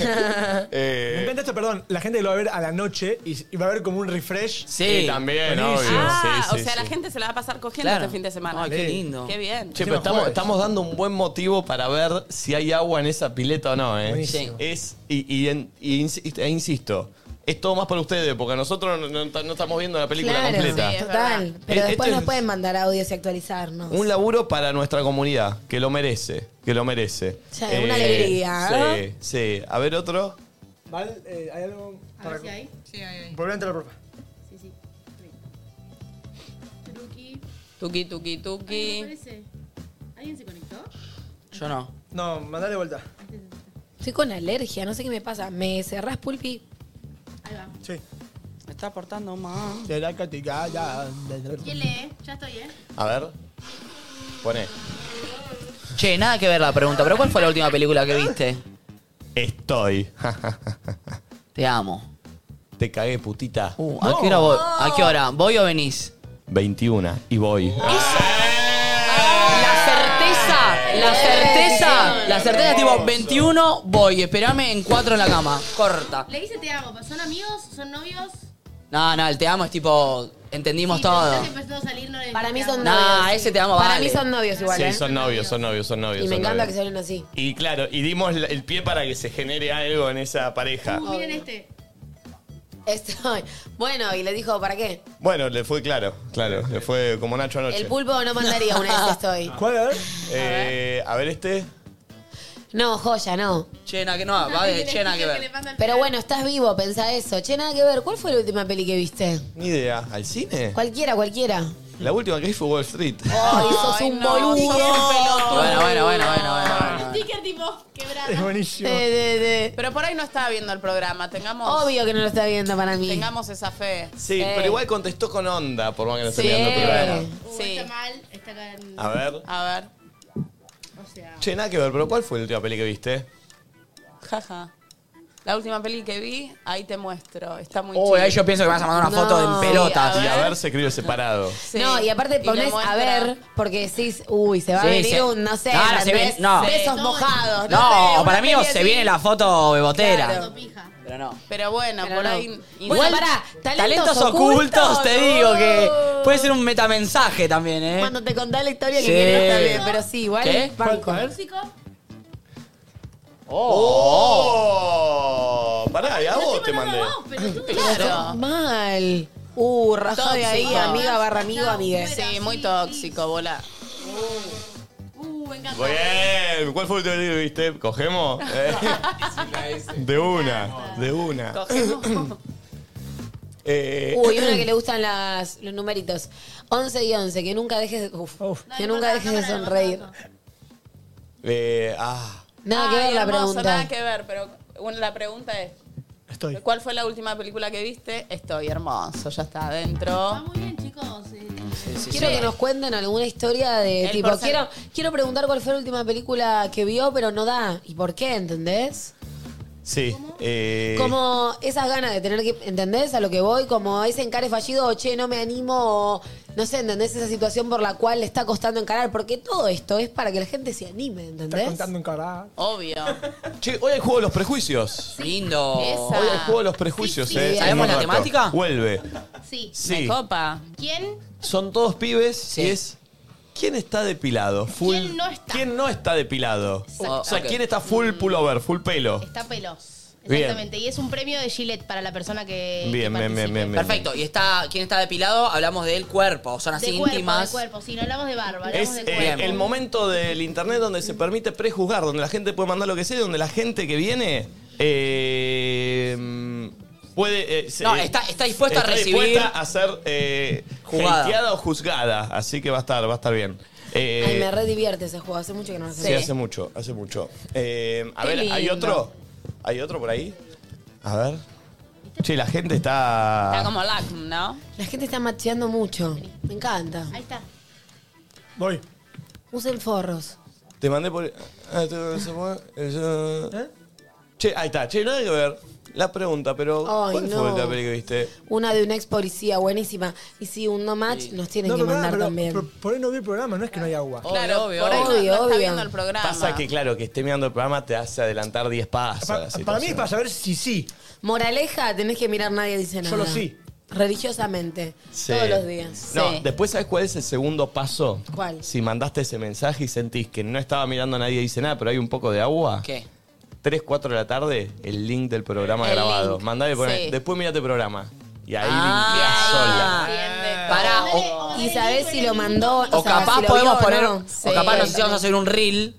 Eh,
Me encanta esto, perdón. La gente que lo va a ver a la noche y, y va a ver como un refresh.
Sí, también,
Buenísimo.
obvio.
Ah,
Sí,
o
sí,
sea, la
sí.
gente se la va a pasar cogiendo
Claro.
este fin de semana.
Ay, qué lindo.
Qué bien.
Este
Che, pero estamos, estamos dando un buen motivo para ver si hay agua en esa pileta o no, ¿eh?
Buenísimo.
Es, y, y en- y insi- e insisto, es todo más para ustedes, porque nosotros no, no- no estamos viendo la película completa.
total.
Es-
Pero
esto
después nos
es
pueden mandar audios y actualizarnos.
Un laburo para nuestra comunidad, que lo merece, que lo merece. Eh,
Sí, una alegría,
Sí, sí. A ver otro.
Val, eh, ¿Hay algo
A
para
ver si hay. Sí, hay, hay.
Volvé a entrar, porfa.
Sí, sí. Tuki.
Tuki, tuki,
Ay,
tuki.
no aparece. ¿Alguien se conectó?
Yo no.
No, mandale vuelta.
Estoy con alergia, no sé qué me pasa. ¿Me cerrás, Pulpi?
Ahí va.
Sí.
Me está aportando más.
Será castigada.
¿Quién lee? Ya estoy, ¿eh?
A ver. Pone.
Che, nada que ver la pregunta, pero ¿cuál fue la última película que viste?
Estoy.
Te amo.
Te cagué, putita.
Uh, ¿A qué hora voy? ¿A qué hora? ¿Voy o venís?
21. Y voy.
Ah.
Certeza, la certeza, la certeza tipo 21, voy, esperame en 4 en la cama, corta.
Le dice te amo, pero ¿son amigos? ¿Son novios?
No, no, el te amo es tipo, entendimos todo.
empezó a salir, no le
Para mí son novios.
Nah, ese te amo
Para
vale.
mí son novios igual,
Sí,
¿eh?
son novios, son novios, son novios.
y me
son
encanta que
novios.
se hablen así.
Y claro, y dimos la- el pie para que se genere algo en esa pareja.
Uh, miren este.
Estoy. Bueno, y le dijo, ¿para qué?
Bueno, le fue claro, claro, le fue como Nacho anoche.
El pulpo no mandaría una vez estoy.
¿Cuál a ver?
Eh, a ver este.
No, joya, no.
Che, nada que no, va de che, nada que ver.
Pero bueno, estás vivo, pensá eso. Che, nada que ver. ¿Cuál fue la última peli que viste?
Ni idea. ¿Al cine?
Cualquiera, cualquiera.
La última que vi fue Wall Street.
Ay, sos un boludo. Oh.
Bueno, bueno, bueno, bueno, bueno.
Sticker tipo quebrado.
Es
buenísimo.
Pero por ahí no estaba viendo el programa. Tengamos.
Obvio que no lo está viendo para mí.
Tengamos esa fe.
Sí, pero igual contestó con onda, por más que no esté
Eh. Sí.
mirando el programa.
Sí.
Está mal, está acá en-
A ver.
A ver.
O sea.
Che, nada que ver, pero ¿cuál fue la última peli que viste?
Jaja. La última peli que vi, ahí te muestro. Está muy
Uy,
chida.
ahí yo pienso que me vas a mandar una foto
No.
en pelotas.
Y a ver, se escribe separado.
Sí.
No, y aparte
le
ponés
muestra-
a ver, porque decís, uy, se va
Sí,
a venir
se-
un, no sé,
No, no, se
¿entendés?
viene- no.
besos mojados. sé,
No, o
una
para mí o
peli
se
así.
viene la foto bebotera.
Claro.
Pero no.
Pero bueno,
Pero
por
no.
ahí.
Bueno, pará, talentos
ocultos, Uh.
ocultos,
te
no.
digo que puede ser un metamensaje también, ¿eh?
Cuando te contás la historia
Sí.
que querés, está bien, pero sí, igual
¿Qué?
banco.
¡Oh! Pará, y a vos te mandé.
Claro. Mal. Uh, rajá de ahí,
Tóxico.
amiga barra amigo, amigue.
Sí, muy tóxico, bola.
Bien, ¿cuál fue el teoría que viste? ¿Cogemos? Eh, De una, de una. Eh,
Uy, una que le gustan las, los numeritos. 11 y 11, que nunca dejes de, uf, que nunca dejes de sonreír.
eh, ah,
Nada que
Ay,
ver la
hermoso,
pregunta.
Nada que ver, pero bueno, la pregunta es.
Estoy.
¿Cuál fue la última película que viste? Estoy hermoso, ya está adentro. muy bien, chicos.
eh. Quiero que nos cuenten alguna historia de
El
tipo,
porcent-
quiero, quiero preguntar cuál fue la última película que vio, pero no da. ¿Y por qué? ¿Entendés?
sí. eh,
Como esas ganas de tener que, ¿entendés? A lo que voy, como ese encare fallido, o che, no me animo, o no sé, ¿entendés? Esa situación por la cual le está costando encarar, porque todo esto es para que la gente se anime, ¿entendés?
contando encarar.
Obvio.
Che, hoy hay juego de los prejuicios.
Lindo.
Esa.
Hoy hay juego de los prejuicios,
Sí, sí.
¿eh?
¿Sabemos
En un
la
rato.
temática?
Vuelve.
Sí.
Sí.
Me copa.
¿Quién?
Son todos pibes y es. ¿Quién está depilado? Full-
¿Quién no está?
¿Quién no está
Oh,
depilado?
Exacto.
O sea, ¿quién está full pullover, full pelo?
Está pelos.
Bien.
Exactamente. Y es un premio de Gillette para la persona que.
Bien, bien, bien, bien, bien.
Perfecto. Y está, ¿quién está depilado? Hablamos del cuerpo. Son
De
así
cuerpo,
íntimas.
de cuerpo. Sí, no hablamos de barba, hablamos
Es
de
eh,
cuerpo.
el momento del internet donde se permite prejuzgar, donde la gente puede mandar lo que sea, donde la gente que viene eh, puede. eh, se-
No, está- está dispuesta a recibir-
dispuesta a ser eh,
Jugada.
hateada o juzgada. Así que va a estar, va a estar bien. Eh,
Ay, me re divierte ese juego, hace mucho que no lo
sí, hace mucho, hace mucho. Eh, a
Qué
ver, ¿hay
lindo.
otro? ¿Hay otro por ahí? A ver. Che, la gente está.
Está como LACM, ¿no?
La gente está macheando mucho, me encanta. Ahí está.
Voy.
Usen forros.
Te mandé por. Ah, te- se fue, eh, yo- Che, ahí está. Che, no hay que ver la pregunta, pero.
Ay,
¿Cuál
no.
fue la peli que viste?
Una de un ex policía, buenísima. Y si un no match, nos tienen
No,
que
pero pará,
mandar
pero
también.
por- por ahí no vi el programa, no es que no hay agua.
Claro,
obvio,
por ahí no-
obvio,
no, está
obvio.
viendo el programa.
Pasa que, claro, que esté mirando el programa te hace adelantar 10 pasos. la
Para mí
situación.
es para saber si sí.
Moraleja, tenés que mirar nadie dice nada.
Solo sí.
Religiosamente.
Sí.
Todos los días.
No, después, ¿sabes cuál es el segundo paso?
¿Cuál?
Si mandaste ese mensaje y sentís que no estaba mirando a nadie y dice nada, pero hay un poco de agua.
¿Qué?
3, 4 de la tarde, el link del programa
El
grabado.
link,
Mandale, poné,
sí.
después mirate el programa. Y ahí
Ah,
linkeás sola.
Pará, o,
Y sabés si lo mandó.
o
sea,
capaz
si lo
podemos
vio o
poner.
no.
O capaz nos hicimos hacer un reel.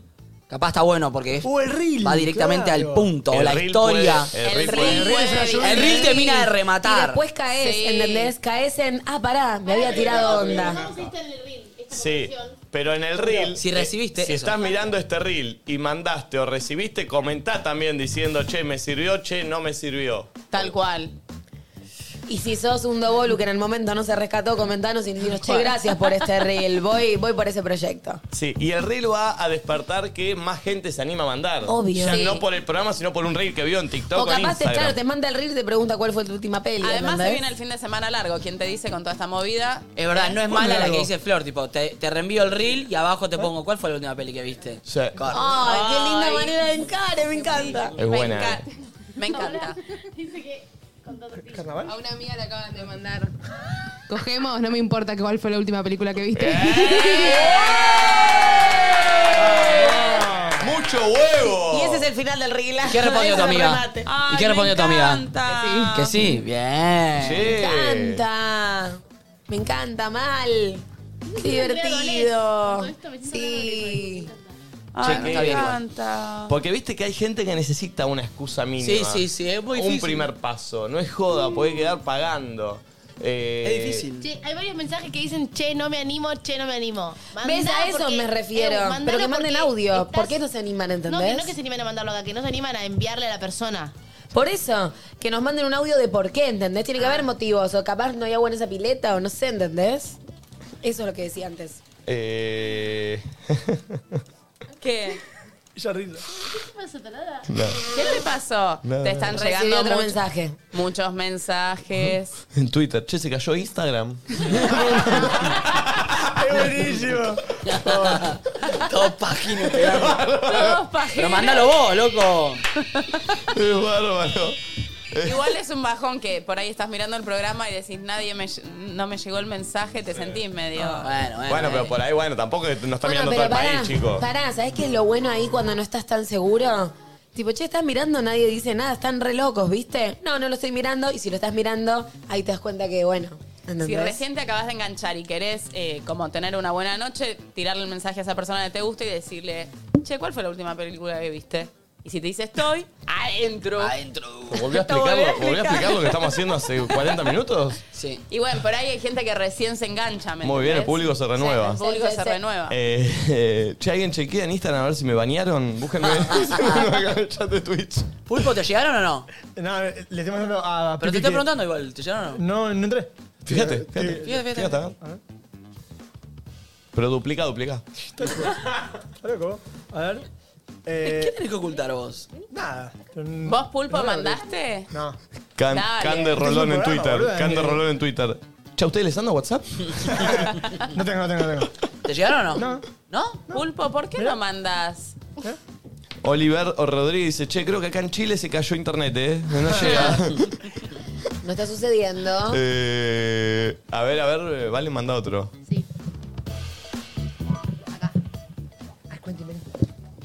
Capaz está bueno porque
Uh,
es- va directamente
claro.
al punto, o
El
la
reel
historia.
puede- el El reel puede- reel
El reel te mina de
Y
rematar.
después caes, ¿entendés? Caes en. Ah, pará, me había tirado onda.
Sí, pero en el reel.
Si
eh,
recibiste
Si
eso.
estás mirando este reel y mandaste o recibiste, comentá también diciendo, che, me sirvió, che, no me sirvió.
Tal cual.
Y si sos un dobolu que en el momento no se rescató, comentanos y deciros, che, gracias por este reel. Voy, voy por ese proyecto.
Sí, y el reel va a despertar que más gente se anima a mandar.
Obvio.
Ya
Sí.
no por el programa, sino por un reel que vio en TikTok
O
o, en
capaz, te,
Instagram.
claro, te manda el reel y te pregunta cuál fue tu última peli.
Además se
¿entendés?
viene el fin de semana largo. ¿Quién te dice con toda esta movida?
Es verdad, no es
Muy
mala la
largo.
que dice Flor, tipo, te, te reenvío el reel y abajo te pongo cuál fue la última peli que viste.
Sí.
Ah,
Ay, qué linda
Ay.
manera de encare, me encanta.
Es buena.
encanta. Me encanta.
Dice que con todo
¿Carnaval?
A una amiga le acaban de mandar. Cogemos, no me importa cuál fue la última película que viste.
¡Mucho huevo!
Y ese es el final del reel.
¿Qué respondió
Ese
tu
es el
amiga?
remate.
¿Y qué respondió tu amiga? Que sí, bien.
Me encanta. Me encanta mal. Qué divertido. Sí.
Ay, me
está bien.
encanta.
Porque viste que hay gente que necesita una excusa mínima.
Sí, sí, sí, es muy
Un
difícil.
primer paso. No es joda, podés quedar pagando. Eh,
Che, hay varios mensajes que dicen, che, no me animo, che, no me animo. Mandá
¿Ves? A eso
porque-
me
eh,
refiero.
mandalo
Pero que manden
porque
audio.
estás-
¿Por qué no se animan,
No, que
entendés?
no que se animan a mandarlo acá, que no se animan a enviarle a la persona.
Por eso, que nos manden un audio de por qué, ¿entendés? Tiene que haber motivos. O capaz no hay agua en esa pileta, o no sé, ¿entendés? Eso es lo que decía antes.
eh,
¿Qué?
Esa risa.
no.
¿Qué te pasó?
No.
Te están
Recibí
llegando
otro
much-
mensaje.
muchos mensajes.
En Twitter. Che, se cayó Instagram.
Es buenísimo.
Todo página.
Todos
Pero
páginas.
mandalo vos, loco.
es bárbaro.
Igual es un bajón que por ahí estás mirando el programa y decís, nadie me, ll- no me llegó el mensaje, te sentís medio...
Bueno, pero por ahí, bueno, tampoco no está
Bueno,
mirando
Ah, pero
todo el
pará,
país, chicos.
pará, ¿sabés qué es lo bueno ahí cuando no estás tan seguro? Tipo, che, estás mirando, nadie dice nada, están re locos, ¿viste? No, no lo estoy mirando. Y si lo estás mirando, ahí te das cuenta que, bueno, ¿entendés?
Si recién te acabas de enganchar y querés eh, como tener una buena noche, tirarle el mensaje a esa persona que te gusta y decirle, che, ¿cuál fue la última película que viste? Y si te dice estoy, adentro. Adentro.
¿Volvió
Volvió a
a explicar, lo- volvió a
explicar.
explicar lo que estamos haciendo hace 40 minutos?
Sí.
Y bueno, por ahí hay gente que recién se engancha, ¿me
Muy bien, el
entendés?
público se renueva.
El público se renueva.
Eh, eh, che, alguien chequea en Instagram a ver si me bañaron. Búsquenme en el chat de Twitch.
Ah, ¿Pulpo, te llegaron o no?
No, le estoy mandando a.
Pero
Pipi
te estoy
que-
preguntando igual, ¿te llegaron o no?
No, no entré.
Fíjate,
fíjate. ¿eh?
Fíjate, fíjate.
A ver.
Pero duplica, duplica.
Está loco. A ver. eh,
¿Qué tenés que ocultar vos?
Nada.
¿Vos, Pulpo,
No,
mandaste?
No.
Can,
Dale.
Can
Este
de
es un
Rolón en
programa,
Twitter.
boludo,
Can de
eh.
Rolón en Twitter. Che, ¿a ¿ustedes les anda WhatsApp?
No tengo, no tengo, no tengo.
¿Te llegaron o no?
¿No? Pulpo, ¿por qué no mandas?
Oliver o Rodríguez dice, che, creo que acá en Chile se cayó internet, ¿eh? No llega.
No está sucediendo.
Eh, a ver, a ver, eh, Vale, manda otro.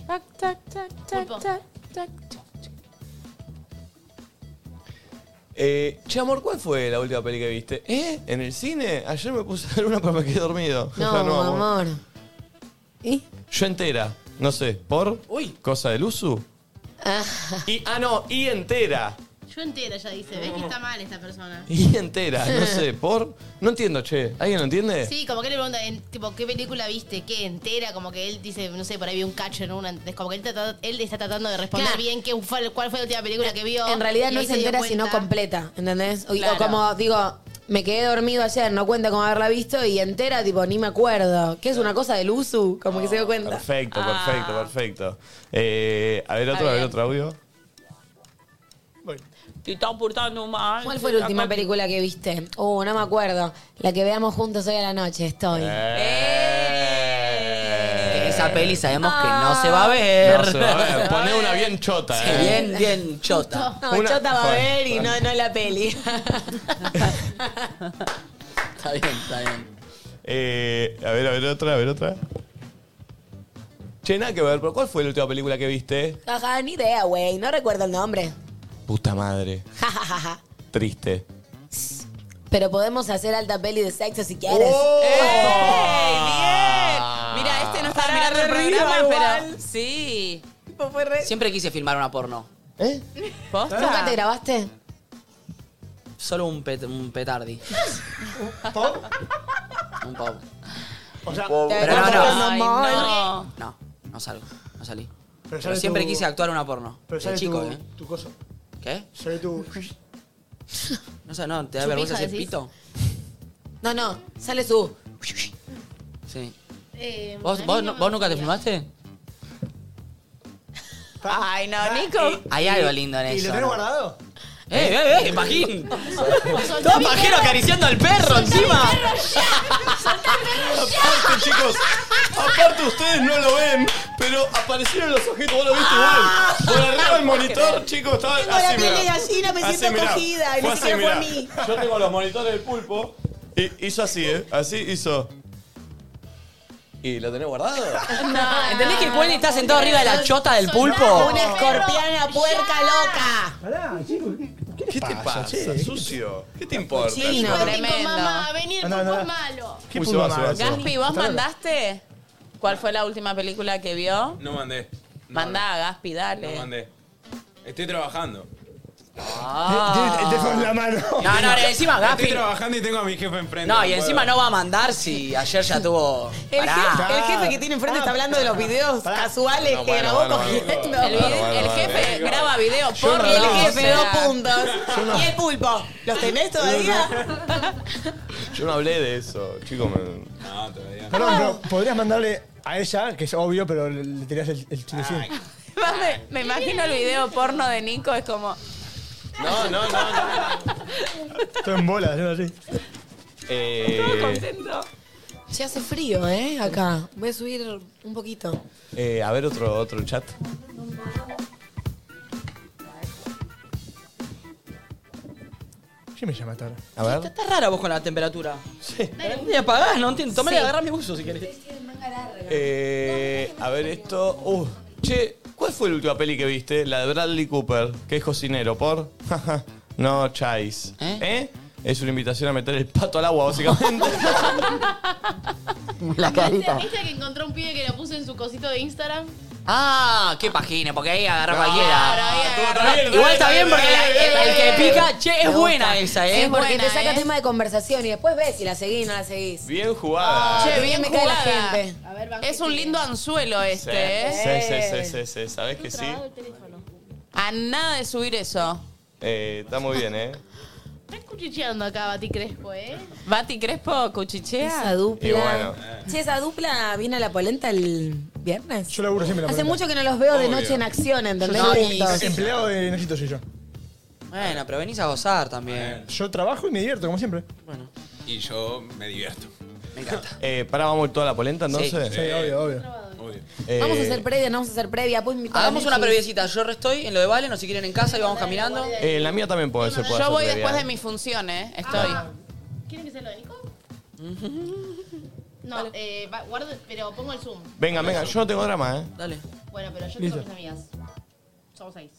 Tac, tac, tac, tac, tac, tac, tac.
Eh, che, amor, ¿cuál fue la última peli que viste? ¿Eh? ¿En el cine? Ayer me puse a ver una pero me quedé dormido.
No,
Ya
amor. ¿Y?
Yo entera. No sé, ¿por?
Uy.
¿Cosa del uso? Y, ah, no, y entera.
Yo entera ya dice, ves que está mal esta persona.
Y entera, no sé, ¿por? No entiendo, che. ¿Alguien lo entiende?
Sí, como que le pregunta, en- tipo, ¿qué película viste? ¿Qué entera? Como que él dice, no sé, por ahí vio un cacho en una. es Como que él, trata- él está tratando de responder
Claro.
bien qué fue, cuál fue la última película que vio.
En realidad
y
no
ahí
es
se dio
entera,
cuenta.
sino completa, ¿entendés? O, o
Claro.
como digo, me quedé dormido ayer, no cuenta con haberla visto y entera, tipo, ni me acuerdo. ¿Qué es una cosa del uso? Como que se dio cuenta.
Perfecto,
Ah.
perfecto, perfecto. Eh, a ver otro,
Está
a ver
bien.
otro audio.
Te está portando mal.
¿Cuál fue la última
Acá-
película que viste? Uh, no me acuerdo. La que veamos juntos hoy a la noche, estoy.
Que esa peli sabemos que
Ah.
no se va a ver.
No se va a ver. Poné una bien chota,
Sí,
eh.
bien, bien chota.
No, Chota va a ver y no, no la peli.
Está bien, está bien.
Eh, a ver, a ver otra, a ver otra. Che, nada que ver, pero ¿cuál fue la última película que viste?
Ajá, ni idea, güey. No recuerdo el nombre.
Puta madre. Triste.
Pero podemos hacer alta peli de sexo si quieres. Eh.
Mira, este
Ah.
no estaba mirando el
arriba
programa,
igual.
pero. Sí.
Siempre quise filmar una porno.
¿Eh?
¿Posta?
¿Nunca te grabaste?
Solo un, pet- un petardi. un pop.
O sea,
Pero no, no.
Ay,
no.
no.
No, no salgo. No salí. Pero,
eh? sale
siempre
tu-
quise actuar una porno.
Pero
de
sale
chico,
tu,
¿eh?
tu cosa.
¿Qué?
Sale tu.
No sé, no, ¿te da
Su
vergüenza
pija,
decir
decís.
pito?
No, no. Sale su.
Sí.
Eh, a
¿Vos,
mí
vos,
no
no-
me
vos nunca te
gustaría.
filmaste?
Ay, no, Nico.
Hay algo lindo en
¿Y
eso.
lo tenés
¿no?
guardado?
¡Eh, eh, eh! ¡Pajín! Todo pajero acariciando al perro encima.
Aparte, chicos, aparte ustedes no lo ven, pero aparecieron los objetos, vos lo viste igual. Por arriba del monitor, chicos, estaba
Tengo la
así,
piel de
mirá.
gallina, me
Así,
siento
mirá.
cogida, y
Fue
ni
así,
siquiera fue a
mirá.
mí.
Yo tengo los monitores del pulpo. Y hizo así, ¿eh? Así hizo. ¿Y lo tenés guardado?
No, ¿Entendés que el Wendy está sentado arriba de la chota del pulpo?
Una escorpiana puerca
loca.
Pará, chicos, ¿qué, qué te pasa?
che? sucio. ¿Qué te importa?
Chico,
chico?
tremendo.
Tremendo.
mamá, venir por malo.
Uy, se va, se va, se va.
Gaspi, ¿vos mandaste? ¿Cuál fue la última película que vio?
No mandé.
Mandá, Gaspi, dale.
No mandé. Estoy trabajando.
Ah.
El teléfono en la mano.
No, no, encima Gaspi.
Estoy trabajando y tengo a mi jefe enfrente.
No, y
puedo.
encima no va a mandar si ayer ya tuvo.
El
Pará.
El jefe que tiene enfrente está hablando de los videos casuales
No,
que
bueno,
grabó
bueno, bueno.
cogiendo.
El vide- Bueno, el bueno, jefe bueno. graba video
Yo
porno,
El
o
jefe,
sea.
dos puntos. Y el pulpo. ¿Los tenés todavía?
Yo no hablé de eso, chicos. No, todavía
Perdón, pero podrías mandarle a ella, que es obvio, pero le, le tirás el, el chile
Me, me imagino el video porno de Nico, es como.
No, no, no.
Estoy en bola, haciendo así.
Eh,
Che, hace frío, ¿eh? Acá. Voy a subir un poquito.
eh, a ver otro, otro chat.
¿Qué me llama ahora?
A ver.
Está rara vos con la temperatura. Sí. Ni apagás, no entiendo. Tomá y agarrá mi buzo si querés.
Eh, a ver esto. Uh, che, ¿cuál ¿Cuál fue la última peli que viste? La de Bradley Cooper, que es cocinero, por. no, Chais. ¿Eh? Es una invitación a meter el pato al agua, básicamente.
La carita. ¿Viste que encontró un pibe que lo puso en su cosito de Instagram?
Ah, qué pagina, porque ahí agarra
No,
cualquiera. Igual está bien porque la- el, el que pica, che, es buena esa, ¿eh?
Sí, porque te saca tema de conversación y después ves si la seguís o no la seguís.
Bien jugada.
Che,
bien
me cae la
jugada.
gente.
Es un lindo anzuelo
Sí,
este,
sí,
¿eh?
sí, sí, sí, sí, ¿Sabés que sí?
A nada de subir eso.
Eh, está muy bien, ¿eh?
Estás cuchicheando acá, Bati Crespo, ¿eh?
Bati Crespo, cuchichea.
Esa dupla.
Y bueno.
Che, esa dupla viene a la polenta el viernes. Yo
laburo siempre en la
Hace
polenta.
mucho que no los veo de
Obvio.
noche en acción, ¿entendés?
Yo soy
Juntos.
empleado de Necesito soy yo.
Bueno, pero venís a gozar también.
Yo trabajo y me divierto, como siempre.
Y yo me divierto.
Me encanta.
Eh, ¿Pará, vamos a ir toda la polenta entonces?
Sí, obvio, obvio.
Eh,
Vamos a hacer previa, no vamos a hacer previa. Pues invitar a
Hagamos una
Michi.
previecita. Yo restoy en lo de Valen, o si quieren en casa y vamos caminando.
eh, la mía también puede ser. puede
Yo
ser
voy
previa,
después
¿eh?
de mi función, ¿eh? Estoy.
Ah, ¿Quieren que se lo dedico? No, eh, va- guardo, pero pongo el Zoom.
Venga, venga, yo no tengo drama, ¿eh?
Dale.
Bueno, pero yo
Listo.
tengo mis amigas. Somos seis.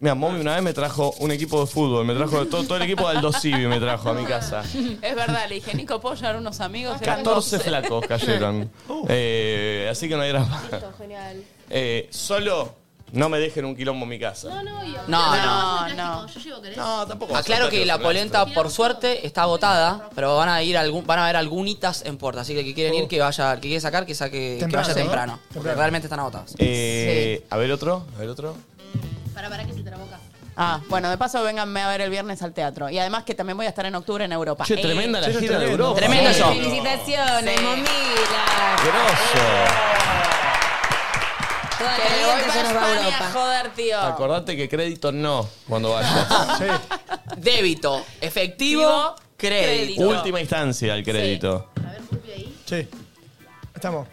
Mira, Mommy una vez me trajo un equipo de fútbol, me trajo todo, todo el equipo de Aldo Civi me trajo a mi casa.
Es verdad, le dije, Nico, ¿puedo llevar unos amigos? Eran 12.
14 Ah, flacos cayeron. Eh, así que no hay drama.
genial.
Eh, solo no me dejen un quilombo en mi casa.
No, yo.
No, no,
no. Yo llevo, ¿querés?
No, tampoco.
Aclaro Ah, que la polenta, por suerte, está agotada, pero van a ir algún, van a haber algunitas en puerta, así que el que quieren
Oh.
ir, que vaya, el que quiere sacar, que saque, que
Temprano,
vaya
¿no?
temprano, porque
Temprano.
realmente están agotadas.
Eh, A ver otro, a ver otro.
Para, para que se te la boca.
Ah, bueno, de paso, vénganme a ver el viernes al teatro. Y además que también voy a estar en octubre en Europa.
Che,
Eh,
tremenda la
che,
gira de
tremendo.
Europa.
Tremendo
Sí.
yo.
Felicitaciones, momila.
Grosso.
Toda
Que me voy
caliente,
para
yo nos va a
España,
Europa.
joder, tío.
Acordate que crédito no cuando vayas.
Débito, efectivo, crédito.
Eh.
Última instancia el crédito.
Sí. Estamos.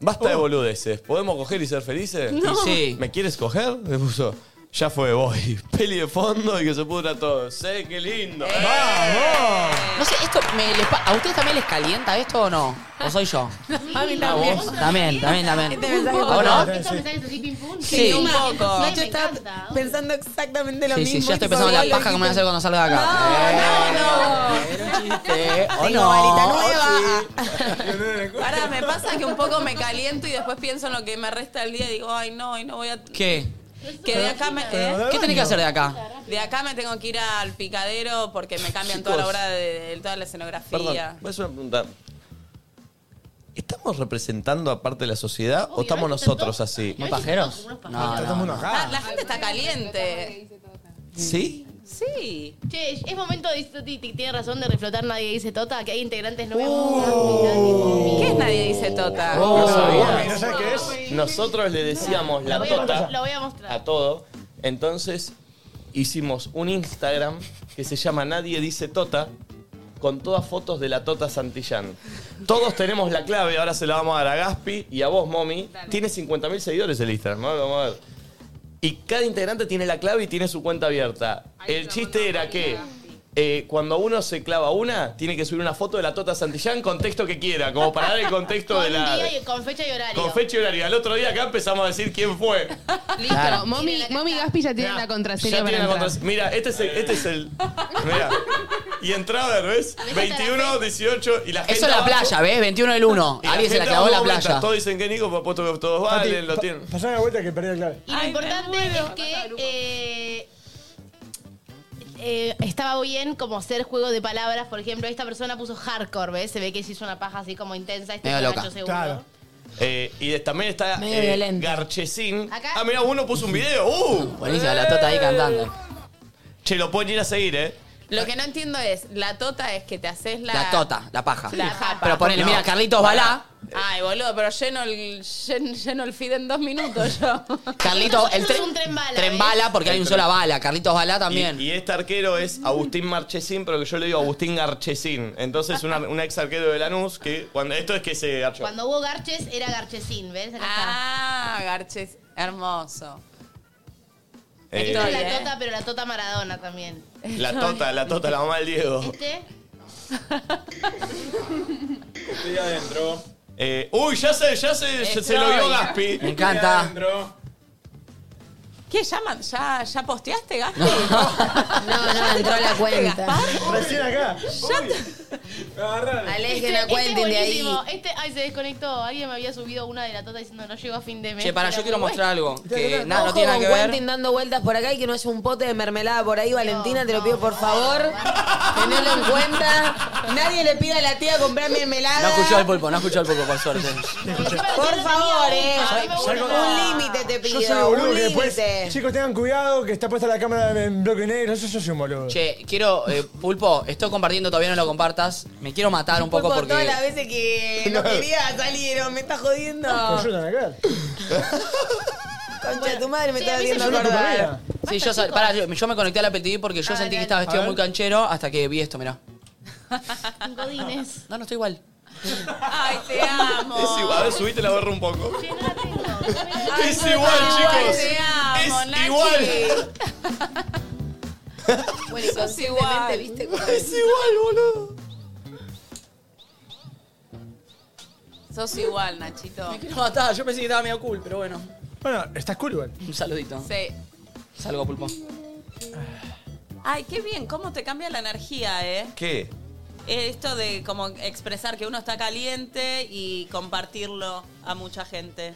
Basta de boludeces. ¿Podemos coger y ser felices?
No. Y sí.
¿Me quieres coger? Le puso. Ya fue, voy. Peli de fondo y que se pudra todo. Sé qué lindo. ¡Vamos!
No sé, esto me les pa- ¿a ustedes también les calienta esto o no? ¿O soy yo?
A mí también.
¿A vos? También, también, también.
Este mensaje
¿O no?
pasó.
Estos mensajes así pim pum.
Sí,
pim,
un
pum.
poco.
Ay,
Nacho
me
está
encanta.
pensando exactamente lo
Sí,
mismo.
sí, ya
tipo,
estoy pensando en
igual
la
lo
paja que me voy a hacer
dijiste.
cuando salga de acá. Eh, ¿O
Tengo
no?
varita
Oh,
Ahora me pasa que un poco me caliento y después pienso en lo que me resta el día y digo, ay no, hoy no voy a.
¿Qué?
Que de acá me. ¿eh?
¿Qué tenés que hacer de acá?
De acá me tengo que ir al picadero porque me cambian toda la
Chicos.
hora de, de- toda la escenografía.
Perdón, voy a hacer una pregunta. ¿Estamos representando a parte de la sociedad o estamos nosotros así?
¿Muy pajeros?
No,
no, no.
Ah, la gente está caliente.
¿Sí?
Sí.
Che, es momento de Toti tiene razón de reflotar nadie dice Tota, que hay integrantes nuevos.
¿Qué es nadie dice Tota?
No sabía.
¿No Oh. sabes qué es?
Nosotros le decíamos la
Lo voy a-
tota
lo voy a mostrar.
a todo. Entonces hicimos un Instagram que se llama Nadie Dice Tota con todas fotos de la Tota Santillán. Todos tenemos la clave, ahora se la vamos a dar a Gaspi y a vos, Momi. Tiene 50.000 seguidores el Instagram, ¿no? vamos a ver. Y cada integrante tiene la clave y tiene su cuenta abierta. El chiste era que eh, cuando uno se clava una, tiene que subir una foto de la Tota Santillán con texto que quiera, como para dar el contexto de la...
Día y- Con fecha y horario.
Con fecha y horario. Al otro día acá empezamos a decir quién fue.
Listo, Mommy, Mommy Gaspi ya tiene la contraseña
Ya
para
tiene la
entrar.
contraseña. Mira, este es el. Este es el mira. Y entra a ver, ¿ves? 21, 18 y la gente.
Eso es la
abajo-
playa, ¿ves? 21 del 1.
y
Alguien se la
gente
clavó en la
abajo comenta,
playa.
Todos dicen que Nico, pues puesto que todos
Pati,
valen, lo
pa-
tienen.
Pasame la vuelta que perdí la clave.
Y lo importante es que eh, eh, estaba bien como ser juego de palabras. Por ejemplo, esta persona puso hardcore, ¿ves? Se ve que se hizo una paja así como intensa. Este
Medio
es
loca.
Nacho, seguro.
Claro. Eh, y de- también está
Medio
eh,
violento.
Garchesín.
Acá.
Ah, mira, uno puso un video. ¡Uh!
Buenísima la tota ahí cantando.
Che, lo pueden ir a seguir, ¿eh?
Lo que no entiendo es, la tota es que te haces la.
La tota, la paja.
La japa.
Pero ponele, mira, Carlitos Balá.
Ay, boludo, pero lleno el, llen- lleno el feed en dos minutos yo.
Carlitos, el tren.
un tren bala.
Tren bala, ¿eh? porque hay un sola bala. Carlitos Balá también.
Y, y este arquero es Agustín Marchesín, pero que yo le digo Agustín Garchesín. Entonces, una- un ex arquero de Lanús que cuando esto es que se garchó.
Cuando hubo Garches, era Garchesín, ¿ves? Acá
Ah, Garches, hermoso.
Eh,
está. La tota, pero la tota Maradona también.
la tota, la tota, la mamá del Diego.
Este,
Estoy adentro.
Eh, uy, ya se, ya se, ya se lo vio Gaspi.
¿Qué llaman? ¿Ya, ya posteaste, Gaspi?
No, no, entró la cuenta.
Recién acá.
Alejen
Este-
a Quentin
este
de
es
ahí.
buenísimo. Este, ay, se desconectó. Alguien me había subido una de la tata diciendo no llego a fin de mes.
Che, para, yo
pero
quiero
bueno.
mostrar algo. Que nada, no
Ojo
tiene nada
con
que ver.
Quentin dando vueltas por acá y que no haya un pote de mermelada por ahí. Valentina, te lo pido por favor. Que no lo encuentra. Nadie le pida a la tía comprar
No
mermelada.
escuchó el pulpo, no escuchó el pulpo, por suerte.
Por favor, eh.
Ay, me gusta.
Un límite te
Yo
pido.
soy el boludo
un
que después.
límite.
Chicos, tengan cuidado que está puesta la cámara en bloque negro. Yo, yo soy un boludo.
Che, quiero, eh, pulpo, estoy compartiendo, todavía no lo compartas. Me quiero matar un poco
Pulpo,
porque.
todas las veces que no
No.
quería salieron, me estás jodiendo.
Me ayudan acá.
Concha, tu madre me
Sí,
está
a mí
haciendo
se me
acordar.
Sí, yo, sal- pará, yo, yo me conecté a la PTV porque yo sentí que estaba vestido muy canchero hasta que vi esto, mirá. No, no estoy igual.
Ay, te amo.
Es igual, a ver, subite la barra un poco.
Ay,
Es
me
igual,
amo,
chicos.
Te amo,
Es
Nachi.
igual.
Bueno, y constantemente, viste.
Es igual, boludo.
Sos igual, Nachito.
Me quiero matar, yo pensé que estaba medio cool, pero bueno.
Bueno, estás cool igual.
Un saludito.
Sí.
Salgo, pulpo.
Ay, qué bien, cómo te cambia la energía, ¿eh?
¿Qué?
Eh, Esto de como expresar que uno está caliente y compartirlo a mucha gente.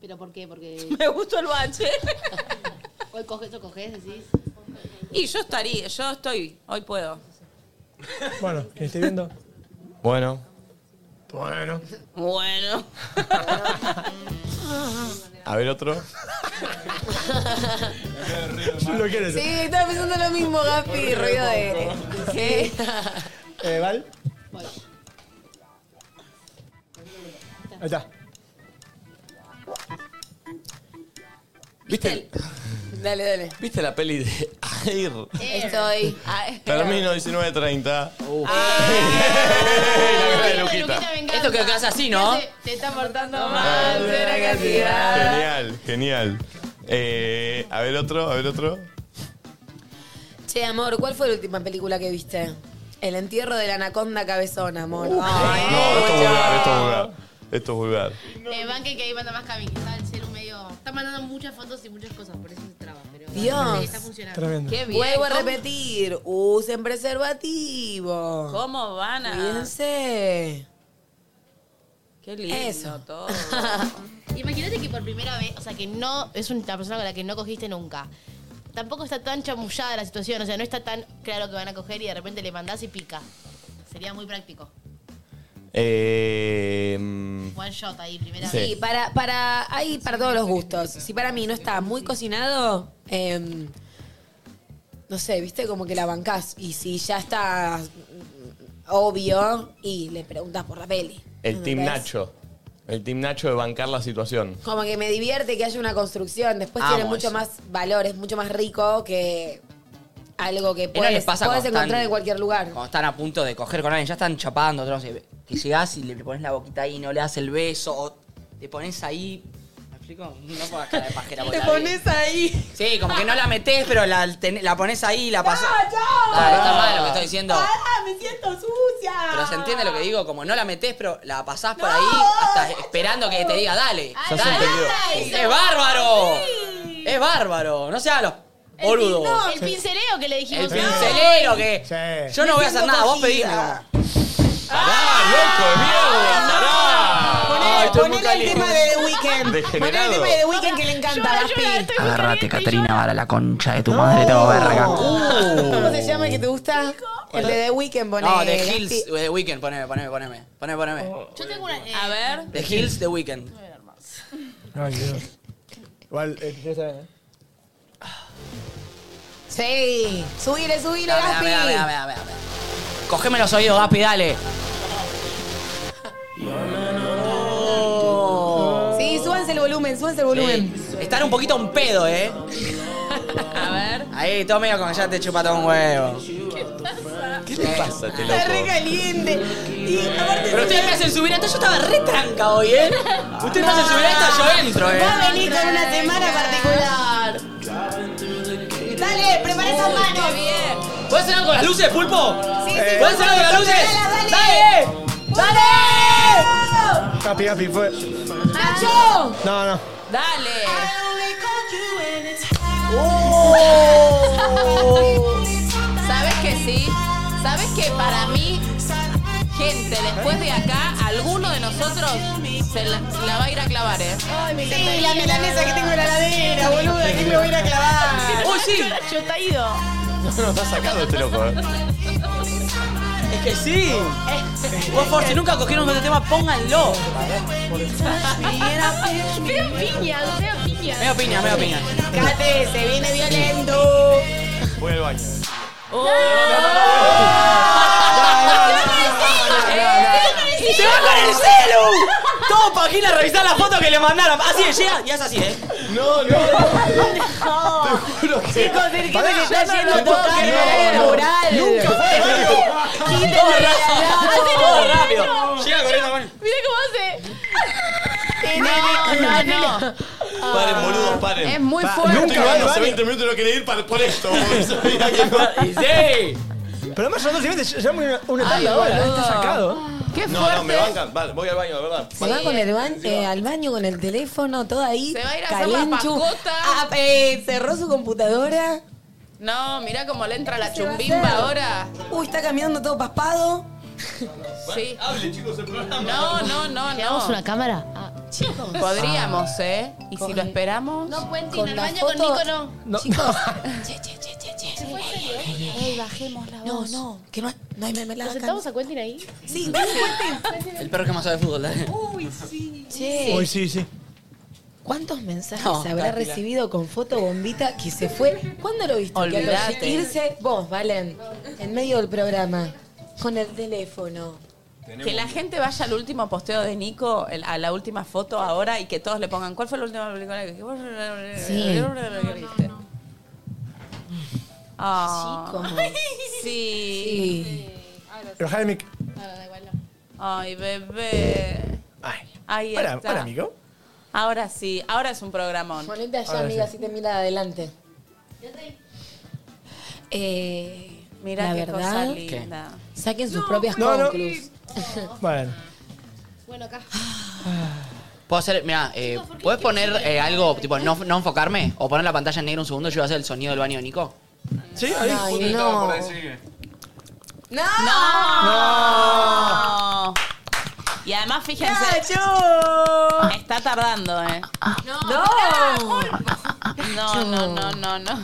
¿Pero por qué? Porque.
Me gustó el bache.
Hoy coges, eso coges, decís.
Y yo estaría, yo estoy, hoy puedo.
Bueno, que esté viendo.
Bueno.
Bueno.
Bueno.
A ver otro.
Lo quieres.
Sí, estaba pensando lo mismo, Gaspi, ruido de. Sí.
Eh, ¿Val? Ahí está.
¿Viste,
Dale, dale.
¿Viste la peli de Air?
Eh. Estoy.
Termino 19.30.
Esto creo que hace así, ¿no?
Te está portando
mal,
será que así.
Genial, genial. Eh, a ver otro, a ver otro.
Che, amor, ¿cuál fue la última película que viste? El entierro de la anaconda cabezona, amor. Ay,
No, esto es vulgar, esto es vulgar. Esto es vulgar.
Eh, banque que ahí manda más Cami, que está el celu medio. Está mandando muchas fotos y muchas cosas, por eso se traba. Pero
Dios.
Sí, está funcionando.
Tremendo.
Qué bien.
Vuelvo a
¿Cómo?
repetir, usen preservativo.
¿Cómo van a...?
Cuídense.
Qué lindo
Eso.
todo.
Imagínate que por primera vez, o sea, que no es una persona con la que no cogiste nunca. Tampoco está tan chamullada la situación, o sea, no está tan claro que van a coger y de repente le mandás y pica. Sería muy práctico.
Eh, mm,
One shot ahí, primera
Sí.
vez.
Y para, para, hay para todos los gustos. Si para mí no está muy cocinado, em, no sé, viste, como que la bancás. Y si ya está mm, obvio, y le preguntas por la peli.
el Team Nacho. El Team Nacho de bancar la situación.
Como que me divierte que haya una construcción. Después
Amo
tiene mucho
eso.
más valor, es mucho más rico que algo que puedes,
les pasa
puedes
cuando
encontrar
están-
en cualquier lugar.
Cuando están a punto de coger con alguien, ya están chapando, otros, eh, que llegás y le pones la boquita ahí, no le das el beso, o te pones ahí. ¿Me explico? No pongas cara de pajera. porque la vi.
ahí.
Sí, como que no la metés, pero la, ten- la pones ahí y la pasas.
Ah,
Dale, está mal lo que estoy diciendo.
¡Me siento sucia!
Pero se entiende lo que digo, como no la metés, pero la pasás por ahí hasta esperando que te diga, dale.
Ya se
dale.
entendió.
¡Es bárbaro! ¡Es bárbaro! No seas los boludos.
El pinceleo que le dijimos.
El pincelero que. Yo no voy a hacer nada, vos pedime. como.
¡Pará, loco de mierda! ¡Pará!
Ponele el tema de The Weeknd. Ponele el
Degenerado.
tema de The Weeknd que le encanta a Gaspi.
Agárrate, Caterina, para la concha de tu madre, te voy a verga.
¿Cómo se llama el que te gusta? El de The Weeknd, ponele.
Uh. No, The
Gaspi.
Hills, The Weekend, poneme, poneme, poneme. Poneme, poneme.
Yo tengo una. a ver.
The Hills, The Weekend.
Ay, Dios. Igual, eh, ya está bien, ¿eh?
Sí. Subile, subile,
Dame,
Gaspi.
dame, dame, dame, dame, dame. Cogeme los oídos, Gaspi, dale.
Sí, súbanse el volumen, súbanse el volumen.
Estar un poquito un pedo, eh. A ver. Ahí, todo medio como ya te chupa todo un huevo.
¿Qué te pasa, este
Está re
loco?
caliente. Y aparte.
Pero ustedes me hacen subir hasta yo estaba re tranca hoy, ¿eh? Ustedes me hacen subir hasta yo entro, ¿eh?
Va a venir con una semana particular. Dale, prepara esas manos.
¿Puedes cenar con las luces, pulpo?
Sí,
Eh,
¡Lánzalo de las luces!
¡Dale! ¡Dale!
Happy, happy, fue.
¡Nacho!
No, no.
¡Dale! ¿Sabes que sí? ¿Sabes que para mí, gente, después de acá, alguno de nosotros se la, la va a ir a clavar, ¿eh? Ay, me
Sí, la milanesa que tengo en la ladera, boluda, que me voy a ir a clavar.
¡Uy, sí!
Yo está ido.
No nos ha sacado este loco, eh.
Es que sí. Vos, por si nunca cogieron este tema, pónganlo.
Veo piñas, veo piñas.
Medio piña, medio piña.
Cate, se viene violento.
Voy al baño.
¡Se va con el celu! Todo pagina a revisar la foto que le mandaron. Así es, llega y es así, ¿eh?
No,
No. Te juro que. Chicos, ¿de qué me está yendo a tocar el mural? Nunca fue.
Todo rápido. Todo rápido. Llega corriendo con
Mira cómo hace.
No, no,
no.
Paren, boludos, paren.
Es muy
Pa-
fuerte.
Estoy
Nunca
grabando
va
hace
al
20 minutos y no quería ir pa- por esto. ¡Sí!
Pero además son dos niveles, llevamos una, una tanda
Ay,
ahora.
boludo.
Está sacado.
Qué
No, no, me bancan. Vale, voy al baño, de verdad.
Se va con el ban- eh, al baño con el teléfono, todo ahí. Se
va a ir a hacer la pacota.
cerró su computadora.
No, mira cómo le entra la
¿Qué se va a
chumbimba
hacer?
ahora.
Uy, está caminando todo paspado.
Sí.
Hable, chicos, el programa.
No, no, no,
¿Llevamos
no.
una cámara?
Ah, Chicos. Podríamos, ¿eh? Y si lo esperamos.
No cuenten,
Con
al
la
baño con
foto-
Nico no.
Chicos.
¿eh? Ey, bajemos la
No,
voz.
no, que no hay, no hay mermelada
¿Nos
acá.
sentamos a Quentin ahí?
Sí, dale,
El perro que más sabe de fútbol, dale.
Uy, sí.
Che,
Uy, sí, sí.
¿cuántos mensajes
No,
habrá
tranquila.
recibido con foto bombita que se fue? ¿Cuándo lo viste? Que al
Olvídate.
irse vos, Valen, en medio del programa, con el teléfono.
Que la gente vaya al último posteo de Nico, el- a la última foto ahora y que todos le pongan ¿Cuál fue la última película que vos-
Sí.
que viste? Ah. Sí.
Pero Jaime,
Ay, bebé. Ahí
para,
está.
para, amigo.
Ahora sí, ahora es un programón.
Ponete allá,
Ahora
amiga,
sí.
si te mira adelante. Eh,
Mira
la
qué cosa
verdad,
linda.
saquen sus propias
no, no.
conclus.
Bueno.
Bueno, acá.
Puedo hacer, mira, eh, ¿puedes poner eh, algo, tipo, no, no enfocarme? ¿O poner la pantalla en negro un segundo y yo voy a hacer el sonido del baño de Nico?
Sí,
ahí. Ay,
Justo estaba
no.
por ahí, sí.
¡No!
¡No! Y además, fíjense. Está tardando, ¿eh?
No.
No, no, no, no, no.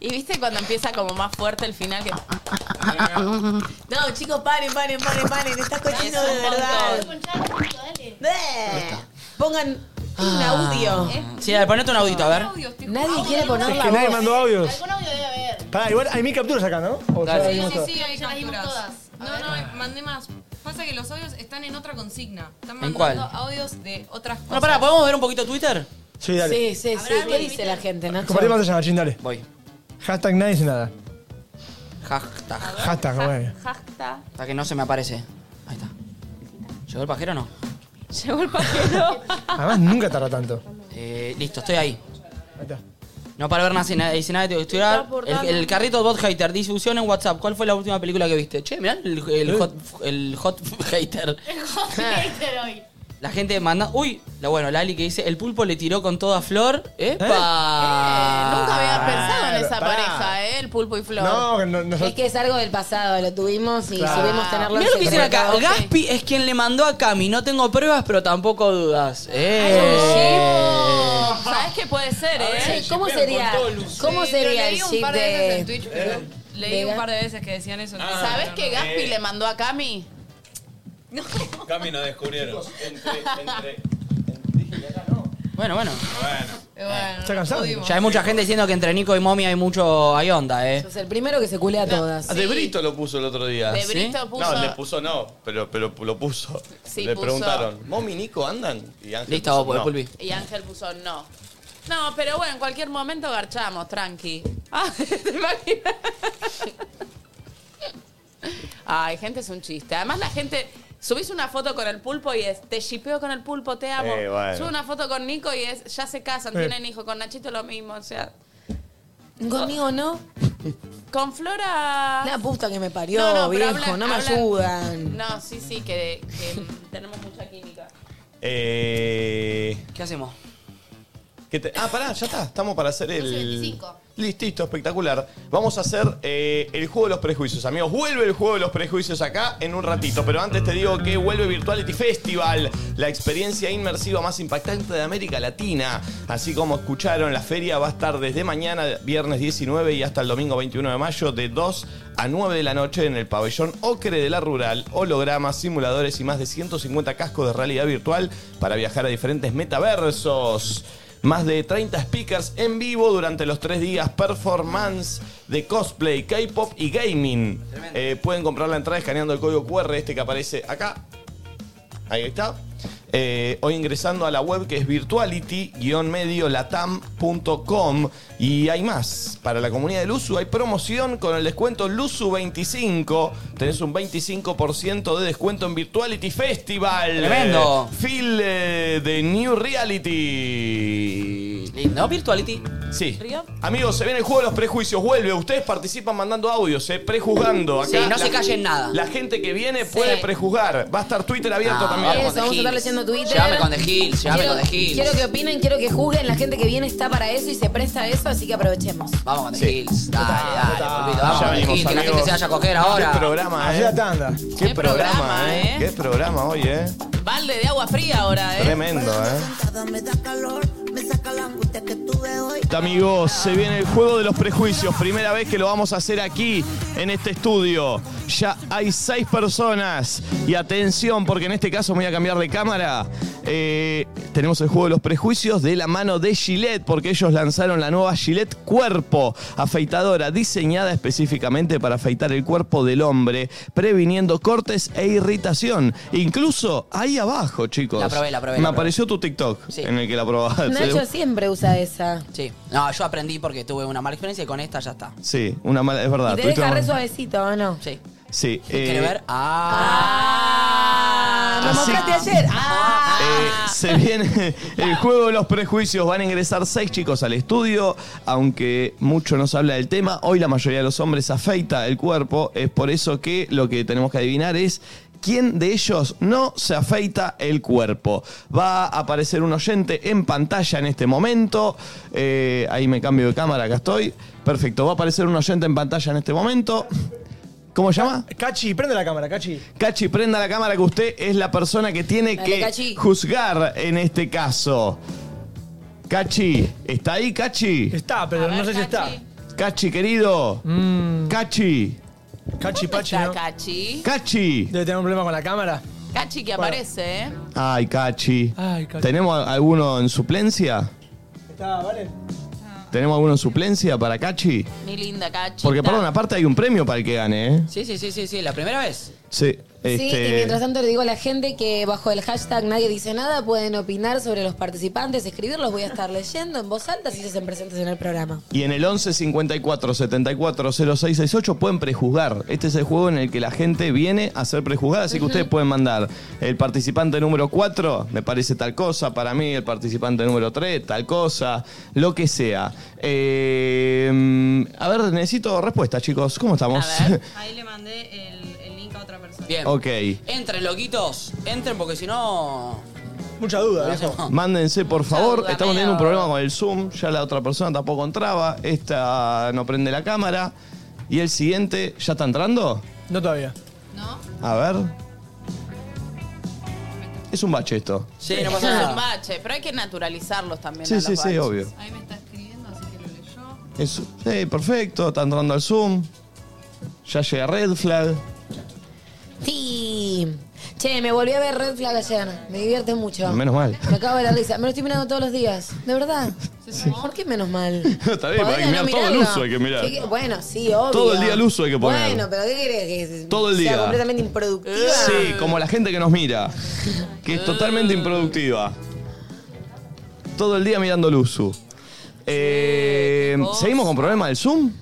Y viste cuando empieza como más fuerte el final que.
No, chicos, paren, paren, paren, paren. Estás cochino
Es
de
un
verdad. Eh, Pongan un audio.
Sí, dale, ponete un audito, a ver.
Ah. Nadie quiere poner
Es
la
que nadie
voz.
mandó audios.
Algún audio debe haber.
Pará, igual hay mil capturas acá, ¿no? O ya
Dale.
vimos
Sí,
todo.
sí, hay
Ya las vimos
capturas.
todas.
No, no, mandé más. Pasa que los audios están en otra consigna. Están
¿En
mandando
cuál?
audios de otras cosas.
Bueno, Ah, pará, ¿podemos ver un poquito Twitter?
Sí, dale.
Sí, sí, sí. ¿Qué dice la gente, Nacho?
Compartimos allá, Machín, dale.
Voy.
Hashtag nadie dice nada.
Hashtag.
Hashtag, bueno.
Hashtag.
Hasta que no se me aparece. Ahí está. ¿Llegó el pajero o no?
Llegó el pajero.
Además, nunca tarda tanto.
Eh, listo, estoy ahí.
Ahí está.
No para ver nada, si nadie, si nadie te estudiar.
aportando.
El, el carrito Bot Hater, difusión en WhatsApp. ¿Cuál fue la última película que viste? Che, mirá el,
¿Eh?
el hot, el hot Hater.
hoy.
La gente manda. Uy, la bueno, Lali que dice: El pulpo le tiró con toda flor.
¿Eh?
¡Epa!
Nunca había pensado en
Claro,
esa
pará.
pareja, ¿eh? El pulpo y Flor.
No, que no,
Es
nosotros.
que es algo del pasado, lo tuvimos y
Claro.
subimos tenerlo
Ah, Mirá lo que
en
dicen acá.
secreto.
Gaspi es quien le mandó a Cami. No tengo pruebas, pero tampoco dudas.
Eh.
¡Eh!
¿Sabes qué puede ser, eh?
Che, ¿Cómo sería, ¿cómo
Sí,
sería
lo
el
leí un
ship
par de veces en
de...
Twitch, pero leí
de
un
Ga-
par de veces que decían eso. entonces,
¿Sabes
Ah, no,
que
no.
Gaspi le mandó a Cami?
Cami nos descubrieron.
Bueno, bueno.
¿Está cansado?
Ya hay mucha gente diciendo que entre Nico y Momi hay mucho. hay onda, eh.
Es el primero que se culea a todas.
Ah, De Brito lo puso el otro día.
De Brito puso-
No, le puso no, pero, pero lo puso.
Sí,
le
puso-
preguntaron, ¿Mom y Nico andan? Y Ángel
Listo,
puso,
vos,
no.
Pulpi.
Y Ángel puso no. No, pero bueno, en cualquier momento garchamos, tranqui. Ah, ¿te imaginas? Ay, gente, es un chiste. Además, la gente. Subís una foto con el pulpo y es te shipeo con el pulpo, te amo.
Eh, bueno.
Subo una foto con Nico y es ya se casan,
Eh.
tienen hijo. Con Nachito lo mismo, o sea.
Conmigo no.
Con Flora.
La puta que me parió, viejo, no me ayudan.
No, sí, sí, que, que tenemos mucha química.
Eh,
¿Qué hacemos?
¿Qué te- Ah, pará, ya está. Estamos para hacer el.
25.
Listito, espectacular. Vamos a hacer eh, el juego de los prejuicios, amigos. Vuelve el juego de los prejuicios acá en un ratito. Pero antes te digo que vuelve Virtuality Festival, la experiencia inmersiva más impactante de América Latina. Así como escucharon, la feria va a estar desde mañana, viernes 19 y hasta el domingo 21 de mayo, de 2 a 9 de la noche en el pabellón Ocre de la Rural. Hologramas, simuladores y más de 150 cascos de realidad virtual para viajar a diferentes metaversos. Más de 30 speakers en vivo durante los tres días, performance de cosplay, K-pop y gaming. Eh, pueden comprar la entrada escaneando el código QR, este que aparece acá. Ahí está. Eh, o ingresando a la web que es virtuality-mediolatam.com y hay más. Para la comunidad de Luzu hay promoción con el descuento Luzu25. Tenés un 25% de descuento en Virtuality Festival.
Tremendo.
Phil eh, de New Reality.
¿No? Virtuality.
Sí. Amigos, se viene el juego de los prejuicios. Vuelve. Ustedes participan mandando audios, eh, prejuzgando. Acá
Sí, no
la-
se callen nada.
La gente que viene puede prejuzgar. Va a estar Twitter abierto
Ah,
también.
Eso, vamos a estar leyendo Twitter.
Llévame con The Hills, llévame
Quiero-
con The Hills.
Quiero que opinen, quiero que juzguen. La gente que viene está para eso y se presta a eso, así que aprovechemos.
Vamos con The Hills. Dale, dale, pulpito, vamos
Ya
con The
venimos,
Hills, que la gente
amigos.
se vaya a coger ahora.
Qué programa, eh.
Hacé la tanda.
Qué, programa, eh. Qué programa hoy, eh.
Balde de agua fría ahora, ¿eh?
Tremendo, eh.
Me da calor, me saca la angustia que tuve hoy.
Amigos, se viene el juego de los prejuicios. Primera vez que lo vamos a hacer aquí, en este estudio. Ya hay seis personas. Y atención, porque en este caso me voy a cambiar de cámara. Eh, tenemos el juego de los prejuicios de la mano de Gillette, porque ellos lanzaron la nueva Gillette Cuerpo, afeitadora diseñada específicamente para afeitar el cuerpo del hombre, previniendo cortes e irritación. Incluso ahí abajo, chicos.
La probé, la probé,
Me
la probé.
apareció tu TikTok en el que la probaste.
Nacho siempre usa esa.
Sí. No, yo aprendí porque tuve una mala experiencia y con esta ya está.
Sí, una mala, es verdad.
Y te
Ah, tuviste
deja
una-
re suavecito, ¿eh? ¿o no?
Sí.
Sí. eh,
¿Quiere ver? Ah,
Ah, me
Así-
mostraste ayer. Ah.
eh, se viene el juego de los prejuicios. Van a ingresar seis chicos al estudio, aunque mucho nos habla del tema. Hoy la mayoría de los hombres afeita el cuerpo. Es por eso que lo que tenemos que adivinar es. ¿Quién de ellos no se afeita el cuerpo? Va a aparecer un oyente en pantalla en este momento. Eh, ahí me cambio de cámara, acá estoy. Perfecto, va a aparecer un oyente en pantalla en este momento. ¿Cómo se llama?
Cachi, prende la cámara, Cachi.
Cachi, prenda la cámara que usted es la persona que tiene
Dale,
que
Cachi.
juzgar en este caso. Cachi, ¿está ahí Cachi?
Está, pero no sé si está. Mm.
Cachi, querido. Cachi.
Cachi, Pachi,
Está
¿no?
Cachi.
Cachi.
Debe tener un problema con la cámara.
Cachi que
Bueno.
aparece, ¿eh?
Ay, Cachi.
Ay, Cachi.
¿Tenemos a- alguno en suplencia?
Está, ¿vale?
¿Tenemos alguno en suplencia para Cachi?
Mi linda Cachi.
Porque, perdón, aparte hay un premio para el que gane, ¿eh?
Sí, sí, sí, sí, sí, la primera vez.
Sí.
Sí,
este-
y mientras tanto le digo a la gente que bajo el hashtag nadie dice nada pueden opinar sobre los participantes, escribirlos, voy a estar leyendo en voz alta si se hacen presentes en el programa.
Y en el 11 54 74 0668 pueden prejuzgar. Este es el juego en el que la gente viene a ser prejuzgada, así que ustedes pueden mandar el participante número 4, me parece tal cosa, para mí el participante número 3, tal cosa, lo que sea. Eh, a ver, necesito respuestas, chicos. ¿Cómo estamos?
Ahí le mandé el, el link a otra persona.
Bien.
ok.
Entren, loquitos. Entren porque si no.
Mucha duda, viejo.
Mándense, por favor. Estamos teniendo un problema con el Zoom. Ya la otra persona tampoco entraba. Esta no prende la cámara. Y el siguiente, ¿ya está entrando?
No todavía.
A ver. Es un bache esto.
Sí,
no pasa nada. Es un bache, pero hay que naturalizarlos también.
Sí,
a
sí,
los
sí,
baches.
obvio. Es- sí, perfecto, está entrando al Zoom. Ya llega Red Flag.
Sí. Che, me volví a ver Red Flag ayer. Me divierte mucho.
Menos mal.
Me acabo de la risa. Me lo estoy mirando todos los días. ¿De verdad? ¿Por qué menos mal?
está bien,
Podría
hay que mirar
no
todo el
mirarlo.
uso, hay que mirar.
¿Qué- qué- Bueno, sí, obvio.
Todo el día el uso hay que poner.
Bueno, pero ¿qué querés? Que
Todo el día.
Sea completamente improductiva.
Sí, como la gente que nos mira. Que es totalmente improductiva. Todo el día mirando el Usu. Eh, ¿Seguimos con problemas del Zoom?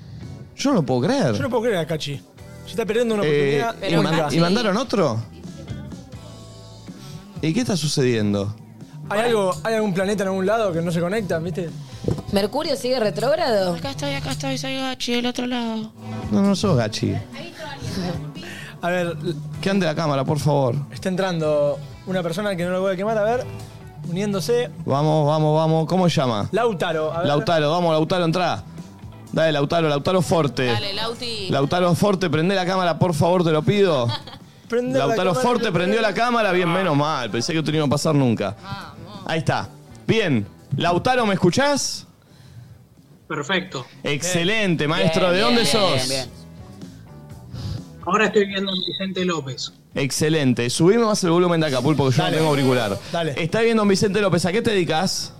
Yo no lo puedo creer.
Yo no puedo creer a Cachi. Se está perdiendo una
Eh,
oportunidad.
¿y, mand- y mandaron otro? ¿Y qué está sucediendo?
¿Hay, algo, ¿Hay algún planeta en algún lado que no se conecta, viste?
¿Mercurio sigue retrógrado?
Acá estoy, acá estoy, soy Gachi, del otro lado.
No, no sos gachi.
A ver,
Que ande la cámara, por favor.
está entrando una persona que no lo voy a quemar, a ver, uniéndose.
Vamos, vamos, vamos. ¿Cómo se llama?
Lautaro, a ver.
Lautaro, vamos, Lautaro, entra. Dale, Lautaro, Lautaro Forte.
Dale, Lauti.
Lautaro Forte, prende la cámara, por favor, te lo pido.
Prende la
Lautaro
cámara,
Forte
te lo
prendió
pido.
la cámara,
Ah.
bien, menos mal. Pensé que esto no iba a pasar nunca. Ahí está. Bien. Lautaro, ¿me escuchás?
Perfecto.
Excelente, maestro.
Bien,
¿De dónde
bien,
sos?
bien. Ahora estoy viendo a Vicente López.
Excelente. Subime más el volumen de acá, Pulpo, que yo no tengo auricular.
Dale.
Está bien, don Vicente López. ¿A qué te dedicas?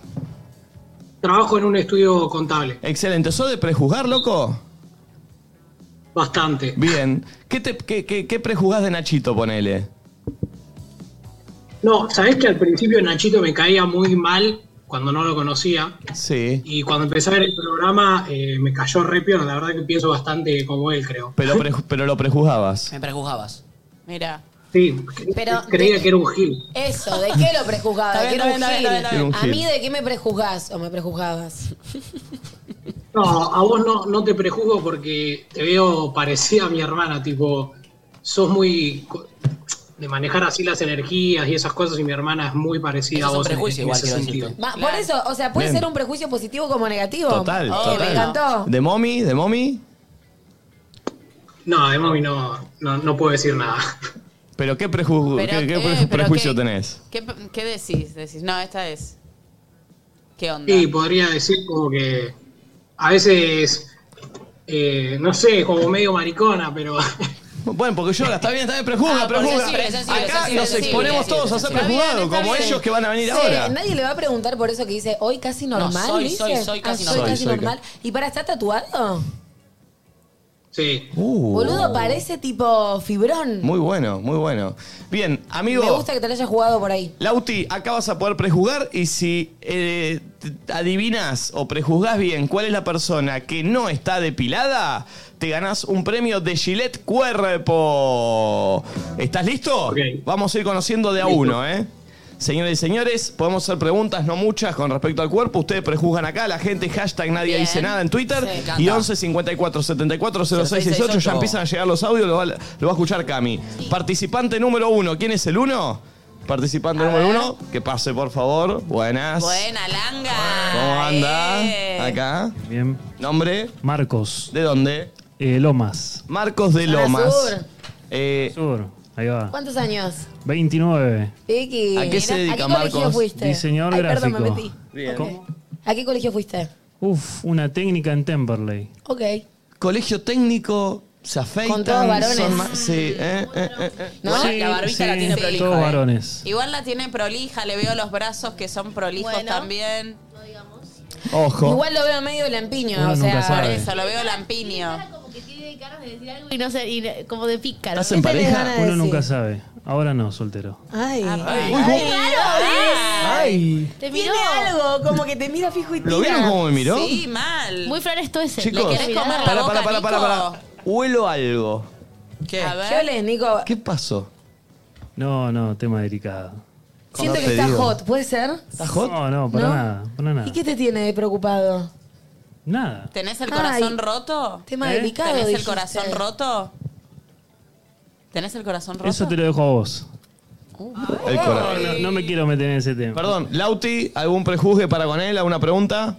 Trabajo en un estudio contable.
Excelente. ¿Sos de prejuzgar, loco?
Bastante.
Bien. ¿Qué, te, qué, qué- qué prejuzgás de Nachito, ponele?
No, sabés que al principio Nachito me caía muy mal cuando no lo conocía.
Sí.
Y cuando empecé a ver el programa eh, me cayó re piola. La verdad que pienso bastante como él, creo.
Pero, preju- pero lo prejuzgabas.
Me prejuzgabas.
Mira.
Sí,
Pero
creía
de-
que era un gil.
Eso, ¿de qué lo prejuzgabas?
Está
¿De qué
bien,
era un
está bien, está bien, está
gil?
bien.
¿A mí de qué me prejuzgás o me prejuzgabas?
No, a vos no, no te prejuzgo porque te veo parecida a mi hermana, tipo, sos muy co- de manejar así las energías y esas cosas y mi hermana es muy parecida
Eso
a
es un
vos. en-
prejuicio
en
igual,
ese
quiero
sentido.
Va, Por eso, o sea, puede
Bien.
ser un prejuicio positivo como negativo.
Total,
Que
total.
Me encantó.
¿De mommy? ¿De mommy?
No, de mami no, no, no puedo decir nada.
¿Pero qué, preju-
Pero
qué- qué
qué,
pre-
pero
prejuicio
qué-
tenés?
¿Qué, qué decís? Decís, no, esta es. ¿Qué onda?
Y podría decir como que a veces, eh, no sé, como medio maricona, pero...
Bueno, porque yo, está bien, está bien, prejuzga,
Ah, porque
prejuzga.
sensible, sensible,
Acá
sensible,
nos
sensible,
exponemos
sensible,
todos a ser
sensible.
prejuzgados,
Está bien,
como
está
ellos
bien.
que van a venir
Sí,
ahora.
Nadie le va a preguntar por eso que dice, hoy casi normal,
soy,
dice.
soy, soy casi
Ah,
normal.
casi
Soy, soy
normal. ¿Y para estar tatuado?
Sí.
Boludo, parece tipo fibrón.
Uh. Muy bueno, muy bueno. Bien, amigo.
Me gusta que te lo hayas jugado por ahí.
Lauti, acá vas a poder prejugar y si eh, te- adivinas o prejuzgás bien cuál es la persona que no está depilada, te ganás un premio de Gillette Cuerpo. ¿Estás listo? Vamos a ir conociendo de a uno, ¿eh? Señores y señores, podemos hacer preguntas, no muchas, con respecto al cuerpo. Ustedes prejuzgan acá, la gente, hashtag nadie dice nada en Twitter.
Sí.
Y 11 54 74 06 68, ya empiezan a llegar los audios, lo va, lo va a escuchar Cami. Participante número uno, ¿quién es el uno? Participante número uno, que pase por favor. Buenas.
Buena langa.
¿Cómo anda?
Eh.
Acá.
Bien.
Nombre.
Marcos. Eh,
¿De dónde?
Lomas.
Marcos de
Zona
Lomas.
Sur.
Sur. Ahí va.
¿Cuántos años?
29.
Vicky.
¿A qué se dedica,
¿A qué colegio
Marcos?
fuiste?
Diseñador
Ay, perdón, me
gráfico.
metí.
Bien.
Ok.
¿Cómo?
¿A qué colegio fuiste?
Uf, una técnica en Temperley.
Ok.
Colegio técnico, se afeitan.
Con todos varones.
son más- sí, eh, eh, eh, eh.
No, la barbita la tiene prolija.
Todos
eh.
varones.
Igual la tiene prolija, le veo los brazos que son prolijos también.
Ojo.
Igual lo veo medio lampiño,
Uno
o sea.
nunca sabe.
Por eso, lo veo lampiño.
Y no sé, y eh, como de pícaro.
¿Estás en pareja? Uno nunca sabe. Ahora no, soltero.
Ay,
Ay.
ay,
Uy,
Ay.
Te
Tiene algo, como que te mira fijo y
¿Lo vieron cómo me miró?
Sí, mal.
Muy flores todo ese.
Chicos, para, para, para, para, para. Huelo algo.
¿Qué? A ver.
¿Qué olés, Nico?
¿Qué pasó?
No, no, tema delicado.
Siento que está hot, ¿puede ser?
¿Estás hot? No, no, para
¿No?
nada, para nada.
¿Y qué te tiene de preocupado?
Nada.
¿Tenés el corazón
Ay,
roto?
tema ¿Eh? delicado,
¿Tenés el
dijiste.
corazón roto? ¿Tenés el corazón roto?
Eso te lo dejo a vos.
El
No,
corazón.
no, no me quiero meter en ese tema.
Perdón, Lauti, ¿algún prejuzgue para con él? ¿Alguna pregunta?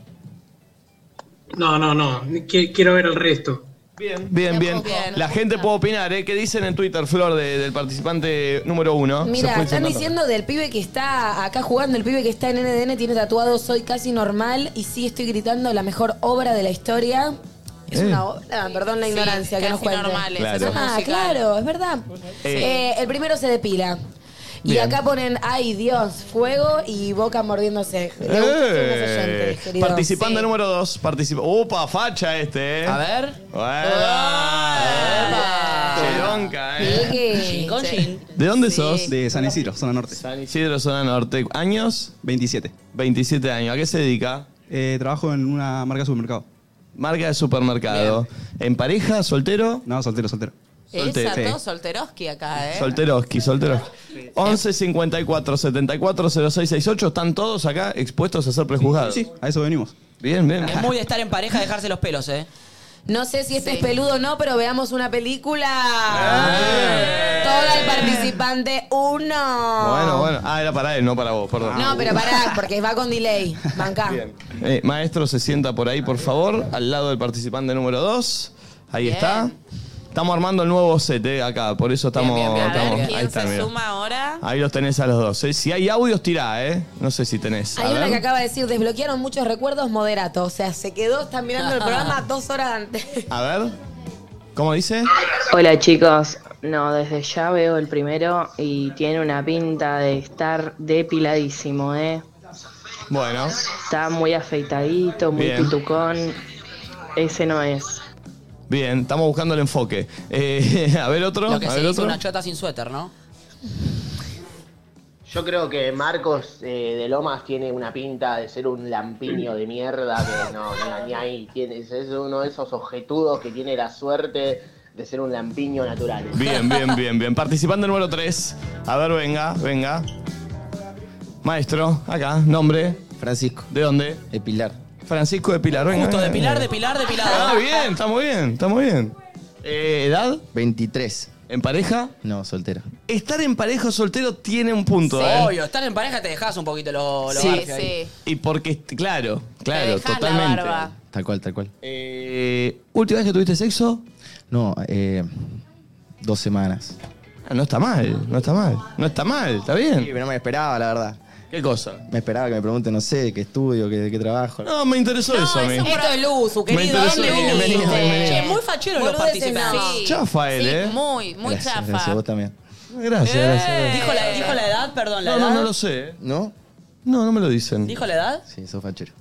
No, no, no. Qui- Quiero ver el resto.
Bien, bien. La gente puede opinar, ¿eh? ¿Qué dicen en Twitter, Flor, de- del participante número uno? Se
Mira,
fue
están
sentando.
diciendo del pibe que está acá jugando, el pibe que está en NDN tiene tatuado Soy casi normal y sí estoy gritando la mejor obra de la historia. Es
Eh.
una obra, Ah, perdón la
Sí,
ignorancia que
Casi
nos cuente.
Normales,
Claro.
es un
Ah,
musical.
claro, es verdad.
Sí.
Eh, el primero se depila. Y
Bien.
acá ponen, ay Dios, fuego y boca mordiéndose. Le gusta ser unos oyentes,
Eh,
querido.
Participante número dos. Participa. Upa, facha este, ¿eh? A
ver.
Che, Ah, bronca, ¿eh?
Vicky.
¿De dónde sos?
De San Isidro, zona norte.
San Isidro, zona norte. ¿Años?
27.
27 años. ¿A qué se dedica?
Eh, trabajo en una marca de supermercado.
Marca de supermercado. ¿En pareja? ¿Soltero?
No, soltero, soltero.
Esa,
Sí.
todo solteroski acá, ¿eh?
Solteroski, solteroski. 11 54 74 06 68. ¿Están todos acá expuestos a ser prejuzgados?
Sí, a eso venimos.
Bien, bien.
Es muy de estar en pareja dejarse los pelos, ¿eh?
No sé si este es peludo o no, pero veamos una película. Todo al participante uno.
Ah. Bueno, bueno. Ah, era para él, no para vos, perdón.
No, pero pará, porque va con delay. Banca.
Eh, maestro, se sienta por ahí, por favor, al lado del participante número 2. Ahí está. Estamos armando el nuevo set eh, acá, por eso estamos. estamos- ahí
¿Quién
está,
se
mira.
suma ahora?
Ahí los tenés a los dos. eh. Si hay audios, tirá, ¿eh? No sé si tenés. A
Hay una
ver.
que acaba de decir, desbloquearon muchos recuerdos moderato. O sea, se quedó, está mirando el programa dos horas antes.
A ver. ¿Cómo dice?
Hola chicos, no, desde ya veo el primero y tiene una pinta de estar depiladísimo, ¿eh?
Bueno.
Está muy afeitadito, muy
Bien.
pitucón. Ese no es.
Bien, estamos buscando el enfoque. Eh, a ver otro.
Lo que
a
se
ver
dice
otro.
una chota sin suéter, ¿no?
Yo creo que Marcos eh, de Lomas tiene una pinta de ser un lampiño de mierda, que no, ni- ni ahí tiene, es uno de esos objetudos que tiene la suerte de ser un lampiño natural.
Bien, bien, bien, bien. Participante número 3. A ver, venga, venga. Maestro, acá, nombre. Francisco. ¿De dónde? De Pilar. Francisco de Pilar, venga.
Justo,
venga,
de pilar,
venga.
de pilar, de pilar.
Ah, bien, está muy bien, está muy bien. Eh, ¿Edad? 23. ¿En pareja?
No, soltera.
Estar en pareja o soltero tiene un punto, ¿eh?
Obvio, estar en pareja te dejas un poquito los lo
Sí,
garfios ahí.
Y porque, claro, claro,
dejás la
totalmente.
barba.
Tal cual, tal cual.
Eh, ¿Última vez que tuviste sexo?
No, eh, dos semanas.
Ah, no está mal, no está mal. No está mal, está bien.
Sí, pero no me esperaba, la verdad.
¿Qué cosa?
Me esperaba que me pregunten, no sé, qué estudio, qué, qué trabajo.
No, me interesó eso a mí.
Esto es Luzu,
Me
querido.
interesó,
¿Dónde
bienvenido,
viniste?
bienvenido.
Che,
muy fachero los
Boludeces no.
participantes.
Sí.
Chafa
él, Sí, ¿eh? muy, muy
gracias,
chafa.
Gracias, vos también.
Gracias, gracias.
Eh, ¿Dijo la, dijo la edad, perdón, la
No,
edad.
no, no lo sé. ¿eh?
¿No?
No, no me lo dicen.
¿Dijo la edad?
Sí, sos fachero.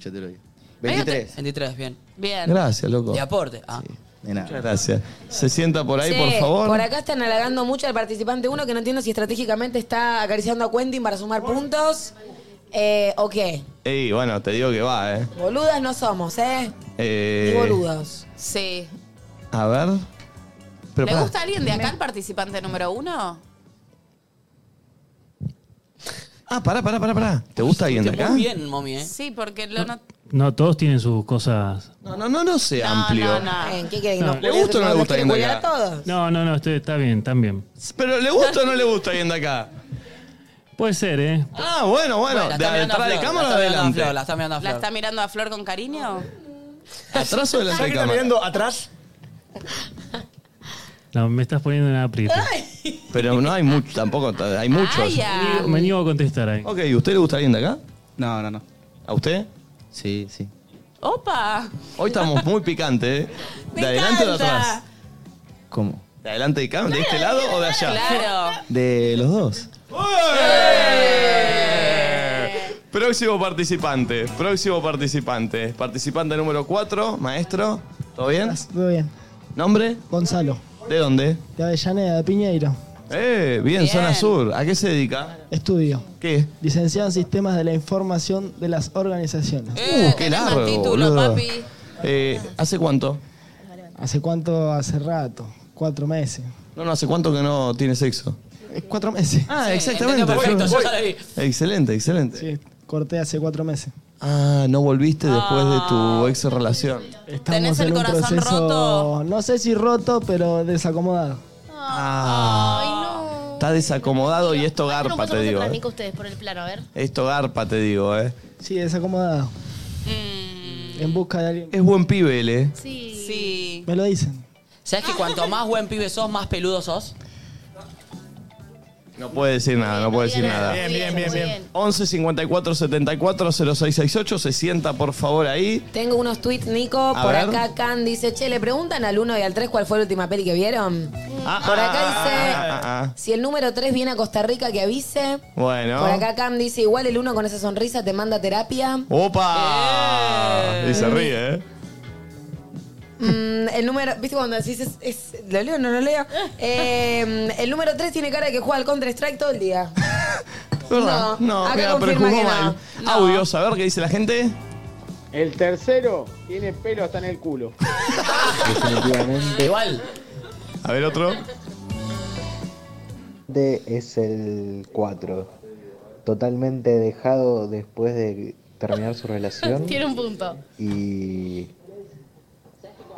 Yo te lo digo.
23. 23, bien.
Bien.
Gracias, loco.
De aporte. Ah.
Muchas gracias. Se sienta por ahí,
Che,
por favor.
Por acá están halagando mucho al participante uno que no entiendo si estratégicamente está acariciando a Quentin para sumar puntos eh, o qué.
Ey, bueno, te digo que va, ¿eh?
Boludas no somos, ¿eh?
eh
Ni boludos.
Sí.
A ver. Pero
¿Le
pará.
gusta a alguien de acá el participante número uno?
Ah, pará, pará, pará, pará. ¿Te gusta alguien de acá?
Muy bien, mommy, ¿eh?
Sí, porque lo no...
No, todos tienen sus cosas.
No, no, no, no sé, amplio.
¿En Eh, qué quieren?
No.
¿Nos
¿Le
culiar-
gusta o no le
nos
gusta
quieren
alguien de
culiar a todos?
No, no, no, estoy- está bien, están bien.
Pero ¿le gusta o no le gusta alguien de acá?
Puede ser, ¿eh?
Ah, bueno, bueno.
Bueno,
¿De
está mirando
atrás
a
de
Flor,
cámara
la
o
está mirando a
adelante?
Flor, la está
¿La está mirando a Flor con cariño?
¿Atrás o
¿Sabes
adelante de
que está
cámara?
mirando atrás?
No, me estás poniendo en aprieto.
Pero no hay mucho, tampoco, hay muchos.
Me niego a contestar ahí.
Ok, ¿usted le gusta alguien de acá?
No, no, no.
¿A usted?
Sí, sí.
¡Opa!
Hoy estamos muy picantes, ¿eh?
Me
¿De adelante o de
encanta.
atrás?
¿Cómo?
¿De adelante de cámara? ¿De este lado o de allá?
Claro.
De los dos.
¡Eh! Próximo participante, próximo participante. Participante número 4, maestro. ¿Todo bien?
Muy bien.
¿Nombre? Eh.
Gonzalo,
¿De dónde?
de Avellaneda, de Piñeiro.
Eh, bien, zona sur. ¿A qué se dedica?
Estudio.
¿Qué?
Licenciado en Sistemas de la Información de las Organizaciones.
uh, qué largo, boludo. Eh, ¿Hace cuánto?
¿Hace cuánto? Hace rato. Cuatro meses.
No, no, ¿hace cuánto que no tiene sexo?
Eh, Cuatro meses.
Ah, exactamente. Yo- Excelente, excelente.
Sí, corté hace cuatro meses.
Ah, no volviste después de tu ex relación.
Estamos en un proceso, No sé si roto, pero desacomodado.
Ah, Está desacomodado y esto
No
garpa,
paso
te
el
digo. eh.
planico ustedes por el plano, a ver.
Esto garpa, te digo, eh.
Sí, desacomodado. En busca de alguien.
Es buen pibe, él, eh.
Sí.
Sí.
Me lo dicen.
¿Sabes que cuanto más buen pibe sos, más peludo sos?
No puede decir nada, no puede decir nada.
Bien, bien, bien, bien.
11 54 74 0668. Se sienta, por favor, ahí.
Tengo unos tweets, Nico.
A
por
ver.
acá, Can dice: Che, le preguntan al 1 y al 3 cuál fue la última peli que vieron. por acá dice:
Ah, ah,
Si el número 3 viene a Costa Rica, que avise.
ah. Bueno.
Por acá Cam dice, igual el uno con esa sonrisa te manda a terapia.
¡Opa! Y se ríe, ¿eh?
Mm, el número, ¿viste cuando decís, es, es- ¿lo leo o no lo leo? Eh, el número 3 tiene cara de que juega al Counter-Strike todo el día.
¿Verdad?
No, acá confirma
jugó
que
mal. Audios, a ver qué dice la gente.
El tercero tiene pelo hasta en el culo.
Definitivamente. Igual. A ver otro.
es el 4. Totalmente dejado después de
terminar su relación
Tiene un punto.
y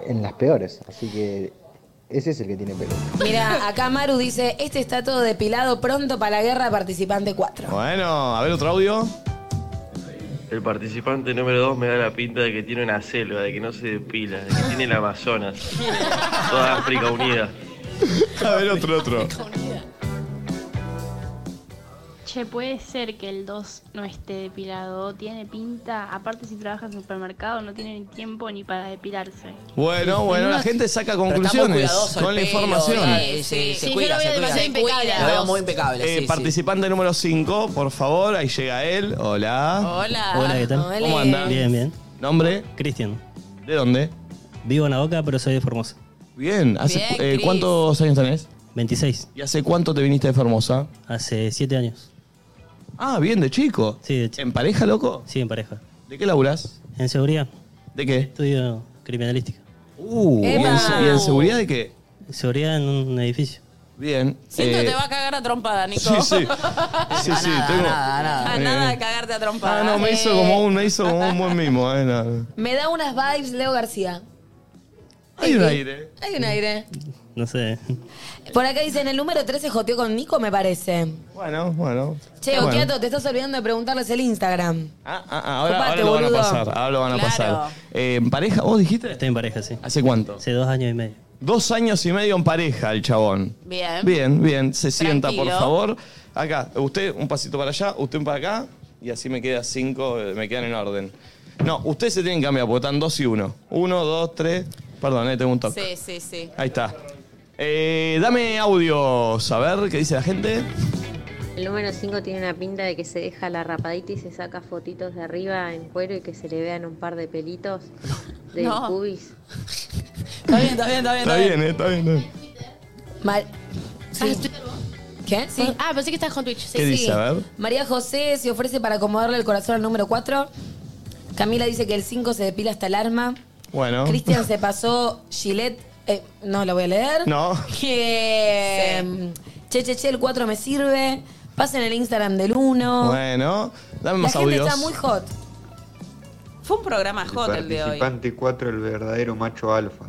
en las peores. Así que ese es el que tiene pelo.
Mira, acá Maru dice, este está todo depilado pronto para la guerra participante 4.
Bueno, a ver otro audio.
El participante número 2 me da la pinta de que tiene una selva, de que no se depila, de que tiene el Amazonas. Toda África unida.
A ver otro, otro.
Che, puede ser que el 2 no esté depilado. Tiene pinta. Aparte, si trabaja en supermercado, no tiene ni tiempo ni para depilarse.
Bueno, bueno, la gente saca conclusiones con la información.
eh,
Sí,
Sí, yo lo veo demasiado impecable.
Lo veo muy impecable.
Eh,
sí, sí.
participante número 5, por favor, ahí llega él. Hola.
Hola.
Hola, ¿qué tal?
Hola.
¿Cómo anda?
Bien, bien.
¿Nombre?
Cristian.
¿De dónde?
Vivo en la boca, pero soy de Formosa.
Bien. ¿Hace,
Bien,
eh,
Cris.
¿Cuántos años tenés?
26.
¿Y hace cuánto te viniste de Formosa?
Hace 7 años.
Ah, bien, de chico.
Sí, de chico.
¿En pareja, loco?
Sí, en pareja.
¿De qué laburás?
¿En seguridad?
¿De qué?
Estudio criminalística.
Uh, ¿y en,
Epa.
y en seguridad de qué?
Seguridad en un edificio.
Bien.
Siento
eh,
que te va a cagar a trompada, Nico.
Sí, sí. Sí, sí, tengo-
nada.
Eh,
nada de cagarte a trompada. Eh,
Ah, no, me hizo como un, me hizo como un buen mimo. eh, no.
Me da unas vibes, Leo García.
Hay un aire.
Hay un aire.
No sé.
Por acá dicen, el número 13 joteó con Nico, me parece.
Bueno, bueno.
Che,
Ah, Bueno.
Oquiato, te estás olvidando de preguntarles el Instagram.
Ah, ah, ah, ahora,
Copate,
ahora lo van a
boludo.
pasar. Ahora lo van a
Claro.
pasar. Eh, ¿En pareja? ¿Vos dijiste?
Estoy en pareja, sí.
¿Hace cuánto?
Hace dos años y medio.
Dos años y medio en pareja el chabón.
Bien.
Bien, bien. Se sienta, por
Tranquilo.
favor. Acá, usted un pasito para allá, usted un para acá. Y así me queda cinco, eh, me quedan en orden. No, ustedes se tienen que cambiar porque están dos y uno. Uno, dos, tres. Perdón, eh, tengo un toque.
Sí, sí, sí.
Ahí está. Eh, dame audios, a ver qué dice la gente.
El número 5 tiene una pinta de que se deja la rapadita y se saca fotitos de arriba en cuero y que se le vean un par de pelitos del
No.
pubis.
Está bien, está bien, está bien.
Está bien, eh, está bien. está bien.
Mal.
Ah, estoy-
¿Qué?
Sí. Ah, pensé que estabas con Twitch. Sí,
¿Qué
sí.
dice? A ver.
María José se ofrece para acomodarle el corazón al número 4. Camila dice que el 5 se depila hasta el arma.
Bueno.
Cristian se pasó Gillette. eh, no la voy a leer.
No.
Que. Che, che, che, el 4 me sirve. Pasen el Instagram del 1.
Bueno, dame
La
más
gente
audios.
está muy hot.
Fue un programa hot el de hoy.
Participante 4, el verdadero macho alfa.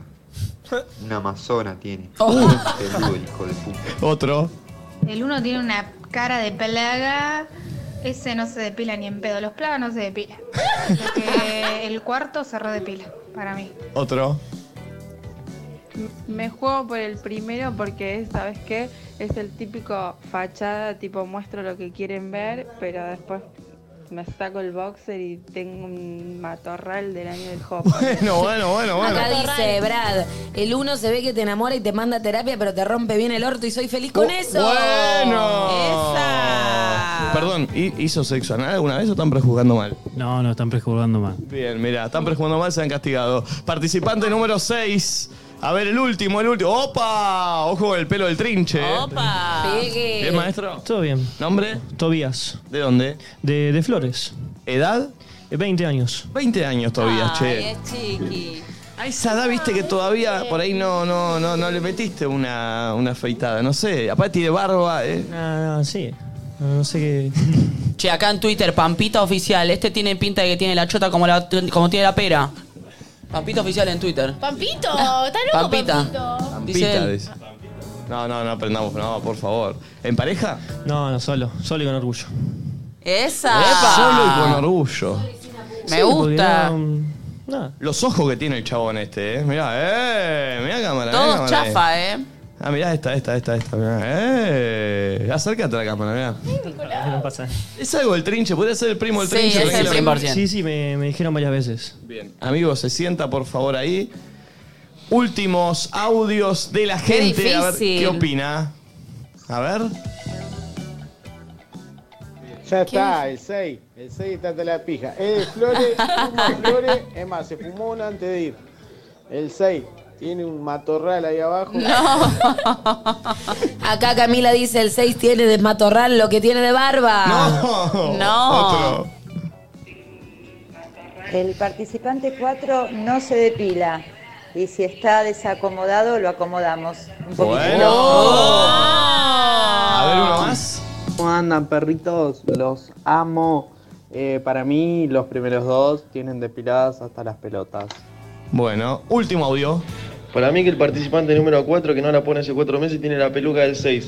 Una amazona tiene.
Oh.
Peludo, hijo de puta.
Otro.
El uno tiene una cara de pelaga. Ese no se depila ni en pedo. Los plagas no se depilan. Lo que el cuarto se redepila, para mí.
Otro.
Me juego por el primero porque, es, ¿sabes qué? Es el típico fachada, tipo muestro lo que quieren ver, pero después me saco el boxer y tengo un matorral del año del hop.
Bueno, bueno, bueno, bueno.
Acá dice Brad, el uno se ve que te enamora y te manda a terapia, pero te rompe bien el orto y soy feliz con eso.
Bueno. Perdón, ¿hi- ¿hizo sexo anal alguna vez o están prejuzgando mal?
No, no, están prejugando mal.
Bien, mira, están prejugando mal, se han castigado. Participante número 6. A ver, el último, el último. ¡Opa! Ojo con el pelo del trinche. eh.
Opa.
Pegue.
¿Bien, maestro?
Todo bien.
¿Nombre?
Tobías.
¿De dónde?
De, de Flores.
¿Edad?
20 años.
20 años
Ah,
todavía,
Ay,
che.
es chiqui.
A esa edad, viste que todavía por ahí no, no, no, no le metiste una, una afeitada, no sé. Aparte tiene barba, eh.
Ah, No, no, sí. No, no sé qué.
Che, acá en Twitter, Pampita Oficial. Este tiene pinta de que tiene la chota como, la, como tiene la pera. Pampita Oficial en Twitter.
Pampito, está loco,
Pampita.
Pampito.
Dice
Pampita,
él.
dice. No, no, no aprendamos, no, por favor. ¿En pareja?
No, no, solo. Solo y con orgullo.
Esa.
Solo y con orgullo.
Me gusta.
Los ojos que tiene el chabón este, eh. Mirá, eh. Mirá cámara. mirá
Todo
cámara ahí.
chafa, ¿eh?
Ah, mirá esta, esta, esta, esta. mirá. Eh. Acércate a la cámara, mirá.
No pasa.
Es algo el trinche, podría ser el primo del
Sí,
trinche.
es el
tranquilamente.
Sí, sí, me, me dijeron varias veces.
Bien. Amigo, se sienta por favor ahí. Últimos audios de la
Qué
gente. a ver
difícil.
qué opina. A ver.
Ya está, el 6. El 6 está hasta la pija. Es de flores, Eh, fuma flores. Es más, se fumó una antes de ir. El 6 tiene un matorral ahí abajo.
Acá Camila dice, el 6 tiene de matorral lo que tiene de barba.
No.
No.
Otro.
El participante 4 no se depila. Y si está desacomodado, lo acomodamos. Un poquito.
Bueno. A ver uno más.
Ah. ¿Cómo andan, perritos? Los amo. Eh, para mí, los primeros dos tienen depiladas hasta las pelotas.
Bueno, último audio.
Para mí que el participante número 4 que no la pone hace 4 meses tiene la peluca del 6.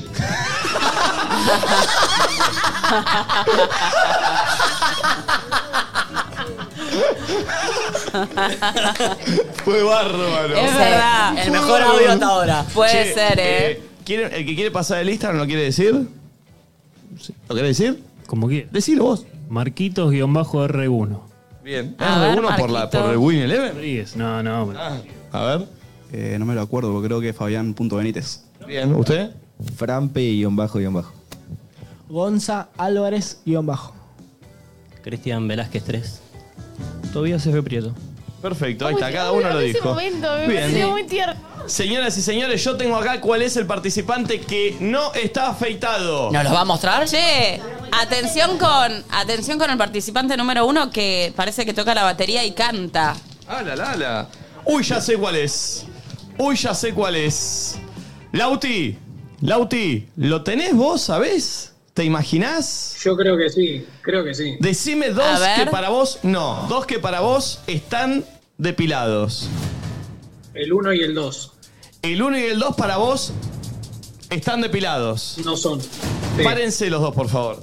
Fue bárbaro.
Es verdad. El mejor audio hasta ahora. Puede ser, ¿eh?
¿quiere- ¿El que quiere pasar de lista no lo quiere decir? Sí. ¿Lo quiere decir?
Como quieras.
Decilo vos.
Marquitos-R1.
Bien.
A
¿Es
ver,
alguno Ah, por, la, por el
Marquito.
Win Eleven? Ah,
Rodríguez. No, no. pero-
A ver.
Eh, no me lo acuerdo, pero creo que Fabián punto Benítez.
Bien, ¿usted?
Frampe guión bajo guión bajo.
Gonza Álvarez, guión bajo.
Cristian Velázquez 3.
Tobías F. Prieto.
Perfecto, ahí está, cada uno lo
En ese
dijo.
momento, me
Bien.
pareció muy tierno.
Señoras y señores, yo tengo acá cuál es el participante que no está afeitado.
¿Nos los va a mostrar?
Che, atención con, atención con el participante número uno que parece que toca la batería y canta.
¡Ala, Ah, la, la! Uy, ya sé cuál es. Uy, ya sé cuál es. Lauti, Lauti, ¿lo tenés vos, sabés? ¿Te imaginás?
Yo creo que sí, creo que sí.
Decime dos
A ver.
que para vos no, dos que para vos están depilados.
El 1 y el 2.
El 1 y el 2 para vos están depilados.
No son.
Párense los dos, por favor.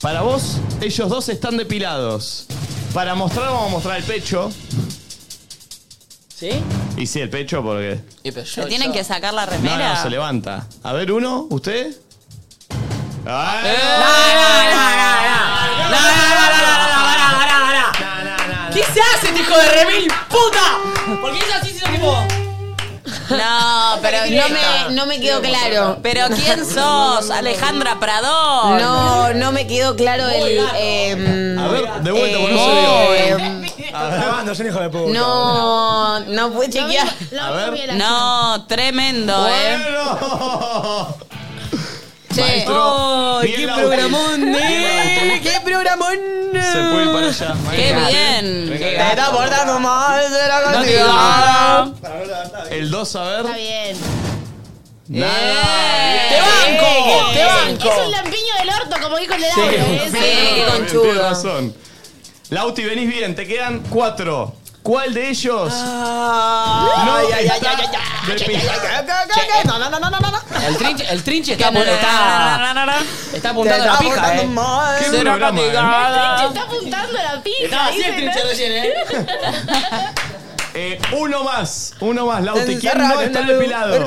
Para vos, ellos dos están depilados. Para mostrar, vamos a mostrar el pecho.
¿Sí?
Y sí, el pecho, porque.
¿Se tienen que sacar la
No,
remera?
no, se levanta. A ver, uno, ¿usted? ¡Ah! Eh.
¿Qué se hace, este hijo de remil? ¡Puta! Porque es así, sino tipo.
No, pero no me, no me quedó claro.
Pero ¿quién sos? Alejandra Pradón.
No, no me quedó claro el. em,
A ver, de vuelta,
eh,
porque no se
em,
vio.
Ah,
Grabando, es un hijo de puta.
No, no pude chequear.
A ver.
No, tremendo, ¿eh?
Bueno.
Che,
Maestro,
¡ay,
bien
qué
Lauti.
programón! eh, ¡Qué programón!
Se puede ir para allá.
¡Qué
Venga.
bien!
Venga.
Te está portando
mal de
la
No te
cantidad.
va. El 2, a ver.
Está bien.
Nada.
¡Te
banco, te banco.
Eh, Es un lampiño del orto, como dijo el de
Sí, qué conchudo. Tienes razón. Lauti, venís bien, te quedan cuatro. ¿Cuál de ellos?
Ah.
Ah.
no,
ay, ay,
está
ay, ay, No,
depilado?
no, no, no, no, no. El trinche, el trinche está,
Que no,
apu-
no,
está,
no, no, no.
está apuntando
Te
la
está
pija,
apuntando
eh.
mal.
Qué
Cero
programa, eh.
fatigada.
está apuntando a la pija.
Estaba así el
dice,
trinche
¿no?
recién, eh.
Eh, uno más, uno más, Lauti. ¿Quién no está depilado?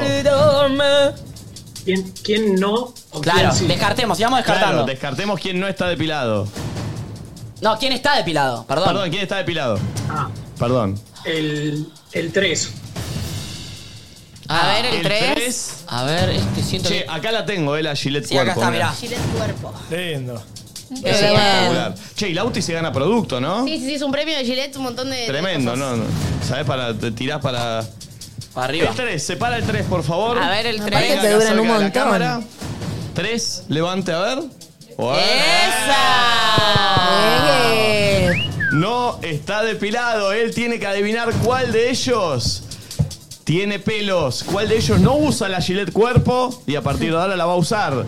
¿Quién, quién no? o
Claro,
quién sí?
descartemos, ya vamos descartando.
Claro, descartemos quién no está depilado.
No, ¿quién está depilado? Perdón.
Perdón, ¿quién está depilado?
Ah,
Perdón.
el, el 3.
A ver, el 3.
Ah, tres.
A ver, este siento
Che, acá la tengo, eh, la Gillette
Sí, acá
Cuerpo,
está,
mirá.
mirá.
cuerpo.
Lindo.
Bien.
Es espectacular. Che, y Lauti se gana producto, ¿no?
Sí, sí, sí, es un premio de Gillette, un montón de.
Tremendo, ¿no? no. ¿Sabes? Para, te tirás para.
Para arriba.
El 3, separa el 3, por favor.
A ver, el
Venga,
tres. Aparte te
que
duran un
salga la
montón.
cámara. 3, levante, a ver. Bueno. No está depilado. Él tiene que adivinar cuál de ellos tiene pelos, cuál de ellos no usa la Gillette Cuerpo y a partir de ahora la va a usar.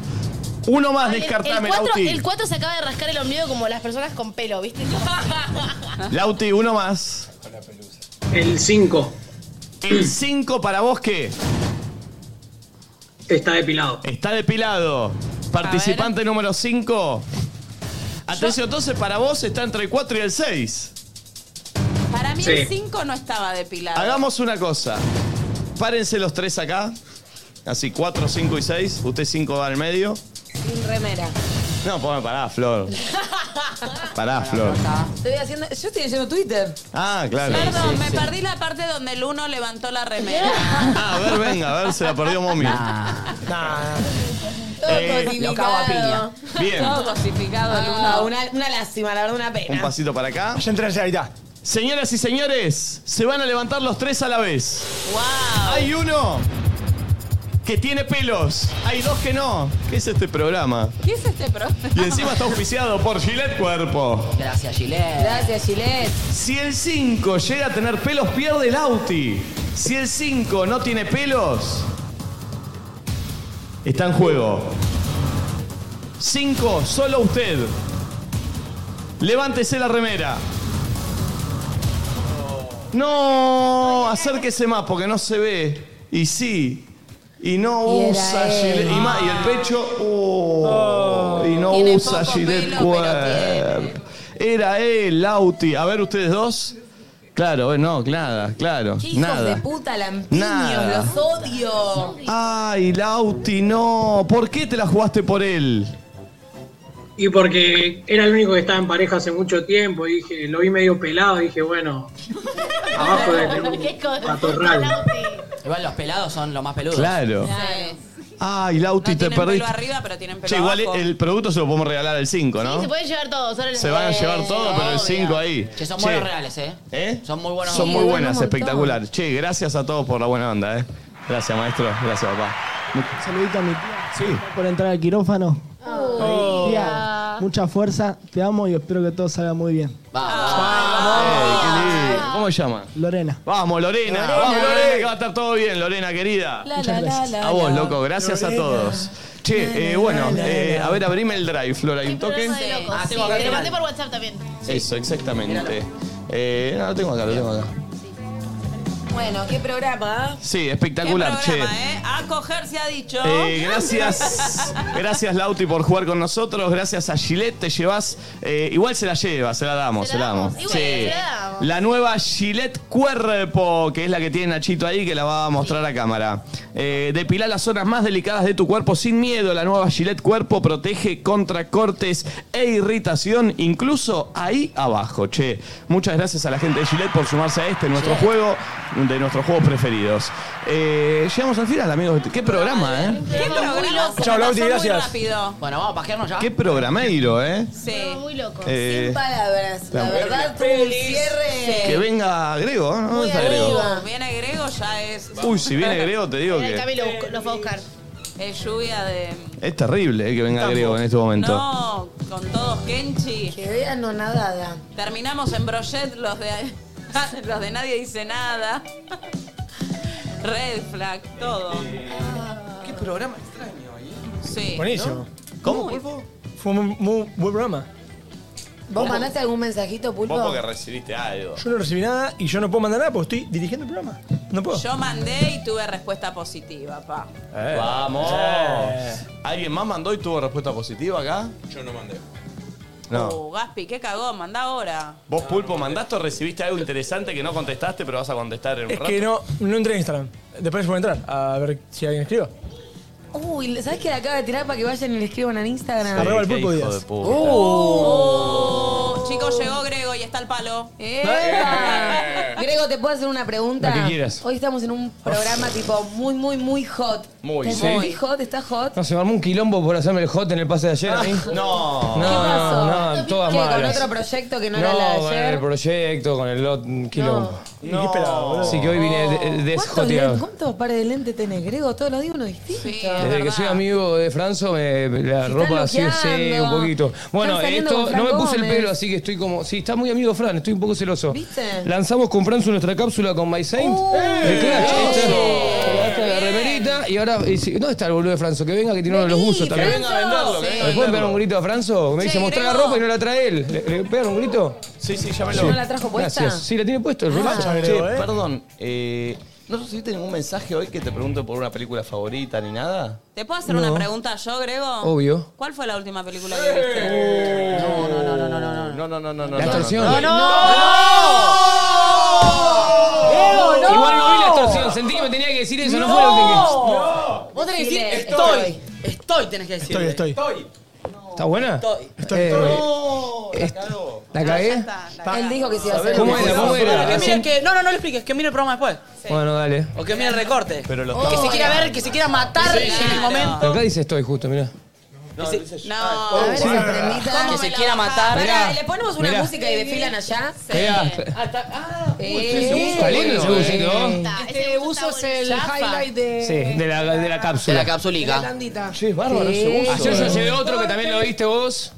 Uno más, descartame,
el 4,
Lauti.
el cuatro se acaba de rascar el ombligo como las personas con pelo, ¿viste?
Lauti, uno más.
El 5.
El 5 para vos qué?
Está depilado.
Está depilado. Participante número 5. Atención, entonces para vos está entre el 4 y el 6.
Para mí
Sí.
el 5 no estaba depilado.
Hagamos una cosa. Párense los tres acá. Así, 4, 5 y 6. Usted 5 va al medio.
Sin remera.
No, ponme pará, Flor. Pará, Flor.
Estoy haciendo. Yo estoy leyendo Twitter.
Ah, claro.
Perdón, me perdí la parte donde el uno levantó la remera.
Ah, a ver, venga, a ver, se la perdió Momi. Eh, lo cago a piña. Bien.
Todo
Ah.
cosificado el uno.
una, una lástima, la verdad, una
Un
pena.
pasito para acá. Ya entrense ahí, está. Señoras y señores, se van a levantar los tres a la vez. Hay uno que tiene pelos. Hay dos que no. ¿Qué es este programa?
¿Qué es este programa?
Y encima está auspiciado por Gillette Cuerpo.
Gracias, Gillette.
Gracias, Gillette.
Si el 5 llega a tener pelos, pierde el Auti. Si el 5 no tiene pelos, está en juego. 5, solo usted. Levántese la remera. No, acérquese más porque no se ve. Y sí. Y no
Y era
usa
él.
gilet. Y, más, y el pecho. oh, y no
Tiene
usa
poco
gilet
pelo,
cuerp. Era él, Lauti. A ver, ustedes dos. Claro, eh, no, nada, claro.
Hijos de
Nada.
puta, lampiños,
Nada.
los odio.
Ay, Lauti, no. ¿Por qué te la jugaste por él?
Y porque era el único que estaba en pareja hace mucho tiempo, y dije, lo vi medio pelado, y dije, bueno, abajo de
Qué cosa.
Matorral.
Igual los pelados son los más peludos.
Claro. Ay, Lauti, te
tienen pelo
perdiste.
arriba, pero tienen pelo
Che, igual
abajo.
el producto se lo podemos regalar al 5, ¿no?
Sí, se pueden llevar todos. ahora les-
Se van a llevar todo, pero el
obvio.
5 ahí.
Che, son
Che,
buenos reales, ¿eh? Son muy buenos.
Son muy buenas, espectacular. Che, gracias a todos por la buena onda, ¿eh? Gracias, maestro. Gracias, papá.
Saludito a mi tía. Por entrar al quirófano.
Oh.
Ah.
Tía, mucha fuerza. Te amo y espero que todo salga muy bien.
Ay, qué lindo. ¿Cómo se llama?
Lorena.
Vamos, Lorena.
Lorena.
Vamos, Lorena, que va a estar todo bien, Lorena, querida.
La, Muchas la, gracias. la, la,
a vos,
la.
loco. Gracias a todos. Che, eh, bueno, eh, a ver, abrime el drive, Flora, hay un toque.
Programa de locos.
Ah,
Sí,
tengo acá,
te
tengo
lo mandé por WhatsApp también.
Eso, exactamente. Eh, no, lo tengo acá, lo tengo acá.
Bueno, qué programa. ¿eh?
Sí, espectacular, che.
¿eh?
A coger se ha dicho.
Eh, gracias, gracias Lauti por jugar con nosotros. Gracias a Gillette, te llevas. eh, igual se la lleva, se la damos, se, la damos. Sí. La nueva Gillette Cuerpo, que es la que tiene Nachito ahí, que la va a mostrar a cámara. Eh, depilar las zonas más delicadas de tu cuerpo sin miedo. La nueva Gillette Cuerpo protege contra cortes e irritación, incluso ahí abajo, che. Muchas gracias a la gente de Gillette por sumarse a este, nuestro juego, de nuestros juegos preferidos. Eh, llegamos al final, amigos. Qué programa, ¿eh?
¿Qué programa?
Chao,
Se
Lauti,
pasó muy
gracias.
rápido.
Bueno, vamos a pajearnos ya.
Qué programeiro, ¿eh?
Sí.
Muy loco.
Eh,
Sin palabras. La
la
verdad, tuvo un cierre.
Que venga Grego, ¿no? ¿Dónde está Grego?
Uh, Viene Grego, ya es.
Uy, si viene Grego, te digo que
Camilo los va a buscar.
Es lluvia de.
es terrible eh, que venga Grego en este momento.
No, con todos Kenchi.
Quedé anonadada.
Terminamos en Brochet, los de, los de Nadie Dice Nada. Red Flag, todo.
Ah.
Qué programa extraño ¿eh? ahí.
Sí.
Buenísimo.
¿Cómo, Pulpo?
Fue un muy buen programa.
¿Vos mandaste algún mensajito, Pulpo?
recibiste algo.
Yo no recibí nada y yo no puedo mandar nada porque estoy dirigiendo el programa. No puedo.
Yo mandé y tuve respuesta positiva, pa.
Eh. Vamos. ¿Alguien más mandó y tuvo respuesta positiva acá?
Yo no mandé.
No.
Uh, Gaspi, ¿qué cagó? Manda ahora.
¿Vos, Pulpo, mandaste o recibiste algo interesante que no contestaste, pero vas a contestar en un
Es
rato?
que no, no entré en Instagram. Después voy a entrar a ver si alguien escribió.
Uy, ¿sabes que la acaba de tirar para que vayan y le escriban en Instagram?
Arroba el pulpo
hijo
Díaz.
de puta.
Uh, chicos, llegó Grego y está el palo.
¡Epa! Grego, ¿te puedo hacer una pregunta?
La que quieras.
Hoy estamos en un programa tipo muy, muy, muy hot.
Muy,
¿Estás
sí.
muy hot? ¿Está hot?
No, se me armó un quilombo por hacerme el hot en el pase de
Ah,
ayer ¿eh? a mí.
No.
No,
¿Qué pasó?
no, todas
¿Qué, ¿Con
malas.
otro proyecto que no, era la
No,
de
con el
ayer?
proyecto, con el lot, un quilombo.
No. ¿Y qué pelado, boludo?
Así que hoy vine de- de-
¿Cuántos, lentes-
desjoteado.
cuántos pares de lentes tenés, Grego? Todos los días uno distinto.
Desde que soy amigo de Franzo, me- me- la ropa sigue seca un
loqueando.
poquito. Bueno,
Están saliendo
esto
con
no me
Fran
puse el
Gómez.
pelo, así que estoy como. Sí, está muy amigo Fran, estoy un poco celoso.
¿Viste? Uh, ¡eh!
Lanzamos con Franzo nuestra cápsula con My Saint. de Clash, ¿viste? Colgaste la remerita y ahora. y si- ¿Dónde está el boludo de Franzo? Que venga, que tiene uno de los buzos también.
Franzo. venga a venderlo, que venga
¿Le
a
pueden pegar
venderlo.
un grito a Franzo? Me
Che,
dice, mostrar la
Grego.
ropa y no la trae él. ¿Le, le pegan un grito?
Sí, sí,
ya
llámelo.
¿No la trajo puesta?
Gracias. Sí, la tiene puesto el
Ah,
Franzo.
che, Perdón, eh, ¿no recibiste ningún mensaje hoy que te pregunte por una película favorita ni nada?
¿Te puedo hacer
No.
una pregunta yo, Grego?
Obvio.
¿Cuál fue la última película que viste? No, no, no, no, no, no.
No, no, no, no. no,
La extorsión.
no, no.
Uh,
¡Grego, ¡Oh, no!
Igual no vi la extorsión, sentí que me tenía que decir eso, no, fue lo que-
No. Vos tenés que decir
Silencio.
estoy. Estoy tenés que decir.
Estoy, estoy. ¿Está buena?
Estoy.
Eh,
No,
est- ¿La cagué?
Él dijo que se iba a hacer.
¿Cómo era? ¿Cómo era?
Que mire
Recién-
que. No, no, no le expliques, que mire el programa después.
Bueno, dale.
O que mire el recorte.
Pero
que se quiera ver, que se quiera matar en el momento.
Acá dice estoy justo, mirá.
No, que se,
oh,
A ver, esa prendita.
que se quiera matar.
Pará, ¿le ponemos una
Mirá.
música y desfilan allá?
Mirá.
Eh,
Está lindo ese bucito, ¿no?
Este uso es el highlight de...
Sí, de la, de la cápsula.
De la capsulica. De la
Sí, es bárbaro
Sí.
ese buzo. Ayer yo
Sí.
llevé otro que también lo viste vos.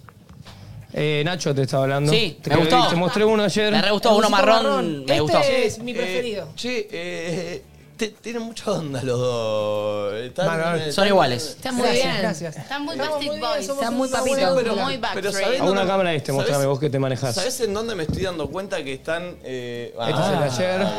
Eh, Nacho te estaba hablando.
Sí,
te
me gustó.
Te mostré uno ayer. Este
Me re gustó, uno marrón. Me gustó.
mi preferido. che, eh, te- tienen mucha onda los dos. Están- eh,
Van, van.
están-
Son iguales.
Están muy Gracias, bien. gracias.
Están muy Plastic Boys.
Están muy
Bueno,
papitos.
pero-
muy
pero
backstreet.
¿sabés
A una
dónde-
cámara este,
¿sabés-
mostrame vos que te manejás.
¿Sabés en dónde me estoy dando cuenta que están. eh, ah,
Este es el de ayer.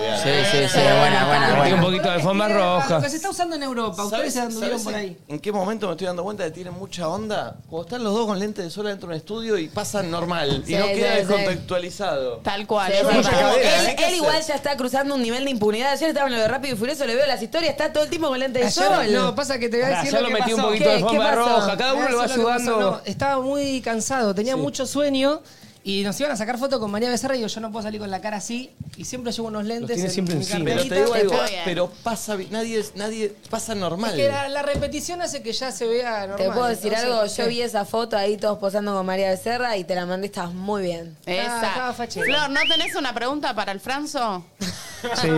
bien.
Metí un poquito de forma roja.
Lo que se está usando en Europa, ustedes se anduvieron
¿Sabés
por
en-
ahí.
¿En qué momento me estoy dando cuenta de que tienen mucha onda? Cuando están los dos con lentes de sol dentro de un estudio y pasan normal.
Sí,
y no
sí,
queda
sí.
descontextualizado.
Tal cual.
Sí,
es
sí,
mucha
sí.
cadena,
él
¿eh? ¿Qué
él
hacer?
igual ya está cruzando un nivel de impunidad. Ayer estaba en lo de Rápido y Furioso, le veo las historias, está todo el tiempo con lente de
Ayer-
sol.
no, pasa que te voy a
Ah, Pará,
decir
yo
lo
lo
que
metí un
pasó.
poquito de
¿Qué-
forma
qué pasó?
roja, cada uno
Te voy a
lo va
decir que pasó.
sudando.
No, estaba muy cansado, tenía
Sí.
mucho sueño y nos iban a sacar fotos con María Becerra y yo, yo no puedo salir con la cara así y siempre llevo unos lentes.
Los tiene
en
siempre
mi
encima. Pero
carterita.
te digo algo, pero pasa, bi- nadie, es- nadie pasa normal.
Es que la, la repetición hace que ya se vea normal.
Te puedo decir
entonces,
algo,
sí.
yo vi esa foto ahí todos posando con María Becerra y te la mandé, estabas muy bien.
Ah,
Esa. Flor, ¿no tenés una pregunta para el Franzo?
Ah.
Sí.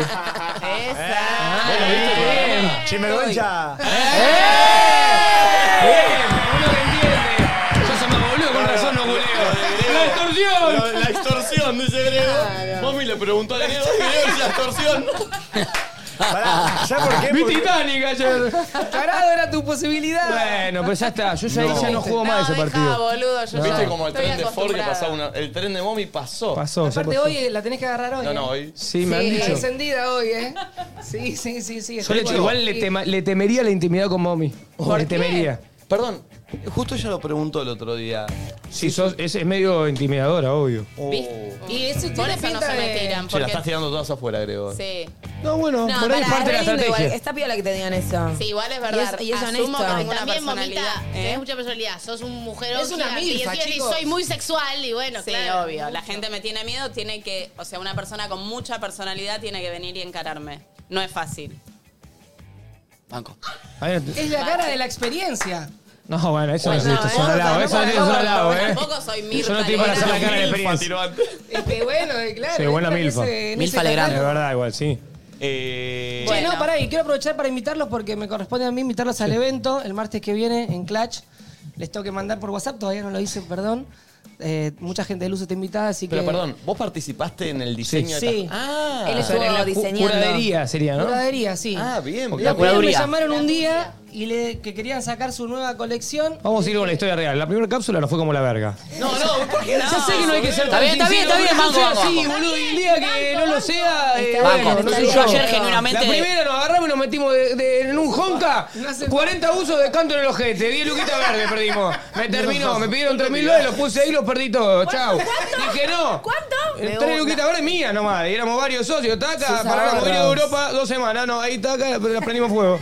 Sin vergüenza.
Yo soy más boludo, con razón no culeo. ¡La extorsión!
La, la extorsión, dice Grego. Mami le preguntó a Grego, Grego, la extorsión.
Pará, ¿sabes por qué?
Vi
Porque-
Titanic ayer.
Tarado era tu posibilidad.
Bueno, pero ya está. Yo ya
No.
ahí ya no juego
No,
más ese
dejá,
partido.
boludo, yo
Viste
ya
como el
estoy
tren de Ford que
acostumbrada.
pasaba una. El tren de Mommy pasó.
Pasó, ya
Aparte, hoy eh, la tenés que agarrar hoy.
No, no,
eh.
hoy.
Sí, me han
Está
dicho.
encendida hoy, ¿eh? Sí, sí, sí, sí.
Yo le,
estoy-
igual le,
Sí.
tema- le temería la intimidad con mommy. le temería.
Perdón, justo ella lo preguntó el otro día.
Si sos, es, es medio intimidadora, obvio.
Y eso tiene
Oh. Por eso no
pinta
se
de-
me tiran.
Se la
Porque...
estás tirando todas afuera, Grego.
Sí.
No, bueno,
No,
por ahí es
pará,
parte de la
es re lindo
estrategia.
igual, Está piola que te digan eso.
Sí, igual es
Y
verdad.
Y es, honesto.
Asumo que tengo una
También, momita,
personalidad.
tenés mucha personalidad. Sos un mujerón.
Es una
gigante, y
milfa,
encima decís,
chicos.
soy muy sexual y bueno,
Sí,
claro.
obvio. La gente me tiene miedo, tiene que, o sea, una persona con mucha personalidad tiene que venir y encararme. No es fácil.
Banco.
Ahí no te-
Es la cara de la experiencia.
No, bueno, eso
Bueno,
no existe. Es un
eh,
halago.
no,
Eso no
no,
es un
no,
halago, eh.
Tampoco soy Mirta.
Yo no estoy para hacer la cara de experiencia.
Milfa,
Este, bueno, eh, claro.
Sí, buena
entra en
milfa.
ese- en
Milfa
ese
Legrand.
catálogo.
Es verdad, igual, sí.
Eh,
Che, no, pará, y quiero aprovechar para invitarlos porque me corresponde a mí invitarlos al evento el martes que viene en Clutch. Les tengo que mandar por WhatsApp, todavía no lo hice, perdón. Eh, mucha gente de Luz está invitada, así
Pero
que.
perdón, ¿vos participaste en el diseño? de
Sí.
esta- Ah.
Él estuvo
en la cu-
diseñando.
Curadería sería, ¿no?
Curadería, sí.
Ah, bien, bien.
La
curaduría.
Me llamaron un día y le, que querían sacar su nueva colección.
Vamos a ir con la historia real. La primera cápsula no fue como la verga.
No, no, ¿por qué
Ya sé que no hay que ser tan sincero, pero yo soy así, boludo. Y el día que no lo sea, eh,
Banco.
bueno, no
Está
sé
bien.
yo.
Yo ayer genuinamente-
La primera nos agarramos y nos metimos de- de- en un honka. 40 usos de canto en el ojete. 10 luquitas verdes perdimos. Me terminó. Me pidieron 3 mil dólares, los puse ahí y los perdí todos. Chau. Dije no.
¿Cuánto?
Eh, Tres luquitas verdes mías nomás. Y éramos varios socios. Taca,
Sus
para la
ahorros.
de Europa, dos semanas. No, ahí taca, la prendimos fuego.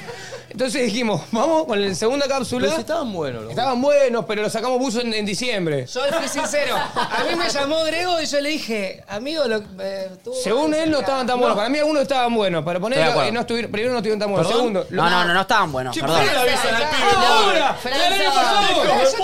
Entonces dijimos, vamos con la segunda cápsula.
Pero si estaban buenos. los-
Estaban buenos, pero los sacamos buzo en, en diciembre.
Yo fui sincero. A mí me llamó Grego y yo le dije, amigo, lo, eh, tú-
Según él no estaban tan buenos. Para mí algunos estaban buenos. Para poner
Estoy de acuerdo.
eh, no estuvieron, primero no estuvieron tan buenos.
¿Perdón?
Segundo.
No, no, no, no estaban buenos,
Che,
perdón.
¿por qué no le avisan al pibe? ¡Ahora! ¡El año pasado!
Franzo,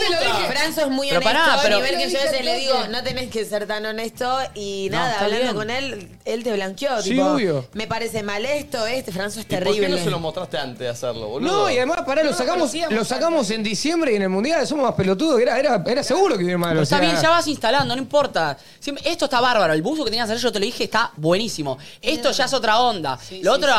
Franzo es muy
Pero
honesto,
pará, pero-
a nivel que yo
Yo le
a veces
dije
le digo,
al toque.
no tenés que ser tan honesto y
No,
nada,
está
hablando
bien.
con él, él te blanqueó.
Sí,
tipo,
obvio.
Me parece mal esto, este Franzo es
¿Y ¿Por
terrible.
qué no se lo mostraste antes de hacerlo, boludo?
No, y además, pará, lo sacamos, lo sacamos en diciembre y en el mundial somos más pelotudos. Era, era, era seguro que iba mal.
Pero
o
está
sea.
bien, ya vas instalando, no importa. Siempre- esto está bárbaro. El buzo que tenías ayer, yo te lo dije, está buenísimo. Esto ya es otra onda. lo otro,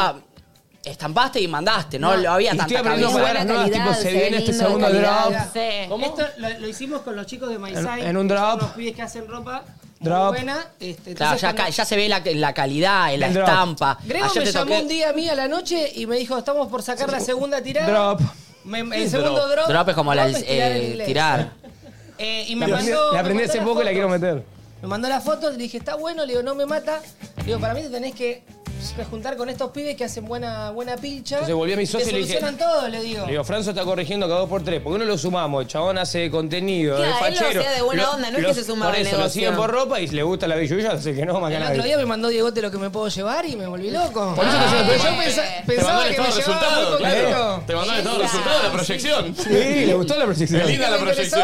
estampaste y mandaste, no,
No.
lo había
Y
tanta
estoy aprendiendo
cabeza.
palabras nuevas, tipo, se viene este segundo drop.
Esto lo, lo hicimos con los chicos de Maizai.
En- en un
que son
drop.
Los pibes que hacen ropa muy
Drop.
buena. Este,
Claro,
entonces
ya,
cuando-
ca- ya se ve la, la calidad, en la
El drop.
estampa.
Grego
Ayer
me
te
llamó
toqué-
un día a mí a la noche y me dijo, estamos por sacar la segunda tirada.
Drop.
Me-
¿Qué
el
es
segundo
drop?
drop.
Drop es como la-
Drop
el-
tirar en
eh,
inglés.
tirar.
Eh, y
La
me
aprendí,
mandó,
la aprendí
me mandó
hace
las
poco y la quiero
fotos.
meter.
Me mandó las fotos, le dije, está bueno, le digo, no me mata. Le digo, para mí te tenés que juntar con estos pibes que hacen buena, buena pincha.
Entonces volví a mi
Te
socio y le dije-
solucionan todo, le digo.
Le digo, Franzo está corrigiendo cada dos por tres. ¿Por qué no lo sumamos? El chabón hace contenido,
Claro,
es
él lo
fachero.
hacía de buena onda, no es que se sumaba
Por
al
eso, lo
negocio.
siguen por ropa y le gusta la billulla, así que no, más que
El
nadie.
otro día me mandó Diegote lo que me puedo llevar y me volví loco.
Por eso te
Pero
sorprendí.
yo pensa-
Te
pensaba
mandaron
que me
todos los
llevaba muy
resultados, claro.
poquito.
Te mandaron todos los resultados de la proyección.
Sí, le gustó la proyección.
Es linda la proyección.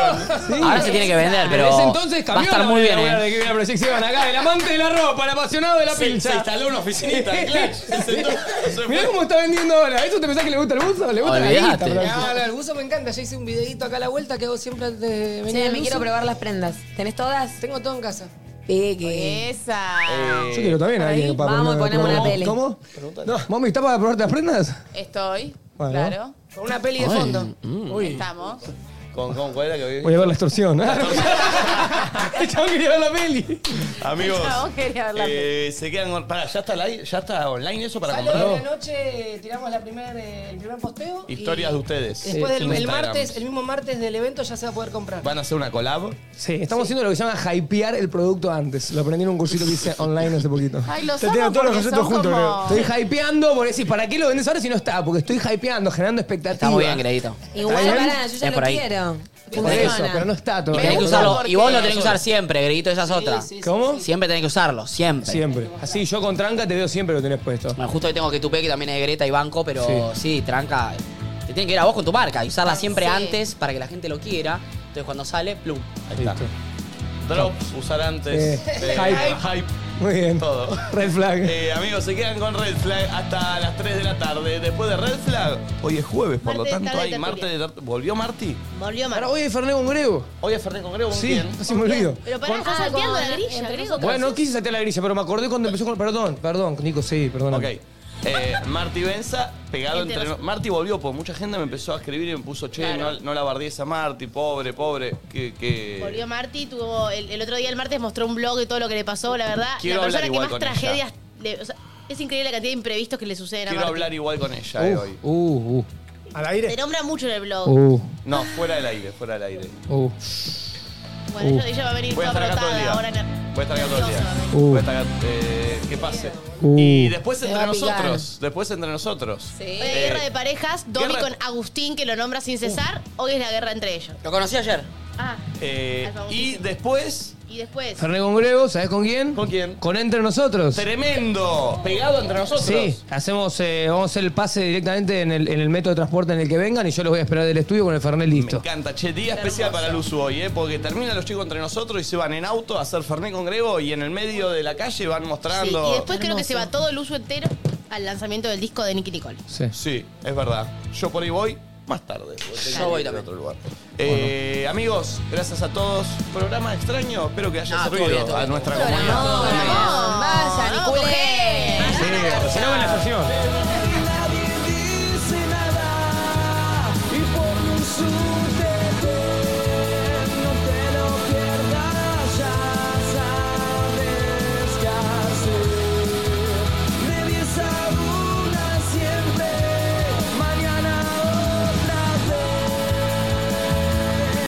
Ahora se tiene que vender, pero
En ese entonces
va a
cambió
estar
la
muy
manera
bien,
de hablar
¿eh?
de que viene la proyección acá, el amante de la ropa, el apasionado de la
Se-
pincha.
se instaló una oficinita, claro. Se sentó, se fue.
Mirá cómo está vendiendo ahora. ¿Eso te pensás que le gusta el buzo? Le gusta la guita,
Olvidate.
Franzo.
No, no, el buzo me encanta. Yo hice un videito acá a la vuelta que hago siempre antes de venir.
Che,
al
me
buzo.
quiero probar las prendas. ¿Tenés todas?
Tengo todo en casa.
Pegue.
Esa.
Eh, Yo quiero también a
Ahí.
alguien para
Vamos y
ponerme-
ponemos una
¿Cómo?
peli.
¿Cómo? No, mami, ¿estás para probarte las prendas?
Estoy,
Bueno.
claro. Con una peli de
Ay,
fondo.
mm.
Estamos.
¿Con, con cuál era que vi?
Voy a ver la extorsión. El chabón quería ver la peli.
Amigos,
Chabón quería hablar.
eh, se quedan con. Pará, ¿ya está, live- ¿ya está online eso para
Sale hoy en
comprarlo?
la noche, tiramos la primer, eh, el primer posteo. y
Historias de ustedes.
Después
Sí,
del
en
el
Instagram.
martes, el mismo martes del evento ya se va a poder comprar.
¿Van a hacer una collab?
Sí, estamos haciendo lo que se llama hypear el producto antes. Lo aprendí en un cursito que hice online hace poquito.
Ay, los
Te
amo
tengo todos los
porque
conceptos
son
juntos,
como-
creo.
Estoy hypeando, porque decís, ¿para qué lo vendes ahora si no está? Porque estoy hypeando, generando expectativas.
Está muy bien, Credito.
Igual,
¿Está bien?
pará, yo ya
Es
lo
por ahí.
quiero.
Por eso, pero no está
Y,
todavía.
tenés que usarlo, y vos lo tenés que usar siempre, Grito, esa es otra.
¿Cómo?
Siempre tenés que usarlo, siempre.
Siempre. Así, yo con tranca te veo siempre lo tenés puesto.
Bueno, justo hoy tengo que tupé que también es de Greta y Banco, pero
Sí.
sí, tranca. Te tiene que ir a vos con tu marca y usarla siempre
Sí.
antes para que la gente lo quiera. Entonces cuando sale, plum.
Ahí está. Drops, usar antes.
Eh,
eh,
hype.
hype.
Muy bien.
Todo.
Red flag.
Eh, amigos, se quedan con Red Flag hasta las 3 de la tarde. Después de Red Flag, hoy es jueves, por lo
Martes de
tanto
tarde
hay
de
martes de
tertulia.
tarde. ¿Volvió Marti?
Volvió mal.
Ahora, hoy es Ferné con Grego.
Hoy es Fernet con Grego, ¿con
Sí,
quién?
no se me olvidó.
Pero pará, está salteando la grilla, Grego.
Bueno, no quise saltear la grilla, pero me acordé cuando empezó con. Perdón, perdón, Nico, sí, perdón.
Ok. Eh, Marti Benza, pegado
Gente,
entre...
no-
Marti volvió, porque mucha gente me empezó a escribir y me puso, che,
Claro.
no, no la bardees a Marti, pobre, pobre. Que, que...
Volvió Marti, tuvo el, el otro día, el martes, mostró un blog y todo lo que le pasó, la verdad.
Quiero
la persona
hablar
que
igual
más
con
tragedias... le- o sea, es increíble la cantidad de imprevistos que le suceden a
Quiero
Marti.
hablar igual con ella eh,
Uh,
hoy.
uh, uh,
¿Al
Se nombra mucho en el blog.
uh,
No, fuera del aire, fuera del aire.
uh.
Bueno,
Uh.
ella, ella va a venir
Voy a
toda
estar acá todo el
brotada
día.
ahora. en-
Voy a estar acá todo el día.
nerviosa.
Uh.
Voy a estar acá, eh, que pase.
Uh.
Y después
Me
entre
va a picar.
nosotros, después entre nosotros.
Hoy hay guerra de parejas, Domi
guerra-
con Agustín, que lo nombra sin cesar. Hoy es la guerra entre ellos.
Lo conocí ayer.
Ah,
Eh,
Al
y
famosísimo.
después,
y después...
Ferné con Grego, ¿sabes con quién?
¿con quién?
Con Entre Nosotros.
Tremendo. Pegado entre nosotros.
Sí, hacemos, eh, vamos a hacer el pase directamente en el, en el método de transporte en el que vengan y yo los voy a esperar del estudio con el Fernet
Me
listo.
encanta, che, día especial para Luzu hoy, ¿eh? porque terminan los chicos entre nosotros y se van en auto a hacer Fernet con Grego y en el medio de la calle van
Sí,
mostrando.
y después creo que se va todo el uso entero al lanzamiento del disco de Nicky Nicole.
Sí.
Sí, es verdad. Yo por ahí voy más tarde. porque tengo
Yo
que
voy
ir a
también.
otro lugar. Eh, amigos, gracias a todos. Programa extraño, espero que
No,
haya
Ah, estuvo
servido
bien, estuvo
a
bien.
nuestra comunidad.
Vaya, Nicolé.
Sí, si no, van a la estación.